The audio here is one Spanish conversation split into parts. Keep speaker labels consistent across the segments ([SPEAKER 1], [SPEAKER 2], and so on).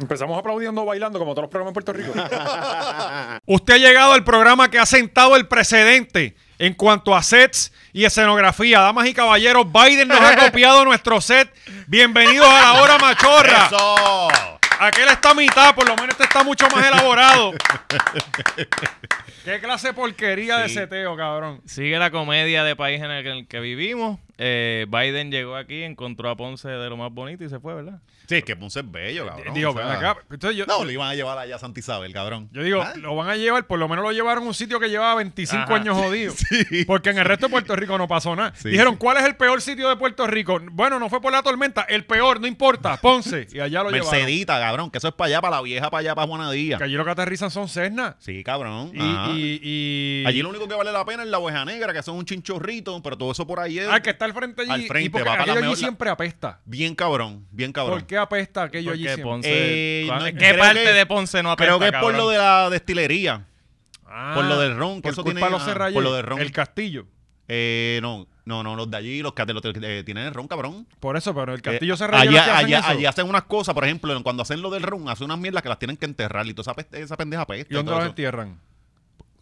[SPEAKER 1] Empezamos aplaudiendo, bailando, como todos los programas en Puerto Rico.
[SPEAKER 2] Usted ha llegado al programa que ha sentado el precedente en cuanto a sets y escenografía. Damas y caballeros, Biden nos ha copiado nuestro set. Bienvenidos a la hora machorra.
[SPEAKER 3] Eso.
[SPEAKER 2] Aquel está a mitad, por lo menos este está mucho más elaborado. Qué clase de porquería de
[SPEAKER 3] Sí.
[SPEAKER 2] seteo, cabrón.
[SPEAKER 4] Sigue la comedia de país en el que, en el que vivimos. Eh, Biden llegó aquí, encontró a Ponce de lo más bonito y se fue, ¿verdad?
[SPEAKER 3] Sí, es que Ponce es bello, cabrón.
[SPEAKER 2] Digo,
[SPEAKER 3] O sea,
[SPEAKER 2] ven acá. Entonces yo,
[SPEAKER 3] No, lo iban a llevar allá a Santa Isabel, cabrón.
[SPEAKER 2] yo digo,
[SPEAKER 3] Ah,
[SPEAKER 2] lo van a llevar, por lo menos lo llevaron a un sitio que llevaba 25
[SPEAKER 4] Ajá.
[SPEAKER 2] años jodido.
[SPEAKER 3] Sí.
[SPEAKER 2] Porque en el resto de Puerto Rico no pasó nada.
[SPEAKER 3] Sí,
[SPEAKER 2] Dijeron,
[SPEAKER 3] sí.
[SPEAKER 2] ¿cuál es el peor sitio de Puerto Rico? Bueno, no fue por la tormenta, el peor, no importa, Ponce. Y allá lo llevaron.
[SPEAKER 3] Mercedita, cabrón, que eso es para allá, para la vieja, para allá, para Juanadía.
[SPEAKER 2] Que allí lo que aterrizan son Cessna.
[SPEAKER 3] Sí, cabrón.
[SPEAKER 2] Y,
[SPEAKER 3] ajá.
[SPEAKER 2] y- y-
[SPEAKER 3] Allí lo único que vale la pena es la oveja negra, que son un chinchorrito, pero todo eso por ahí es
[SPEAKER 2] Ah, que está al frente allí.
[SPEAKER 3] Al frente,
[SPEAKER 2] y porque
[SPEAKER 3] papá, la
[SPEAKER 2] aquello allí
[SPEAKER 3] mejor- la-
[SPEAKER 2] siempre apesta.
[SPEAKER 3] bien cabrón, bien cabrón.
[SPEAKER 2] ¿Por qué apesta aquello allí
[SPEAKER 4] Porque
[SPEAKER 2] siempre?
[SPEAKER 4] Ponce.
[SPEAKER 3] Eh,
[SPEAKER 4] ¿cuán-
[SPEAKER 3] no,
[SPEAKER 4] ¿Qué
[SPEAKER 3] creo
[SPEAKER 4] parte
[SPEAKER 3] que-
[SPEAKER 4] de Ponce no apesta,
[SPEAKER 3] Creo que es por
[SPEAKER 4] cabrón?
[SPEAKER 3] lo de la destilería,
[SPEAKER 2] Ah,
[SPEAKER 3] por lo del ron, que
[SPEAKER 2] por
[SPEAKER 3] eso
[SPEAKER 2] culpa
[SPEAKER 3] tiene-
[SPEAKER 2] de los
[SPEAKER 3] ah,
[SPEAKER 2] serralleros,
[SPEAKER 3] por lo del ron.
[SPEAKER 2] El castillo.
[SPEAKER 3] Eh, no, no, no, los de allí, los que los que, eh, tienen el ron, cabrón.
[SPEAKER 2] Por eso, pero el castillo
[SPEAKER 3] Eh,
[SPEAKER 2] serrallero
[SPEAKER 3] allá,
[SPEAKER 2] que hacen
[SPEAKER 3] allá,
[SPEAKER 2] eso.
[SPEAKER 3] allá hacen unas cosas, por ejemplo, cuando hacen lo del ron, hacen unas mierdas que las tienen que enterrar y toda esa, peste- esa pendeja peste.
[SPEAKER 2] ¿Y dónde
[SPEAKER 3] todo
[SPEAKER 2] los
[SPEAKER 3] eso.
[SPEAKER 2] entierran?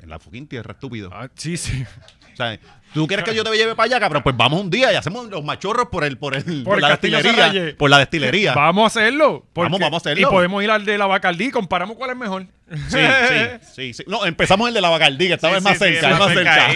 [SPEAKER 3] En la fucking tierra, estúpido.
[SPEAKER 2] Ah, sí, sí.
[SPEAKER 3] O sea, ¿Tú quieres que yo te lleve para allá, cabrón? Pues vamos un día y hacemos los machorros por el, por el, por
[SPEAKER 2] el
[SPEAKER 3] la
[SPEAKER 2] Castillo Serralle.
[SPEAKER 3] destilería. Por la destilería.
[SPEAKER 2] Vamos a hacerlo. porque-
[SPEAKER 3] Vamos, vamos a hacerlo.
[SPEAKER 2] Y podemos ir al de la Bacardí y comparamos cuál es mejor.
[SPEAKER 3] Sí, sí, sí, sí. No, empezamos el de la Bacardí, que estaba el más
[SPEAKER 4] Sí, sí,
[SPEAKER 3] cerca,
[SPEAKER 4] sí,
[SPEAKER 3] el más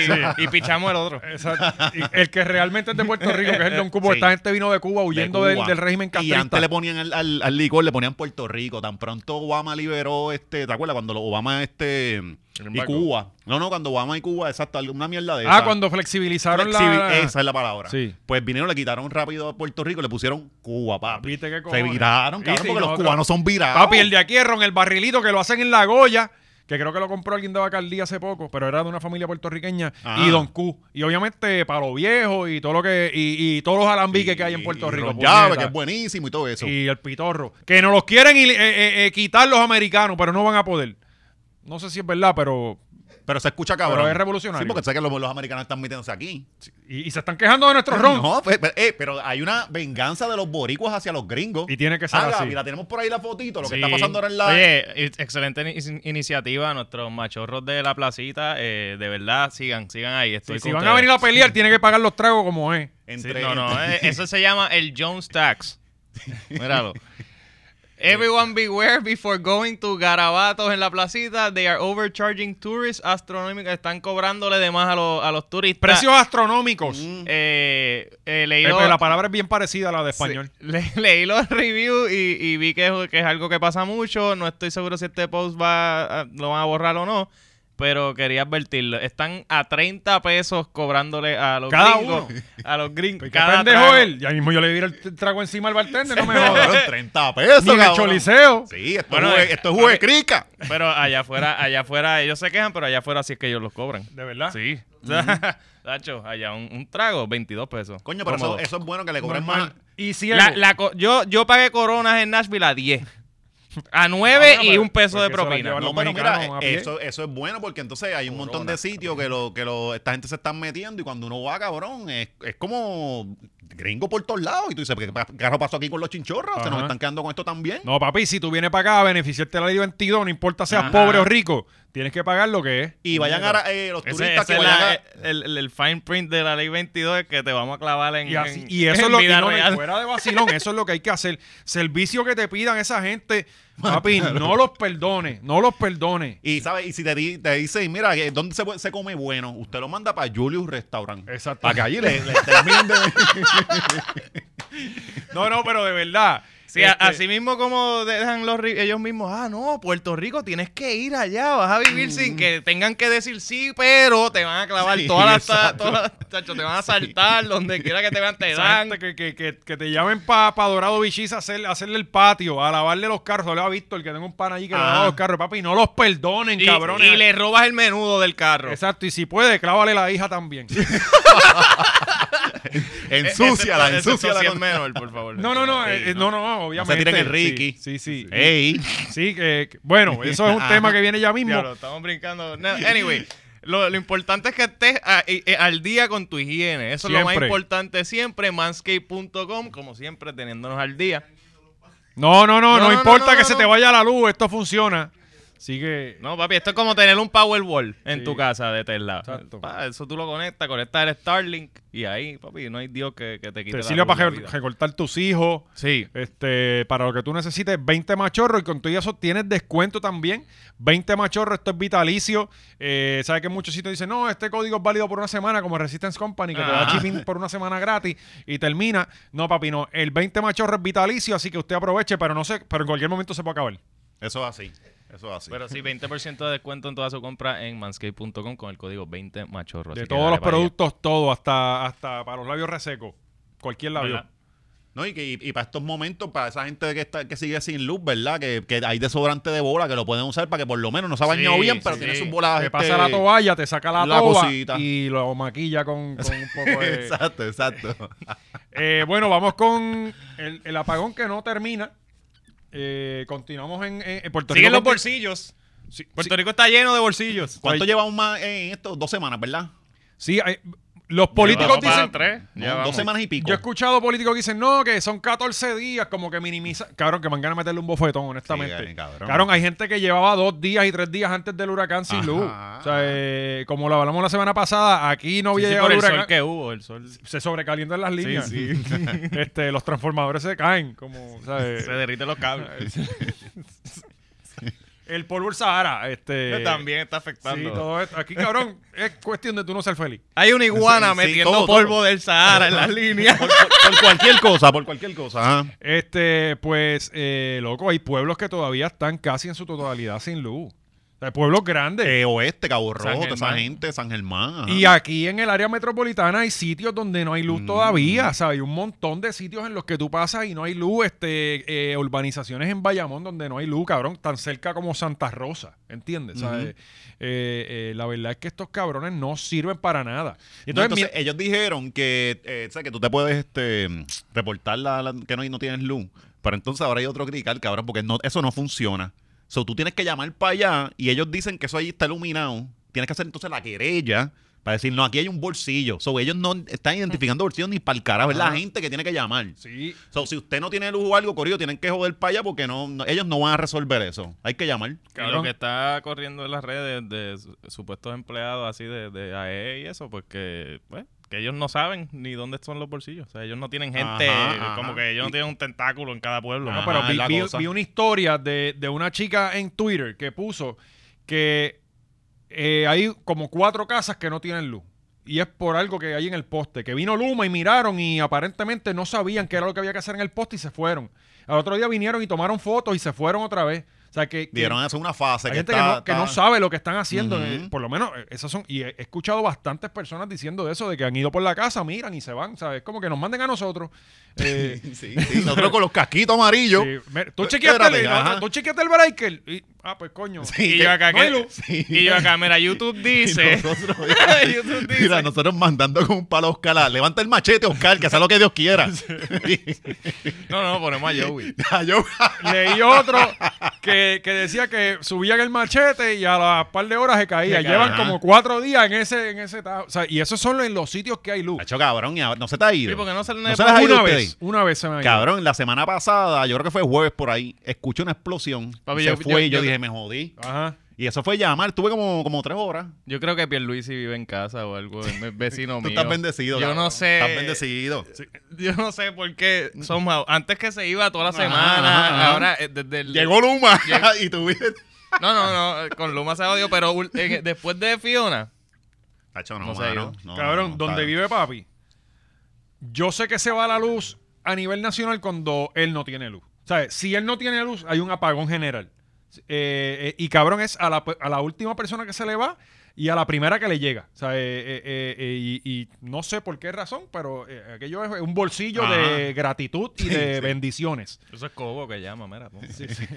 [SPEAKER 3] cerca.
[SPEAKER 4] Y, y pichamos el otro.
[SPEAKER 2] Exacto. Y el que realmente es de Puerto Rico, que es el de un cubo.
[SPEAKER 3] Sí.
[SPEAKER 2] Esta gente vino de Cuba
[SPEAKER 3] De
[SPEAKER 2] huyendo
[SPEAKER 3] Cuba.
[SPEAKER 2] Del, del régimen
[SPEAKER 3] Y
[SPEAKER 2] castrista.
[SPEAKER 3] antes le ponían al, al- al licor, le ponían Puerto Rico. Tan pronto Obama liberó este, ¿te acuerdas? Cuando lo- Obama este y
[SPEAKER 4] embargo.
[SPEAKER 3] Cuba. No, no, cuando Obama y Cuba, exacto, alguna mierda de
[SPEAKER 2] ah,
[SPEAKER 3] esa.
[SPEAKER 2] cuando flexibilizaron
[SPEAKER 3] Flexibil-
[SPEAKER 2] la...
[SPEAKER 3] Esa es la palabra.
[SPEAKER 2] Sí.
[SPEAKER 3] Pues vinieron, le quitaron rápido a Puerto Rico, le pusieron Cuba, papi.
[SPEAKER 2] Viste qué
[SPEAKER 3] Se
[SPEAKER 2] cojones.
[SPEAKER 3] viraron, cabrón,
[SPEAKER 2] Viste, y
[SPEAKER 3] porque los
[SPEAKER 2] nosotros-
[SPEAKER 3] cubanos son virados.
[SPEAKER 2] Papi, el de aquí es ron, el barrilito que lo hacen en La Goya, que creo que lo compró alguien de Bacardí hace poco, pero era de una familia puertorriqueña,
[SPEAKER 3] Ah.
[SPEAKER 2] y Don Q. Y obviamente Palo Viejo y todo lo que y, y todos los alambiques que hay en Puerto
[SPEAKER 3] Y
[SPEAKER 2] Rico.
[SPEAKER 3] Ron Llave,
[SPEAKER 2] puñeta.
[SPEAKER 3] que es buenísimo y todo eso.
[SPEAKER 2] y el pitorro. Que nos los quieren y, eh, eh, eh, quitar los americanos, pero no van a poder. No sé si es verdad, pero...
[SPEAKER 3] Pero se escucha cabrón.
[SPEAKER 2] Pero es revolucionario.
[SPEAKER 3] Sí, porque sé que los, los americanos están metiéndose aquí.
[SPEAKER 2] Y, y se están quejando de nuestro ron.
[SPEAKER 3] No, pues, pero, eh, pero hay una venganza de los boricuas hacia los gringos.
[SPEAKER 2] Y tiene que ser
[SPEAKER 3] Ah,
[SPEAKER 2] así.
[SPEAKER 3] Mira, tenemos por ahí la fotito, lo que
[SPEAKER 4] Sí.
[SPEAKER 3] está pasando ahora en la...
[SPEAKER 4] Oye, i- excelente ni- iniciativa. Nuestros machorros de la placita, eh, de verdad, sigan, sigan ahí.
[SPEAKER 2] Sí,
[SPEAKER 4] Estoy
[SPEAKER 2] si
[SPEAKER 4] con
[SPEAKER 2] van a venir a
[SPEAKER 4] ustedes.
[SPEAKER 2] pelear, tienen que pagar los tragos como es.
[SPEAKER 4] Sí,
[SPEAKER 3] entre,
[SPEAKER 4] no, no,
[SPEAKER 3] entre-
[SPEAKER 4] eh, eso se llama el Jones Tax. Míralo. Everyone beware before going to garabatos en la placita. They are overcharging tourists astronómicos. Están cobrándole de más a, los- a los turistas.
[SPEAKER 2] Precios astronómicos.
[SPEAKER 3] mm,
[SPEAKER 4] Eh, eh,
[SPEAKER 2] Eh,
[SPEAKER 4] leí,
[SPEAKER 2] pero
[SPEAKER 4] los-
[SPEAKER 2] la palabra es bien parecida a la de
[SPEAKER 4] sí,
[SPEAKER 2] español.
[SPEAKER 4] le- leí los reviews y, y vi que, es- que es algo que pasa mucho. No estoy seguro si este post va a- lo van a borrar o no. Pero quería advertirlo. Están a 30 pesos cobrándole a los
[SPEAKER 2] Cada
[SPEAKER 4] gringos.
[SPEAKER 2] uno. Pues
[SPEAKER 4] A los gringos.
[SPEAKER 2] ¿Qué
[SPEAKER 4] cada
[SPEAKER 2] pendejo
[SPEAKER 4] trago.
[SPEAKER 2] él? Ya mismo yo le di el t- trago encima al bartender, no me
[SPEAKER 3] cabrón,
[SPEAKER 2] jodas.
[SPEAKER 3] 30 pesos,
[SPEAKER 2] Ni de
[SPEAKER 3] cabrón.
[SPEAKER 2] choliseo.
[SPEAKER 3] Sí, esto
[SPEAKER 4] Bueno,
[SPEAKER 3] es
[SPEAKER 4] eh,
[SPEAKER 3] jue- esto es jugo de
[SPEAKER 4] ok.
[SPEAKER 3] crica.
[SPEAKER 4] Pero allá afuera, allá afuera, ellos se quejan, pero allá afuera sí es que ellos los cobran.
[SPEAKER 2] De verdad.
[SPEAKER 4] Sí. O sea, Nacho, allá un, un trago, 22 pesos.
[SPEAKER 3] Coño, pero
[SPEAKER 4] Cómodo.
[SPEAKER 3] eso, eso es bueno que le cobren
[SPEAKER 2] Normal.
[SPEAKER 3] más.
[SPEAKER 2] Y ciego.
[SPEAKER 4] La- la co- yo, yo pagué coronas en Nashville a 10. A 9
[SPEAKER 2] Ah, bueno,
[SPEAKER 4] y
[SPEAKER 2] pero-
[SPEAKER 4] un peso de
[SPEAKER 2] porque eso la
[SPEAKER 4] propina.
[SPEAKER 2] llevan
[SPEAKER 3] No,
[SPEAKER 2] los
[SPEAKER 3] pero mira,
[SPEAKER 2] mexicanos a
[SPEAKER 3] eh,
[SPEAKER 2] pie.
[SPEAKER 3] eso, eso es bueno porque entonces hay un montón de sitios que lo, que lo, esta gente se están metiendo y cuando uno va, cabrón, es, es como gringo por todos lados. Y tú dices, ¿qué pa- qué carajo pasó aquí con los chinchorros? Se nos
[SPEAKER 2] Ajá.
[SPEAKER 3] están quedando con esto también.
[SPEAKER 2] No, papi, si tú vienes para acá a beneficiarte de la ley 22, no importa seas
[SPEAKER 4] Ajá.
[SPEAKER 2] pobre o rico, tienes que pagar lo que es.
[SPEAKER 3] Y vayan a eh, los
[SPEAKER 4] Ese-
[SPEAKER 3] turistas que
[SPEAKER 4] ese es
[SPEAKER 3] vayan
[SPEAKER 4] la-
[SPEAKER 3] a-
[SPEAKER 4] el, el- el fine print de la ley 22 que te vamos a clavar en.
[SPEAKER 2] Y, así-
[SPEAKER 4] en-
[SPEAKER 2] y eso
[SPEAKER 4] en
[SPEAKER 2] es lo que
[SPEAKER 4] vida
[SPEAKER 2] no, y
[SPEAKER 4] real.
[SPEAKER 2] fuera de vacilón, eso es lo que hay que hacer. Servicio que te pidan esa gente, papi, no los perdones, no los perdones.
[SPEAKER 3] Y sabes, y si te, di- te dicen, mira, que ¿dónde se, puede- se come bueno? Usted lo manda para Julius Restaurant.
[SPEAKER 2] Exacto.
[SPEAKER 3] Para que allí le, le terminen de...
[SPEAKER 2] No, no, pero de verdad.
[SPEAKER 4] Sí, a-
[SPEAKER 2] este,
[SPEAKER 4] así mismo como dejan los ri- ellos mismos, ah, no, Puerto Rico tienes que ir allá, vas a vivir
[SPEAKER 2] Mm.
[SPEAKER 4] sin que tengan que decir sí, pero te van a clavar
[SPEAKER 3] Sí,
[SPEAKER 4] todas las, ta-
[SPEAKER 3] exacto.
[SPEAKER 4] todas las- chacho, te van a saltar donde quiera que te vean, te
[SPEAKER 2] Esa
[SPEAKER 4] dan.
[SPEAKER 2] gente que, que, que, que te llamen para pa Dorado Bichis a, hacer- a hacerle el patio, a lavarle los carros. Solo ha visto el que tengo un pan allí que le
[SPEAKER 3] Ajá.
[SPEAKER 2] lava los carros, papi. No los perdonen,
[SPEAKER 4] Ah. Y,
[SPEAKER 2] cabrones.
[SPEAKER 4] y le robas el menudo del carro.
[SPEAKER 2] Exacto, y si puede, clávale la hija también.
[SPEAKER 3] Ensúciala,
[SPEAKER 4] Ese- ese- ese-
[SPEAKER 3] ensúciala.
[SPEAKER 4] ese es
[SPEAKER 3] con-
[SPEAKER 4] menor, por favor.
[SPEAKER 2] No, no, no,
[SPEAKER 4] Sí,
[SPEAKER 2] eh, eh, no, no, obviamente.
[SPEAKER 3] tiren el Ricky.
[SPEAKER 2] Sí, sí. Sí,
[SPEAKER 4] Eh.
[SPEAKER 3] ¡Ey!
[SPEAKER 2] Sí, que, que- bueno, eso
[SPEAKER 4] Ah.
[SPEAKER 2] es un tema que viene ya mismo.
[SPEAKER 4] Diablo, estamos brincando. No, anyway, lo, lo importante es que estés a- eh, eh, al día con tu higiene. Eso es lo más
[SPEAKER 2] Siempre.
[SPEAKER 4] importante siempre. Manscape.com, como siempre, teniéndonos al día.
[SPEAKER 2] No, no, no, no,
[SPEAKER 4] No, no,
[SPEAKER 2] importa
[SPEAKER 4] no,
[SPEAKER 2] que
[SPEAKER 4] no,
[SPEAKER 2] se
[SPEAKER 4] no.
[SPEAKER 2] te vaya la luz, esto funciona. Así que.
[SPEAKER 4] No, papi, esto es como tener un Powerwall en
[SPEAKER 2] Sí.
[SPEAKER 4] tu casa de Tesla.
[SPEAKER 2] Exacto.
[SPEAKER 4] Pa, eso tú lo conectas, conectas el Starlink y ahí, papi, no hay Dios que, que te quite
[SPEAKER 2] te
[SPEAKER 4] la
[SPEAKER 2] sirve
[SPEAKER 4] luz
[SPEAKER 2] para
[SPEAKER 4] de
[SPEAKER 2] re-
[SPEAKER 4] vida.
[SPEAKER 2] recortar tus hijos.
[SPEAKER 4] Sí.
[SPEAKER 2] Este, para lo que tú necesites, 20 machorros y con todo eso tienes descuento también. 20 machorros, esto es vitalicio. Eh, Sabes que muchos sitios dicen, no, este código es válido por una semana, como Resistance Company, que te da
[SPEAKER 4] Ah.
[SPEAKER 2] shipping por una semana gratis y termina. No, papi, no. El 20 machorro es vitalicio, así que usted aproveche, pero no sé, pero en cualquier momento se puede acabar.
[SPEAKER 3] Eso es así. Eso es así.
[SPEAKER 4] Pero sí, 20% de descuento en toda su compra en manscape.com con el código 20machorro.
[SPEAKER 2] de todos los productos, todo, hasta, hasta para los labios resecos. Cualquier labio.
[SPEAKER 4] ¿Verdad?
[SPEAKER 3] No, y, que, y, y para estos momentos, para esa gente que está que sigue sin luz, ¿verdad? Que, que hay desodorante de bola que lo pueden usar para que por lo menos no se ha bañado
[SPEAKER 4] Sí,
[SPEAKER 3] bien, pero
[SPEAKER 4] sí.
[SPEAKER 3] tiene sus
[SPEAKER 4] Ah,
[SPEAKER 3] bolas.
[SPEAKER 2] Te
[SPEAKER 3] este,
[SPEAKER 2] pasa la toalla, te saca la,
[SPEAKER 3] la
[SPEAKER 2] toba
[SPEAKER 3] cosita.
[SPEAKER 2] y lo maquilla con, con un poco de...
[SPEAKER 3] Exacto, exacto.
[SPEAKER 2] Eh, bueno, vamos con el, el apagón que no termina. Eh, continuamos en, en- en Puerto
[SPEAKER 4] Siguen
[SPEAKER 2] Rico.
[SPEAKER 4] los bolsillos.
[SPEAKER 2] Sí,
[SPEAKER 4] Puerto Rico está lleno de bolsillos.
[SPEAKER 3] ¿Cuánto llevamos más en esto? Dos semanas, ¿verdad?
[SPEAKER 2] sí, hay- los políticos
[SPEAKER 4] Vamos para
[SPEAKER 2] dicen...
[SPEAKER 4] tres.
[SPEAKER 3] No,
[SPEAKER 4] Ya
[SPEAKER 3] dos
[SPEAKER 4] vamos.
[SPEAKER 3] semanas y pico.
[SPEAKER 2] Yo he escuchado políticos que dicen, no, que son 14 días, como que minimiza. Cabrón, que me van a meterle un bofetón, honestamente.
[SPEAKER 3] Sí, cabrón.
[SPEAKER 2] hay gente que llevaba dos días y tres días antes del huracán sin
[SPEAKER 3] Ajá.
[SPEAKER 2] luz. O sea, eh, como lo hablamos la semana pasada, aquí no
[SPEAKER 4] Sí,
[SPEAKER 2] había
[SPEAKER 4] sí,
[SPEAKER 2] llegado
[SPEAKER 4] por
[SPEAKER 2] el
[SPEAKER 4] el
[SPEAKER 2] huracán.
[SPEAKER 4] sol que hubo, el sol se
[SPEAKER 2] Se sobrecalientan las líneas.
[SPEAKER 4] sí.
[SPEAKER 2] este, los transformadores se caen, como, ¿sabes?
[SPEAKER 4] derriten los cables.
[SPEAKER 2] El polvo del Sahara, este.
[SPEAKER 4] pues, También está
[SPEAKER 2] Sí,
[SPEAKER 4] afectando.
[SPEAKER 2] todo esto. Aquí, cabrón, es cuestión de tú no ser feliz.
[SPEAKER 4] Hay una iguana
[SPEAKER 3] Sí,
[SPEAKER 4] metiendo
[SPEAKER 3] todo, todo.
[SPEAKER 4] polvo del Sahara en las líneas.
[SPEAKER 3] Por, por- por cualquier cosa, por cualquier cosa. ajá.
[SPEAKER 2] Este, pues, eh, loco, hay pueblos que todavía están casi en su totalidad sin luz. O sea, pueblos grandes.
[SPEAKER 3] Eh, oeste, Cabo
[SPEAKER 4] San
[SPEAKER 3] Rojo, toda esa
[SPEAKER 4] Germán.
[SPEAKER 3] gente, San Germán. ajá.
[SPEAKER 2] Y aquí en el área metropolitana hay sitios donde no hay luz
[SPEAKER 3] Mm.
[SPEAKER 2] todavía, ¿sabes? Hay un montón de sitios en los que tú pasas y no hay luz, este, eh, urbanizaciones en Bayamón donde no hay luz, cabrón, tan cerca como Santa Rosa, ¿entiendes? ¿Sabes?
[SPEAKER 3] Ujú.
[SPEAKER 2] Eh, eh, la verdad es que estos cabrones no sirven para nada. Y
[SPEAKER 3] No,
[SPEAKER 2] Entonces,
[SPEAKER 3] Entonces, eh,
[SPEAKER 2] mi-
[SPEAKER 3] ellos dijeron que, eh, o sea, que tú te puedes este, mm, reportar la, la- que no, no tienes luz. Pero entonces ahora hay otro crical, cabrón, porque no, eso no funciona. So, tú tienes que llamar para allá y ellos dicen que eso ahí está iluminado. Tienes que hacer entonces la querella para decir, no, aquí hay un bolsillo. So, ellos no están identificando bolsillos ni para el carajo. Es la gente que tiene que llamar.
[SPEAKER 2] sí,
[SPEAKER 3] So, si usted no tiene luz o algo, corrido, tienen que joder para allá porque no, no- ellos no van a resolver eso. Hay que llamar.
[SPEAKER 4] Y lo que está corriendo en las redes de su- supuestos empleados así de, de AE y eso, pues que, pues, que ellos no saben ni dónde son los bolsillos. O sea, ellos no tienen gente,
[SPEAKER 3] Ajá, ajá.
[SPEAKER 4] como que ellos no tienen un tentáculo en cada pueblo.
[SPEAKER 2] No,
[SPEAKER 3] Ajá,
[SPEAKER 2] Ah, pero
[SPEAKER 3] es
[SPEAKER 2] vi,
[SPEAKER 3] la
[SPEAKER 2] vi-
[SPEAKER 3] cosa.
[SPEAKER 2] vi una historia de, de una chica en Twitter que puso que eh, hay como cuatro casas que no tienen luz. Y es por algo que hay en el poste. Que vino Luma y miraron y aparentemente no sabían qué era lo que había que hacer en el poste y se fueron. Al otro día vinieron y tomaron fotos y se fueron otra vez. O sea que... que
[SPEAKER 3] Dieron eso una fase.
[SPEAKER 2] hay
[SPEAKER 3] que
[SPEAKER 2] gente
[SPEAKER 3] está-
[SPEAKER 2] que, no, que no
[SPEAKER 3] está-
[SPEAKER 2] sabe lo que están haciendo,
[SPEAKER 3] Ujú.
[SPEAKER 2] eh, por lo menos eh, esas son, y he he escuchado bastantes personas diciendo de eso, de que han ido por la casa, miran y se van, ¿sabes? Como que nos manden a nosotros. Eh,
[SPEAKER 3] Sí, sí, nosotros con los casquitos amarillos.
[SPEAKER 2] Sí, me- tú,
[SPEAKER 3] Pues,
[SPEAKER 2] chequeaste
[SPEAKER 3] espérate,
[SPEAKER 2] el, no,
[SPEAKER 3] ajá.
[SPEAKER 2] no, tú chequeaste el breaker. Y- ah, pues coño.
[SPEAKER 3] Sí,
[SPEAKER 4] Y
[SPEAKER 3] que-
[SPEAKER 4] yo acá,
[SPEAKER 2] no
[SPEAKER 4] que-
[SPEAKER 2] hay luz.
[SPEAKER 3] Sí.
[SPEAKER 4] y yo acá, mira, YouTube
[SPEAKER 3] Y
[SPEAKER 4] dice...
[SPEAKER 3] nosotros,
[SPEAKER 4] YouTube
[SPEAKER 3] mira,
[SPEAKER 4] dice-
[SPEAKER 3] mira, nosotros mandando con un palo a Oscar. ah, Levanta el machete, Oscar, que sea lo que Dios quiera.
[SPEAKER 4] No, no, ponemos a Joey.
[SPEAKER 3] Ah, yo-
[SPEAKER 2] Leí otro que, que decía que subían el machete y a las par de horas se caía.
[SPEAKER 4] Se cae,
[SPEAKER 2] Llevan
[SPEAKER 3] ajá.
[SPEAKER 2] como cuatro días en ese, en ese ta- o sea, y eso solo en los sitios que hay luz.
[SPEAKER 3] Hacho, cabrón, y ahora- no se te ha ido.
[SPEAKER 4] Sí, porque no salen
[SPEAKER 3] No
[SPEAKER 4] de
[SPEAKER 3] se las ha ido
[SPEAKER 2] Una
[SPEAKER 3] usted.
[SPEAKER 2] vez, una vez se me ha ido.
[SPEAKER 3] Cabrón, la semana pasada, yo creo que fue jueves por ahí, escuché una explosión.
[SPEAKER 4] Papi,
[SPEAKER 3] se
[SPEAKER 4] yo-
[SPEAKER 3] fue
[SPEAKER 4] yo-
[SPEAKER 3] y yo,
[SPEAKER 4] yo-
[SPEAKER 3] dije, me jodí.
[SPEAKER 2] Ajá.
[SPEAKER 3] Y eso fue llamar. Tuve como, como tres horas.
[SPEAKER 4] Yo creo que Pierluisi vive en casa o algo, es vecino mío.
[SPEAKER 3] Tú estás bendecido.
[SPEAKER 4] Yo no
[SPEAKER 3] cabrón.
[SPEAKER 4] sé.
[SPEAKER 3] Estás bendecido.
[SPEAKER 4] Yo no sé por qué. somehow, antes que se iba toda la
[SPEAKER 3] Ajá,
[SPEAKER 4] semana,
[SPEAKER 3] ajá, ajá.
[SPEAKER 4] ahora eh, desde el...
[SPEAKER 3] Llegó Luma y tuviste.
[SPEAKER 4] No, no, no, eh, con Luma se odio, pero ul- en- después de Fiona...
[SPEAKER 3] Hacho, no,
[SPEAKER 4] No se ha
[SPEAKER 3] mano,
[SPEAKER 4] ido.
[SPEAKER 3] no,
[SPEAKER 2] Cabrón,
[SPEAKER 3] no, no,
[SPEAKER 2] donde
[SPEAKER 3] está-
[SPEAKER 2] vive papi, yo sé que se va la luz a nivel nacional cuando él no tiene luz. O sea, si él no tiene luz, hay un apagón general. Eh, eh, y cabrón es a la, pe- a la última persona que se le va y a la primera que le llega. O sea, eh, eh, eh, eh, y, y no sé por qué razón, pero eh, aquello es un bolsillo
[SPEAKER 3] Ajá.
[SPEAKER 2] de gratitud y
[SPEAKER 3] Sí,
[SPEAKER 2] de
[SPEAKER 3] sí.
[SPEAKER 2] bendiciones.
[SPEAKER 4] Eso es Cobo que llama, mira. pon.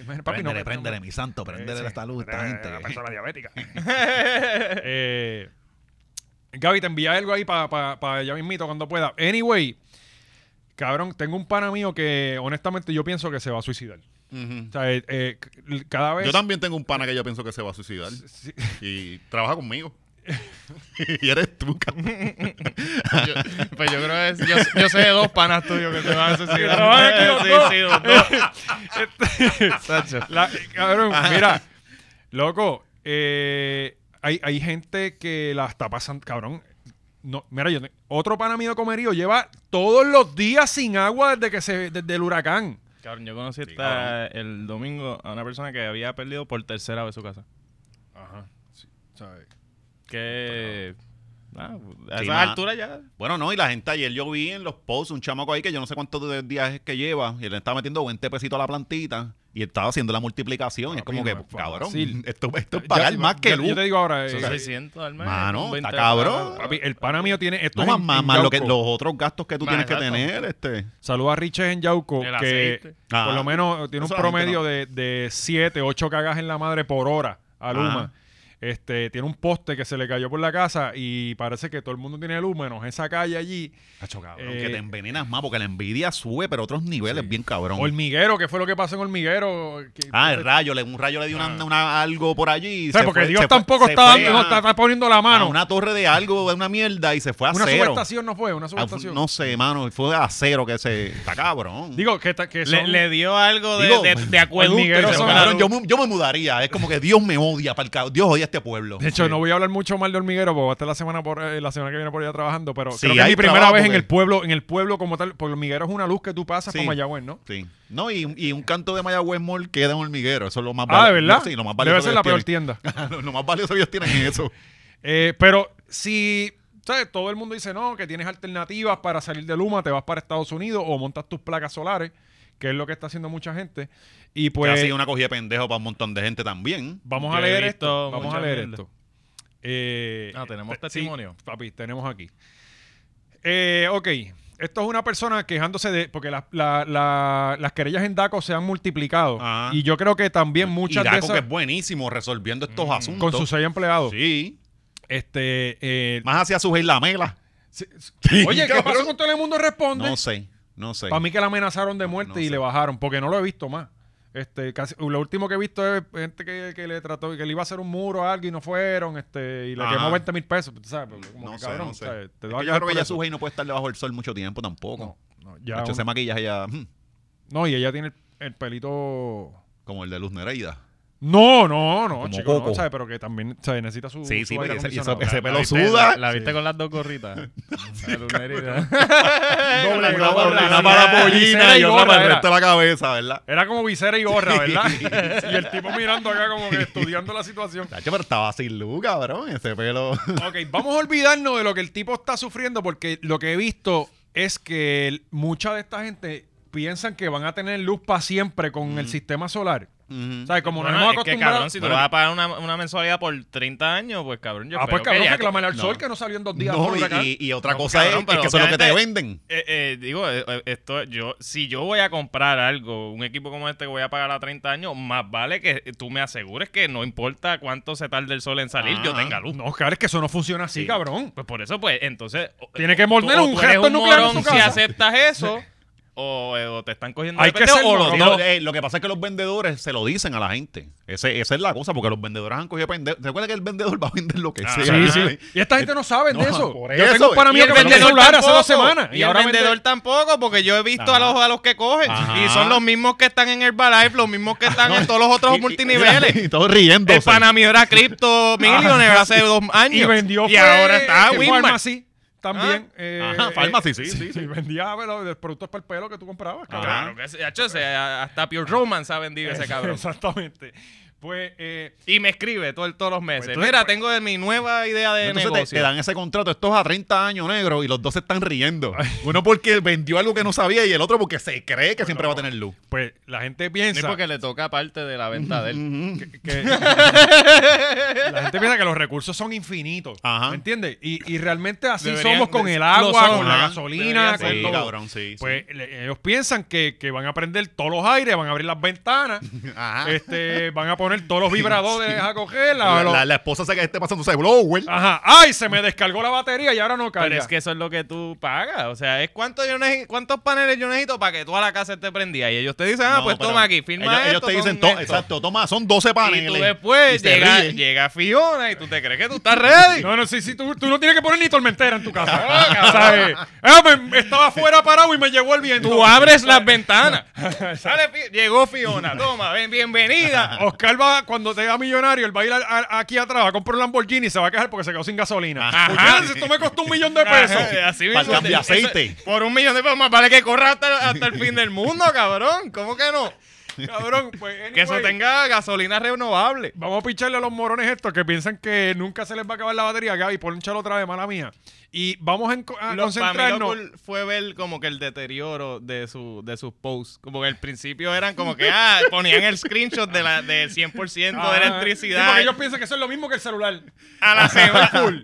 [SPEAKER 2] Mira, papi, no,
[SPEAKER 3] Préndele,
[SPEAKER 2] no,
[SPEAKER 3] préndele, mi santo,
[SPEAKER 2] eh,
[SPEAKER 3] préndele
[SPEAKER 2] sí.
[SPEAKER 3] esta luz, esta
[SPEAKER 2] Eh,
[SPEAKER 3] gente.
[SPEAKER 2] la persona diabética. Eh, Gaby, te envía algo ahí para pa, pa ya mismito cuando pueda. Anyway, cabrón, tengo un pana mío que honestamente yo pienso que se va a suicidar.
[SPEAKER 3] Ujú.
[SPEAKER 2] O sea, eh, eh, c- cada
[SPEAKER 4] Pues
[SPEAKER 2] vez...
[SPEAKER 3] Yo también tengo un pana que yo pienso que se va a suicidar.
[SPEAKER 2] Sí.
[SPEAKER 3] Y trabaja conmigo. y eres tú, cabrón.
[SPEAKER 4] yo, pues yo creo que es- yo, yo sé de dos panas tuyos que te van a
[SPEAKER 2] Que trabajan aquí los
[SPEAKER 4] asesinar. sí,
[SPEAKER 2] dos.
[SPEAKER 4] sí, los dos.
[SPEAKER 2] Este-
[SPEAKER 4] Sacho.
[SPEAKER 2] La- cabrón, mira, loco, eh, hay, hay gente que la está pasando, cabrón. No, mira, yo, te- otro pana mío comerío lleva todos los días sin agua desde que se, desde el huracán.
[SPEAKER 4] Cabrón, yo conocí hasta
[SPEAKER 3] cabrón.
[SPEAKER 4] el domingo a una persona que había perdido por tercera vez su casa.
[SPEAKER 1] Ajá. sí, ¿sabes?
[SPEAKER 4] Que. Ah, a
[SPEAKER 3] Sí,
[SPEAKER 4] esa
[SPEAKER 3] ma.
[SPEAKER 4] altura ya.
[SPEAKER 3] Bueno, no, y la gente ayer yo vi en los posts un chamaco ahí que yo no sé cuántos de- días es que lleva y él le estaba metiendo 20 pesitos a la plantita y estaba haciendo la multiplicación. y es
[SPEAKER 2] Papi,
[SPEAKER 3] como que,
[SPEAKER 2] no es
[SPEAKER 3] cabrón,
[SPEAKER 2] fácil.
[SPEAKER 3] esto, esto es
[SPEAKER 2] Ya,
[SPEAKER 3] pagar
[SPEAKER 2] yo-
[SPEAKER 3] más que
[SPEAKER 2] yo-
[SPEAKER 3] luz.
[SPEAKER 2] Yo te digo ahora, eh,
[SPEAKER 4] Son
[SPEAKER 2] eh,
[SPEAKER 4] 600 al mes.
[SPEAKER 3] Mano,
[SPEAKER 4] son 20
[SPEAKER 3] está cabrón.
[SPEAKER 2] papi, el pana mío tiene esto
[SPEAKER 3] No
[SPEAKER 2] es
[SPEAKER 3] más,
[SPEAKER 2] en-
[SPEAKER 3] más,
[SPEAKER 2] en
[SPEAKER 3] más lo que,
[SPEAKER 2] Yauco.
[SPEAKER 3] los otros gastos que tú
[SPEAKER 4] Ma,
[SPEAKER 3] tienes que
[SPEAKER 4] exacto.
[SPEAKER 3] tener. este
[SPEAKER 2] Saluda a Riches en Yauco,
[SPEAKER 4] El
[SPEAKER 2] que
[SPEAKER 4] aceite.
[SPEAKER 3] Ah.
[SPEAKER 2] por lo menos eh, tiene
[SPEAKER 3] Eso
[SPEAKER 2] un
[SPEAKER 3] la gente
[SPEAKER 2] promedio
[SPEAKER 3] no.
[SPEAKER 2] de, de 7, 8 cagas en la madre por hora
[SPEAKER 3] Ah.
[SPEAKER 2] a Luma. Este, tiene un poste que se le cayó por la casa y parece que todo el mundo tiene luz, menos esa calle allí.
[SPEAKER 3] cabrón,
[SPEAKER 2] Eh,
[SPEAKER 3] que te envenenas más porque la envidia sube, pero a otros niveles, bien cabrón.
[SPEAKER 2] Hormiguero, que fue lo que pasó en Hormiguero. que-
[SPEAKER 3] Ah, el rayo, le, un rayo le dio una, una- algo por allí. y
[SPEAKER 2] ¿Sabes?
[SPEAKER 3] se
[SPEAKER 2] Ah. Porque
[SPEAKER 3] fue-
[SPEAKER 2] Dios
[SPEAKER 3] se fue-
[SPEAKER 2] tampoco
[SPEAKER 3] se
[SPEAKER 2] está,
[SPEAKER 3] fue
[SPEAKER 2] dando- no
[SPEAKER 3] a-
[SPEAKER 2] está, está poniendo la
[SPEAKER 3] a
[SPEAKER 2] mano.
[SPEAKER 3] una torre de algo, de una mierda y se fue a
[SPEAKER 2] Una
[SPEAKER 3] cero.
[SPEAKER 2] subestación no fue, una
[SPEAKER 3] Ah, fu-
[SPEAKER 2] subestación.
[SPEAKER 3] no sé, mano, fue a cero que se. Está cabrón.
[SPEAKER 2] Digo, que, ta- que
[SPEAKER 4] Le,
[SPEAKER 2] son-
[SPEAKER 4] le dio algo de,
[SPEAKER 3] Digo,
[SPEAKER 4] de, de acueducto. y
[SPEAKER 2] hormigueros
[SPEAKER 4] se
[SPEAKER 2] son-
[SPEAKER 4] fue la
[SPEAKER 3] Cabrón,
[SPEAKER 4] luz.
[SPEAKER 3] yo, me, yo me mudaría. Es como que Dios me odia. Para Dios odia a este pueblo.
[SPEAKER 2] De hecho, no voy a hablar mucho mal de hormiguero, porque voy a estar la semana por eh, la semana que viene por allá trabajando, pero
[SPEAKER 3] Sí,
[SPEAKER 2] creo que es
[SPEAKER 3] hay
[SPEAKER 2] mi primera
[SPEAKER 3] trabajo,
[SPEAKER 2] vez en
[SPEAKER 3] porque-
[SPEAKER 2] el pueblo, en el pueblo como tal, porque hormiguero es una luz que tú pasas
[SPEAKER 3] Sí.
[SPEAKER 2] para Mayagüez, ¿no?
[SPEAKER 3] Sí. No, y, y un canto de Mayagüez Mall queda en hormiguero. Eso es lo más
[SPEAKER 2] Ah, ¿de
[SPEAKER 3] vali-
[SPEAKER 2] verdad?
[SPEAKER 3] Sí, lo más
[SPEAKER 2] Debe
[SPEAKER 3] valioso.
[SPEAKER 2] ser la
[SPEAKER 3] que
[SPEAKER 2] peor
[SPEAKER 3] ellos
[SPEAKER 2] tienda.
[SPEAKER 3] tienen. lo, lo más valioso que ellos tienen es eso.
[SPEAKER 2] Eh, pero si, ¿sabes? Todo el mundo dice, no, que tienes alternativas para salir de Luma, te vas para Estados Unidos o montas tus placas solares, que es lo que está haciendo mucha gente. Y
[SPEAKER 3] Pues,
[SPEAKER 2] pues...
[SPEAKER 3] una cogida de pendejo para un montón de gente también.
[SPEAKER 2] Vamos
[SPEAKER 4] Yo
[SPEAKER 2] a
[SPEAKER 4] he
[SPEAKER 2] leer
[SPEAKER 4] visto
[SPEAKER 2] esto. Vamos
[SPEAKER 4] mucha
[SPEAKER 2] a leer
[SPEAKER 4] mierda.
[SPEAKER 2] esto. Eh,
[SPEAKER 4] Ah, ¿tenemos
[SPEAKER 2] te- sí,
[SPEAKER 4] testimonio?
[SPEAKER 2] papi, tenemos aquí. Eh, ok. Esto es una persona quejándose de. Porque la- la- la- las querellas en DACO se han multiplicado.
[SPEAKER 3] Ajá.
[SPEAKER 2] Y yo creo que también muchas
[SPEAKER 3] y
[SPEAKER 2] de
[SPEAKER 3] Daco, que
[SPEAKER 2] esas. Mm,
[SPEAKER 3] es buenísimo resolviendo estos asuntos.
[SPEAKER 2] Con sus seis empleados.
[SPEAKER 3] Sí.
[SPEAKER 2] Este, eh,
[SPEAKER 3] Más hacia su la mela.
[SPEAKER 2] se- oye, ¿qué
[SPEAKER 3] cabrón.
[SPEAKER 2] pasó con todo el mundo responde?
[SPEAKER 3] No sé, no sé.
[SPEAKER 2] Para mí que la amenazaron de muerte
[SPEAKER 3] No
[SPEAKER 2] y
[SPEAKER 3] sé.
[SPEAKER 2] le bajaron, porque no lo he visto más. Este, casi- lo último que he visto es gente que, que le trató, que le iba a hacer un muro a alguien y no fueron, este, y le
[SPEAKER 3] Ajá.
[SPEAKER 2] quemó 20 mil pesos, tú ¿sabes? Porque Como
[SPEAKER 3] No
[SPEAKER 2] que,
[SPEAKER 3] sé,
[SPEAKER 2] cabrón,
[SPEAKER 3] no sé.
[SPEAKER 2] ¿sabes? Te
[SPEAKER 3] Es
[SPEAKER 2] va
[SPEAKER 3] que
[SPEAKER 2] a
[SPEAKER 3] yo
[SPEAKER 2] quedar
[SPEAKER 3] creo que ella
[SPEAKER 2] preso.
[SPEAKER 3] Sujei no puede estar debajo del sol mucho tiempo tampoco.
[SPEAKER 2] No, no, ya
[SPEAKER 3] de hecho,
[SPEAKER 2] un-
[SPEAKER 3] ese maquillaje ya mm,
[SPEAKER 2] no, y ella tiene el, el pelito.
[SPEAKER 3] como el de Luz Nereida.
[SPEAKER 2] No, no, no,
[SPEAKER 3] Como
[SPEAKER 2] chico, no,
[SPEAKER 3] coco.
[SPEAKER 2] ¿sabes? Pero que también ¿sabes? necesita su.
[SPEAKER 3] Sí, sí,
[SPEAKER 2] su aire
[SPEAKER 3] porque ese-
[SPEAKER 2] acondicionado.
[SPEAKER 3] ese- ese-
[SPEAKER 4] ¿La
[SPEAKER 3] pelo
[SPEAKER 4] viste-
[SPEAKER 3] suda.
[SPEAKER 4] la- ¿La viste con las dos gorritas? La lunerita.
[SPEAKER 2] Doble
[SPEAKER 4] Una
[SPEAKER 2] gorra,
[SPEAKER 4] gorra,
[SPEAKER 2] una
[SPEAKER 4] sí.
[SPEAKER 2] para la pollina
[SPEAKER 3] pollina
[SPEAKER 2] y
[SPEAKER 3] y otra
[SPEAKER 2] gorra,
[SPEAKER 3] para el
[SPEAKER 2] era.
[SPEAKER 3] resto de la cabeza, ¿verdad?
[SPEAKER 2] Era como visera y gorra, ¿verdad? y el tipo mirando acá como que estudiando la situación.
[SPEAKER 3] Tacho, pero estaba sin luz, cabrón, ese pelo.
[SPEAKER 2] Ok, vamos a olvidarnos de lo que el tipo está sufriendo porque lo que he visto es que el- mucha de esta gente piensan que van a tener luz para siempre con el sistema solar.
[SPEAKER 3] Ujú.
[SPEAKER 2] O sea, como
[SPEAKER 4] Mm. Bueno,
[SPEAKER 2] nos hemos
[SPEAKER 4] es que
[SPEAKER 2] acostumbrado...
[SPEAKER 4] cabrón, si tú le vas a pagar una, una mensualidad por 30 años, pues cabrón, yo
[SPEAKER 2] ah, pues
[SPEAKER 4] espero
[SPEAKER 2] cabrón,
[SPEAKER 4] que ya-
[SPEAKER 2] reclamar al
[SPEAKER 3] no.
[SPEAKER 2] sol que no salió en dos días.
[SPEAKER 3] no,
[SPEAKER 2] por
[SPEAKER 3] y,
[SPEAKER 2] acá.
[SPEAKER 3] y- y otra
[SPEAKER 4] No,
[SPEAKER 3] cosa
[SPEAKER 4] cabrón,
[SPEAKER 3] es, es
[SPEAKER 4] pero
[SPEAKER 3] que eso es lo que te
[SPEAKER 4] obviamente-
[SPEAKER 3] venden.
[SPEAKER 4] Eh, eh, digo, eh, eh, esto yo, si yo voy a comprar algo, un equipo como este que voy a pagar a 30 años, más vale que tú me asegures que no importa cuánto se tarde el sol en salir, yo
[SPEAKER 3] Ah.
[SPEAKER 4] tenga luz.
[SPEAKER 2] Pues, No, claro, es que eso no funciona así, cabrón.
[SPEAKER 4] Pues por eso, pues, entonces. o-
[SPEAKER 2] Tiene que
[SPEAKER 4] o-
[SPEAKER 2] morder
[SPEAKER 4] o
[SPEAKER 2] un
[SPEAKER 4] tú eres
[SPEAKER 2] reactor nuclear en
[SPEAKER 4] morón
[SPEAKER 2] su
[SPEAKER 4] Si
[SPEAKER 2] casa.
[SPEAKER 4] aceptas eso, o, eh, o te están cogiendo
[SPEAKER 2] Hay
[SPEAKER 4] de
[SPEAKER 2] que
[SPEAKER 4] pendejo,
[SPEAKER 2] ser
[SPEAKER 4] o los
[SPEAKER 2] morón.
[SPEAKER 4] dos.
[SPEAKER 3] Digo, eh, lo que pasa es que los vendedores se lo dicen a la gente. Ese- esa es la cosa, porque los vendedores han cogido pendejo. ¿Te acuerdas que el vendedor va a vender lo que sea?
[SPEAKER 2] Ah,
[SPEAKER 3] Ah,
[SPEAKER 2] Sí, sí. Y esta gente no sabe de
[SPEAKER 3] No,
[SPEAKER 2] eso.
[SPEAKER 3] por
[SPEAKER 2] Yo
[SPEAKER 3] eso,
[SPEAKER 2] tengo un pana
[SPEAKER 3] eh.
[SPEAKER 4] Y
[SPEAKER 2] mío
[SPEAKER 4] el
[SPEAKER 2] que vendió
[SPEAKER 4] vendedor
[SPEAKER 2] celular hace
[SPEAKER 4] tampoco.
[SPEAKER 2] dos semanas.
[SPEAKER 4] Y, el
[SPEAKER 2] vende-
[SPEAKER 4] vendedor tampoco, porque yo he visto a, los, a los que cogen.
[SPEAKER 3] Ajá.
[SPEAKER 4] Y son los mismos que están en Herbalife, los mismos que están en todos los otros
[SPEAKER 3] Y- y-
[SPEAKER 4] multiniveles.
[SPEAKER 3] Y todos riendo.
[SPEAKER 4] El pana mío era Crypto Millionaire hace dos años.
[SPEAKER 2] y vendió
[SPEAKER 4] Y ahora está Winmar.
[SPEAKER 2] Pharmacy también. eh,
[SPEAKER 3] Ajá,
[SPEAKER 2] eh,
[SPEAKER 3] Pharmacy, sí, sí,
[SPEAKER 2] sí. Vendía pero, de productos para el pelo que tú comprabas, cabrón.
[SPEAKER 4] Claro que sí. Hacho, ese, hasta Pure Romance ha vendido ese cabrón.
[SPEAKER 2] Exactamente. Pues, eh,
[SPEAKER 4] Y me escribe todo, el- todos los meses.
[SPEAKER 2] Pues entonces,
[SPEAKER 4] Mira,
[SPEAKER 2] pues-
[SPEAKER 4] tengo de mi nueva idea de
[SPEAKER 3] Entonces te,
[SPEAKER 4] negocio.
[SPEAKER 3] te dan ese contrato, estos a 30 años negros y los dos se están riendo. Uno porque vendió algo que no sabía y el otro porque se cree que siempre va a tener luz.
[SPEAKER 2] pues la gente
[SPEAKER 4] No
[SPEAKER 2] piensa.
[SPEAKER 4] es porque le toca parte de la venta de él.
[SPEAKER 2] que- que- la gente piensa que los recursos son infinitos.
[SPEAKER 3] Ajá.
[SPEAKER 2] ¿Me entiendes? Y, y realmente así
[SPEAKER 4] Deberían-
[SPEAKER 2] somos con el
[SPEAKER 4] lo
[SPEAKER 2] agua,
[SPEAKER 4] son,
[SPEAKER 2] con la
[SPEAKER 4] ajá.
[SPEAKER 2] gasolina,
[SPEAKER 4] Deberían
[SPEAKER 2] con
[SPEAKER 4] ser.
[SPEAKER 2] todo.
[SPEAKER 3] sí.
[SPEAKER 2] Pues
[SPEAKER 4] eh,
[SPEAKER 2] le- ellos piensan que, que van a prender todos los aires, van a abrir las ventanas,
[SPEAKER 3] Ajá.
[SPEAKER 2] este, van a poner todos los vibradores a coger. la-
[SPEAKER 4] ah,
[SPEAKER 3] La,
[SPEAKER 2] los-
[SPEAKER 3] la- la esposa se que esté pasando, se blower.
[SPEAKER 2] Ajá. Ay, se me descargó la batería y ahora no carga.
[SPEAKER 4] Pero es que eso es lo que tú pagas. O sea, es cuánto yo neces- cuántos paneles yo necesito para que toda la casa esté prendida. Y ellos te dicen, ah,
[SPEAKER 3] No,
[SPEAKER 4] pues
[SPEAKER 3] pero
[SPEAKER 4] toma aquí, firma
[SPEAKER 3] ellos,
[SPEAKER 4] esto,
[SPEAKER 3] ellos te
[SPEAKER 4] son
[SPEAKER 3] dicen, to-
[SPEAKER 4] esto.
[SPEAKER 3] exacto, toma, son 12
[SPEAKER 4] Y
[SPEAKER 3] paneles.
[SPEAKER 4] tú después
[SPEAKER 3] te
[SPEAKER 4] llega,
[SPEAKER 3] ríes.
[SPEAKER 4] llega Fiona y tú te crees que tú estás ready.
[SPEAKER 2] No, no, sí, sí, tú, tú no tienes que poner ni tormentera en tu casa.
[SPEAKER 4] Ah,
[SPEAKER 2] O sea, eh, eh, me- estaba fuera parado y me llegó el viento.
[SPEAKER 4] Tú abres las ventanas. Sale Fi- llegó Fiona. Toma, ven, bienvenida.
[SPEAKER 2] Oscar va, cuando sea millonario, él va a ir a- a- aquí atrás, va a comprar un Lamborghini y se va a quejar porque se quedó sin gasolina. Ajá. Esto me costó un millón de pesos.
[SPEAKER 4] Ajá, así
[SPEAKER 3] Para el
[SPEAKER 4] mismo.
[SPEAKER 3] cambio de aceite.
[SPEAKER 4] Eso- por un millón de pesos más vale que corra hasta, hasta el fin del mundo, cabrón. ¿Cómo que no?
[SPEAKER 2] Cabrón, pues
[SPEAKER 4] Que eso
[SPEAKER 2] anyway,
[SPEAKER 4] tenga gasolina renovable.
[SPEAKER 2] Vamos a picharle a los morones estos que piensan que nunca se les va a acabar la batería. Gaby, ponchalo otra vez, mala mía. Y vamos a, enco- a
[SPEAKER 4] Lo- para mí lo
[SPEAKER 2] concentrarnos.
[SPEAKER 4] cool fue ver como que el deterioro de, su, de sus posts. Como que al principio eran como que ah, ponían el screenshot de la, del 100%
[SPEAKER 2] Ah,
[SPEAKER 4] de
[SPEAKER 2] sí,
[SPEAKER 4] electricidad Ah.
[SPEAKER 2] porque ellos piensan que eso es lo mismo que el celular.
[SPEAKER 4] a la semana.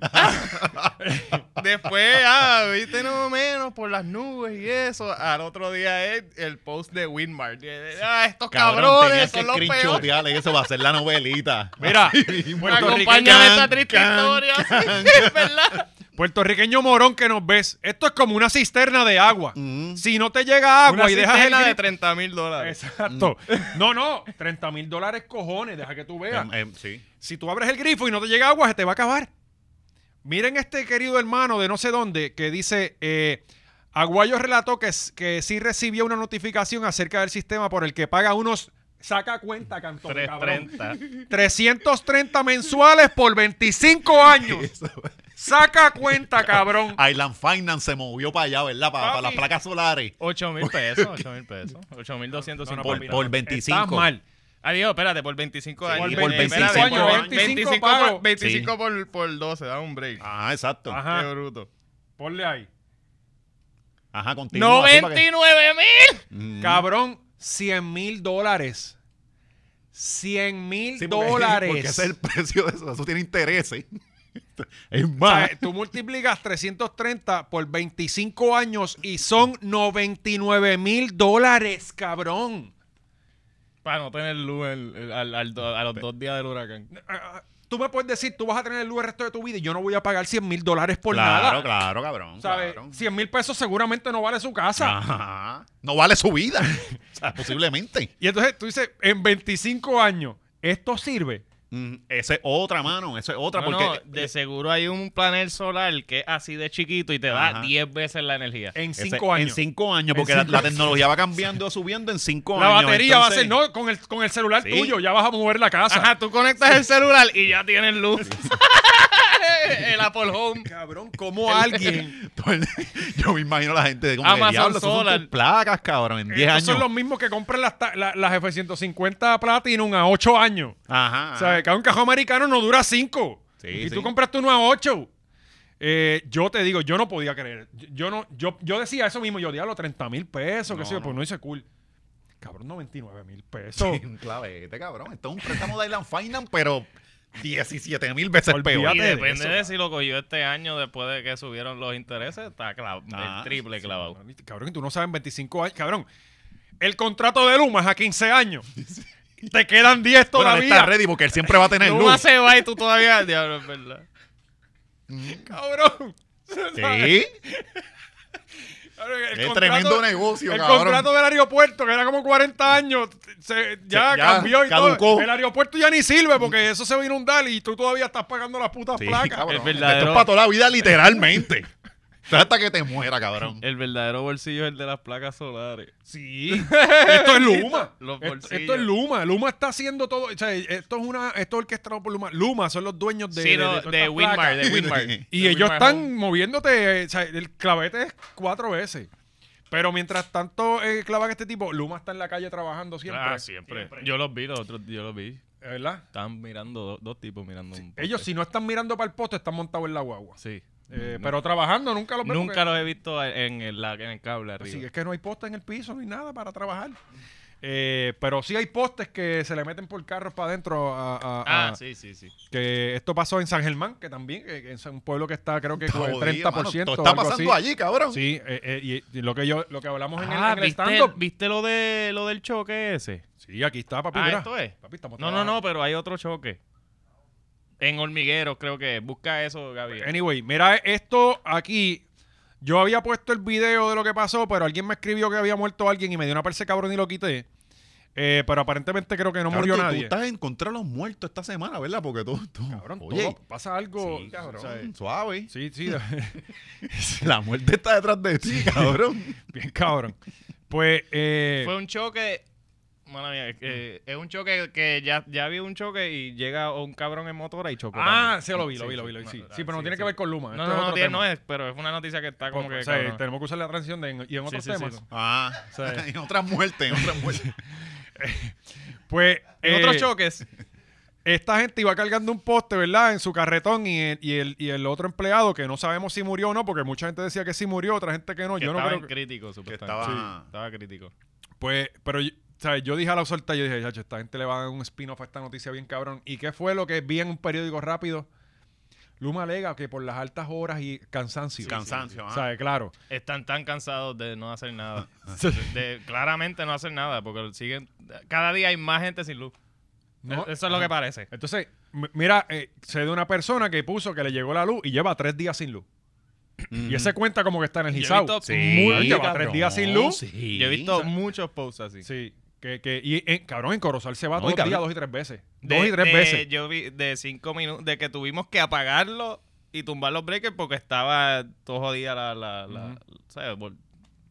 [SPEAKER 4] Después, ah, viste, no menos por las nubes y eso. Al otro día es el post de Winmar. Ah, estos cabrones
[SPEAKER 3] tenías
[SPEAKER 4] son
[SPEAKER 3] que
[SPEAKER 4] los peores.
[SPEAKER 3] screenshotearle, eso va a ser la novelita.
[SPEAKER 2] Mira,
[SPEAKER 4] Acompáñame
[SPEAKER 3] Can,
[SPEAKER 4] esta triste
[SPEAKER 3] can,
[SPEAKER 4] historia. Es verdad.
[SPEAKER 2] puertorriqueño morón que nos ves, esto es como una cisterna de agua.
[SPEAKER 3] Mm.
[SPEAKER 2] Si no te llega agua
[SPEAKER 4] Una
[SPEAKER 2] y dejas el
[SPEAKER 4] cisterna de
[SPEAKER 2] grifo-
[SPEAKER 4] 30 mil dólares.
[SPEAKER 2] Exacto. No, no, 30 mil dólares cojones, deja que tú veas.
[SPEAKER 3] Em, em, sí.
[SPEAKER 2] Si tú abres el grifo y no te llega agua, se te va a acabar. Miren este querido hermano de no sé dónde que dice, eh, Aguayo relató que, s- que sí recibió una notificación acerca del sistema por el que paga unos, saca cuenta, cantón, cabrón.
[SPEAKER 4] 330.
[SPEAKER 2] 330 mensuales por 25 años. Saca cuenta, cabrón.
[SPEAKER 3] Island Finance se movió para allá, ¿verdad? Para,
[SPEAKER 2] Papi.
[SPEAKER 3] las placas solares.
[SPEAKER 4] 8 mil pesos, 8 mil pesos. 8 mil 250.
[SPEAKER 3] por,
[SPEAKER 2] papi,
[SPEAKER 3] por
[SPEAKER 2] no.
[SPEAKER 3] 25.
[SPEAKER 2] Estás mal.
[SPEAKER 4] Adiós, espérate, por 25
[SPEAKER 2] Sí,
[SPEAKER 4] años.
[SPEAKER 2] por
[SPEAKER 4] Eh,
[SPEAKER 3] 25
[SPEAKER 4] espérate,
[SPEAKER 3] años,
[SPEAKER 4] por-
[SPEAKER 2] 25
[SPEAKER 4] 25
[SPEAKER 2] pago.
[SPEAKER 4] por, 25 por, por 12, da un break.
[SPEAKER 3] Ah, exacto. Ajá,
[SPEAKER 4] Qué
[SPEAKER 2] Ajá,
[SPEAKER 4] bruto.
[SPEAKER 2] ponle ahí.
[SPEAKER 3] continúa. así para que-
[SPEAKER 4] ¡99 mil!
[SPEAKER 3] Mm.
[SPEAKER 2] Cabrón, 100 mil dólares. 100 mil
[SPEAKER 3] Sí, porque-
[SPEAKER 2] dólares.
[SPEAKER 3] Porque ese es el precio de eso. Eso tiene intereses. Es
[SPEAKER 2] O sea,
[SPEAKER 3] más.
[SPEAKER 2] tú multiplicas 330 por 25 años y son 99 mil dólares, cabrón.
[SPEAKER 4] Para no tener luz el- el- al- al do- a los dos días del huracán.
[SPEAKER 2] Ah, Tú me puedes decir, tú vas a tener el luz el resto de tu vida y yo no voy a pagar 100 mil dólares por
[SPEAKER 3] claro,
[SPEAKER 2] nada.
[SPEAKER 3] claro, cabrón.
[SPEAKER 2] ¿Sabes?
[SPEAKER 3] claro.
[SPEAKER 2] 100 mil pesos seguramente no vale su casa.
[SPEAKER 3] Ajá. No vale su vida. O sea, posiblemente.
[SPEAKER 2] Y entonces tú dices, en 25 años, ¿esto sirve?
[SPEAKER 3] Mm, Esa es otra, mano. Esa es otra.
[SPEAKER 4] No,
[SPEAKER 3] porque
[SPEAKER 4] no, de seguro hay un panel solar que es así de chiquito y te da
[SPEAKER 3] Ajá.
[SPEAKER 4] 10 veces la energía.
[SPEAKER 2] En
[SPEAKER 3] Ese-
[SPEAKER 2] 5 años.
[SPEAKER 3] En cinco años, porque la, la tecnología va cambiando, subiendo en cinco
[SPEAKER 2] la
[SPEAKER 3] años.
[SPEAKER 2] batería va a ser,
[SPEAKER 3] entonces-
[SPEAKER 2] no, con el, con el celular
[SPEAKER 3] Sí.
[SPEAKER 2] tuyo ya vas a mover la casa.
[SPEAKER 4] Ajá, tú conectas el celular y ya tienes luz. el Apple Home.
[SPEAKER 2] Cabrón, ¿cómo alguien?
[SPEAKER 3] Todo el- Yo me imagino la gente de como
[SPEAKER 4] Amazon
[SPEAKER 3] que diablo, son
[SPEAKER 4] Solar".
[SPEAKER 3] tus placas, cabrón, en 10
[SPEAKER 2] Estos
[SPEAKER 3] años.
[SPEAKER 2] son los mismos que compran las, ta- la- las F-150 Platinum a 8 años.
[SPEAKER 3] Ajá.
[SPEAKER 2] O sea, cada un cajón americano no dura 5.
[SPEAKER 3] Sí,
[SPEAKER 2] y
[SPEAKER 3] sí.
[SPEAKER 2] tú compraste uno a 8. yo te digo, yo no podía creer. Yo, yo no, yo, yo decía eso mismo. Yo, diablo, 30 mil pesos, qué
[SPEAKER 3] No,
[SPEAKER 2] sé yo.
[SPEAKER 3] no.
[SPEAKER 2] Pues no hice cool. Cabrón, 99 mil pesos.
[SPEAKER 3] Sí, un clavete, cabrón. Esto es un préstamo de Island Finance, pero 17 mil veces peor.
[SPEAKER 2] Olvídate
[SPEAKER 4] Y
[SPEAKER 2] de
[SPEAKER 4] depende de si lo cogió este año después de que subieron los intereses, está clavado,
[SPEAKER 3] Ah,
[SPEAKER 4] el triple clavado.
[SPEAKER 2] Cabrón, tú no sabes, 25 años. Cabrón, el contrato de Luma es a 15 años. Te quedan 10
[SPEAKER 3] Bueno, no
[SPEAKER 2] todavía.
[SPEAKER 3] está ready porque él siempre va a tener
[SPEAKER 4] Luma
[SPEAKER 3] luz.
[SPEAKER 4] se va y tú todavía, Ah, diablo, es verdad.
[SPEAKER 2] Cabrón.
[SPEAKER 3] Sí,
[SPEAKER 2] Cabrón, el
[SPEAKER 3] es
[SPEAKER 2] contrato-
[SPEAKER 3] tremendo negocio,
[SPEAKER 2] El
[SPEAKER 3] cabrón.
[SPEAKER 2] contrato del aeropuerto, que era como 40 años, se- ya,
[SPEAKER 3] Se- ya
[SPEAKER 2] cambió y todo.
[SPEAKER 3] caducó.
[SPEAKER 2] El aeropuerto ya ni sirve porque eso se va a inundar y tú todavía estás pagando las putas
[SPEAKER 3] Sí,
[SPEAKER 2] placas.
[SPEAKER 3] cabrón.
[SPEAKER 4] Es verdadero.
[SPEAKER 3] Esto es para toda la vida, literalmente. O sea, Hasta que te muera, cabrón.
[SPEAKER 4] El verdadero bolsillo es el de las placas solares.
[SPEAKER 2] Sí. Esto es Luma.
[SPEAKER 4] Los
[SPEAKER 2] esto,
[SPEAKER 4] bolsillos.
[SPEAKER 2] esto es Luma. Luma está haciendo todo. O sea, esto es una, esto es orquestado por Luma. Luma son los dueños de,
[SPEAKER 4] sí, no, de,
[SPEAKER 2] todas estas
[SPEAKER 4] Winmar,
[SPEAKER 2] placas.
[SPEAKER 4] de Winmar.
[SPEAKER 2] Y
[SPEAKER 4] De
[SPEAKER 2] ellos
[SPEAKER 4] Winmar
[SPEAKER 2] están
[SPEAKER 4] Home.
[SPEAKER 2] moviéndote, eh, o sea, el clavete es cuatro veces. Pero mientras tanto eh, clavan este tipo, Luma está en la calle trabajando siempre.
[SPEAKER 4] Ah, siempre. Yo los vi, los otros, yo los vi.
[SPEAKER 2] ¿Verdad?
[SPEAKER 4] Estaban mirando, do- dos tipos mirando un poste.
[SPEAKER 2] Ellos si no están mirando para el poste, están montados en la guagua.
[SPEAKER 4] Sí.
[SPEAKER 2] Eh,
[SPEAKER 4] No.
[SPEAKER 2] Pero trabajando nunca los vemos.
[SPEAKER 4] Nunca los he visto en el, la- en el cable
[SPEAKER 2] Así
[SPEAKER 4] arriba.
[SPEAKER 2] es que no hay posta en el piso ni nada para trabajar. Eh, pero sí hay postes que se le meten por carros para adentro. A, a-
[SPEAKER 4] Ah,
[SPEAKER 2] a-
[SPEAKER 4] sí, sí, sí.
[SPEAKER 2] Que esto pasó en San Germán, que también, que- que es un pueblo que está creo que
[SPEAKER 3] Está
[SPEAKER 2] con el
[SPEAKER 3] jodido,
[SPEAKER 2] 30%.
[SPEAKER 3] mano. Todo
[SPEAKER 2] o
[SPEAKER 3] está
[SPEAKER 2] algo
[SPEAKER 3] pasando
[SPEAKER 2] así.
[SPEAKER 3] allí, cabrón.
[SPEAKER 2] Sí, eh, eh, y, y lo que yo, lo que
[SPEAKER 4] Pues
[SPEAKER 2] hablamos en el-
[SPEAKER 5] Ah,
[SPEAKER 2] en el,
[SPEAKER 5] ¿viste,
[SPEAKER 2] stand-up.
[SPEAKER 5] ¿viste lo, de, lo del choque ese?
[SPEAKER 2] Sí, aquí está, papi.
[SPEAKER 4] Ah,
[SPEAKER 2] mira.
[SPEAKER 4] ¿esto es?
[SPEAKER 2] Papi, estamos
[SPEAKER 5] No, no, no,
[SPEAKER 2] trabajando.
[SPEAKER 5] pero hay otro choque.
[SPEAKER 4] En hormigueros, creo que. Busca eso, Gaby.
[SPEAKER 2] Anyway, mira esto aquí. Yo había puesto el video de lo que pasó, pero alguien me escribió que había muerto alguien y me dio una perse cabrón y lo quité. Eh, pero aparentemente creo que no
[SPEAKER 3] Cabrón,
[SPEAKER 2] murió
[SPEAKER 3] tú,
[SPEAKER 2] nadie.
[SPEAKER 3] Tú estás en contra de los muertos esta semana, ¿verdad? Porque tú. tú-
[SPEAKER 2] Cabrón,
[SPEAKER 3] oye,
[SPEAKER 2] todo- pasa algo.
[SPEAKER 3] sí,
[SPEAKER 2] cabrón.
[SPEAKER 3] o sea, suave.
[SPEAKER 2] Sí, sí,
[SPEAKER 3] La muerte está detrás de ti, cabrón.
[SPEAKER 2] bien cabrón. Pues, eh,
[SPEAKER 4] Fue un choque. Mala mía, eh, es un choque que ya, ya había un choque y llega un cabrón en motora y chocó.
[SPEAKER 2] ah,
[SPEAKER 4] también.
[SPEAKER 2] sí, lo vi, lo vi, lo vi, lo vi,
[SPEAKER 4] sí,
[SPEAKER 2] sí.
[SPEAKER 4] sí,
[SPEAKER 2] Sí, pero no
[SPEAKER 4] sí,
[SPEAKER 2] tiene
[SPEAKER 4] sí.
[SPEAKER 2] que ver con Luma.
[SPEAKER 4] No,
[SPEAKER 2] esto
[SPEAKER 4] no, no,
[SPEAKER 2] otro
[SPEAKER 4] tiene-
[SPEAKER 2] tema.
[SPEAKER 4] no es, pero es una noticia que está como que.
[SPEAKER 2] O sea, este,
[SPEAKER 4] cabrón.
[SPEAKER 2] tenemos que usar la transición de, y en otros
[SPEAKER 4] sí, sí,
[SPEAKER 2] temas.
[SPEAKER 4] sí.
[SPEAKER 3] Ah, en otras muertes, en otras muertes.
[SPEAKER 2] Pues,
[SPEAKER 4] En
[SPEAKER 2] eh,
[SPEAKER 4] otros choques.
[SPEAKER 2] esta gente iba cargando un poste, ¿verdad? En su carretón y el, y el, y el otro empleado que no sabemos si murió o no, porque mucha gente decía que sí murió, otra gente que no.
[SPEAKER 4] que
[SPEAKER 2] yo no
[SPEAKER 4] estaba
[SPEAKER 2] creo
[SPEAKER 4] en
[SPEAKER 2] que-
[SPEAKER 4] crítico, supuestamente.
[SPEAKER 3] estaba-
[SPEAKER 4] Sí, estaba crítico.
[SPEAKER 2] Pues, pero, yo- ¿sabes? Yo dije a la suelta, yo dije, chacho, esta gente le va a dar un spin-off a esta noticia bien cabrón. ¿Y qué fue lo que vi en un periódico rápido? Luma alega que por las altas horas y cansancio.
[SPEAKER 3] Cansancio, ah.
[SPEAKER 2] ¿Sabes? Claro.
[SPEAKER 4] Están tan cansados de no hacer nada. De, claramente no hacer nada, porque siguen. Cada día hay más gente sin luz.
[SPEAKER 2] No.
[SPEAKER 4] E-, Eso es lo que parece.
[SPEAKER 2] Entonces, m- mira, eh, sé de una persona que puso que le llegó la luz y lleva tres días sin luz. Y ese cuenta como que está
[SPEAKER 4] Yo he
[SPEAKER 2] energizado.
[SPEAKER 4] visto,
[SPEAKER 2] Ay,
[SPEAKER 4] muy,
[SPEAKER 2] lleva tres días sin luz.
[SPEAKER 3] Sí.
[SPEAKER 4] yo he visto muchos posts así.
[SPEAKER 2] Sí. Que, que, y eh, cabrón, en Corozal se va
[SPEAKER 3] No, y
[SPEAKER 2] dos
[SPEAKER 3] cabrón.
[SPEAKER 2] días, dos y tres veces.
[SPEAKER 4] De-
[SPEAKER 2] dos y tres
[SPEAKER 4] de-
[SPEAKER 2] veces.
[SPEAKER 4] Yo vi de cinco minutos, de que tuvimos que apagarlo y tumbar los breakers porque estaba todo jodida la, la, la- ¿sabes? Vol-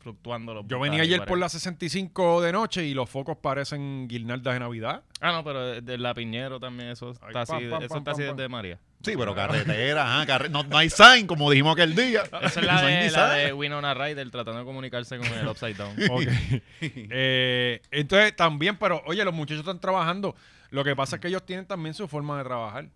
[SPEAKER 4] fluctuando los
[SPEAKER 2] Yo
[SPEAKER 4] voltajes
[SPEAKER 2] venía ayer
[SPEAKER 4] y
[SPEAKER 2] por la 65 de noche y los focos parecen guirnaldas de Navidad.
[SPEAKER 4] Ah, no, pero de, de la Piñero también, eso está
[SPEAKER 2] Ay,
[SPEAKER 4] así,
[SPEAKER 2] pam, pam,
[SPEAKER 4] eso
[SPEAKER 2] pam,
[SPEAKER 4] está así
[SPEAKER 2] pam,
[SPEAKER 4] desde María.
[SPEAKER 3] Sí, pero carretera, ajá, carre- no, no hay sign, como dijimos aquel día.
[SPEAKER 4] Esa es
[SPEAKER 3] No
[SPEAKER 4] la
[SPEAKER 3] hay
[SPEAKER 4] de,
[SPEAKER 3] ni
[SPEAKER 4] la
[SPEAKER 3] sign.
[SPEAKER 4] de Winona Ryder tratando de comunicarse con el Upside Down.
[SPEAKER 2] Ok. Eh, entonces, también, pero oye, los muchachos están trabajando. Lo que pasa es que ellos tienen también su forma de trabajar.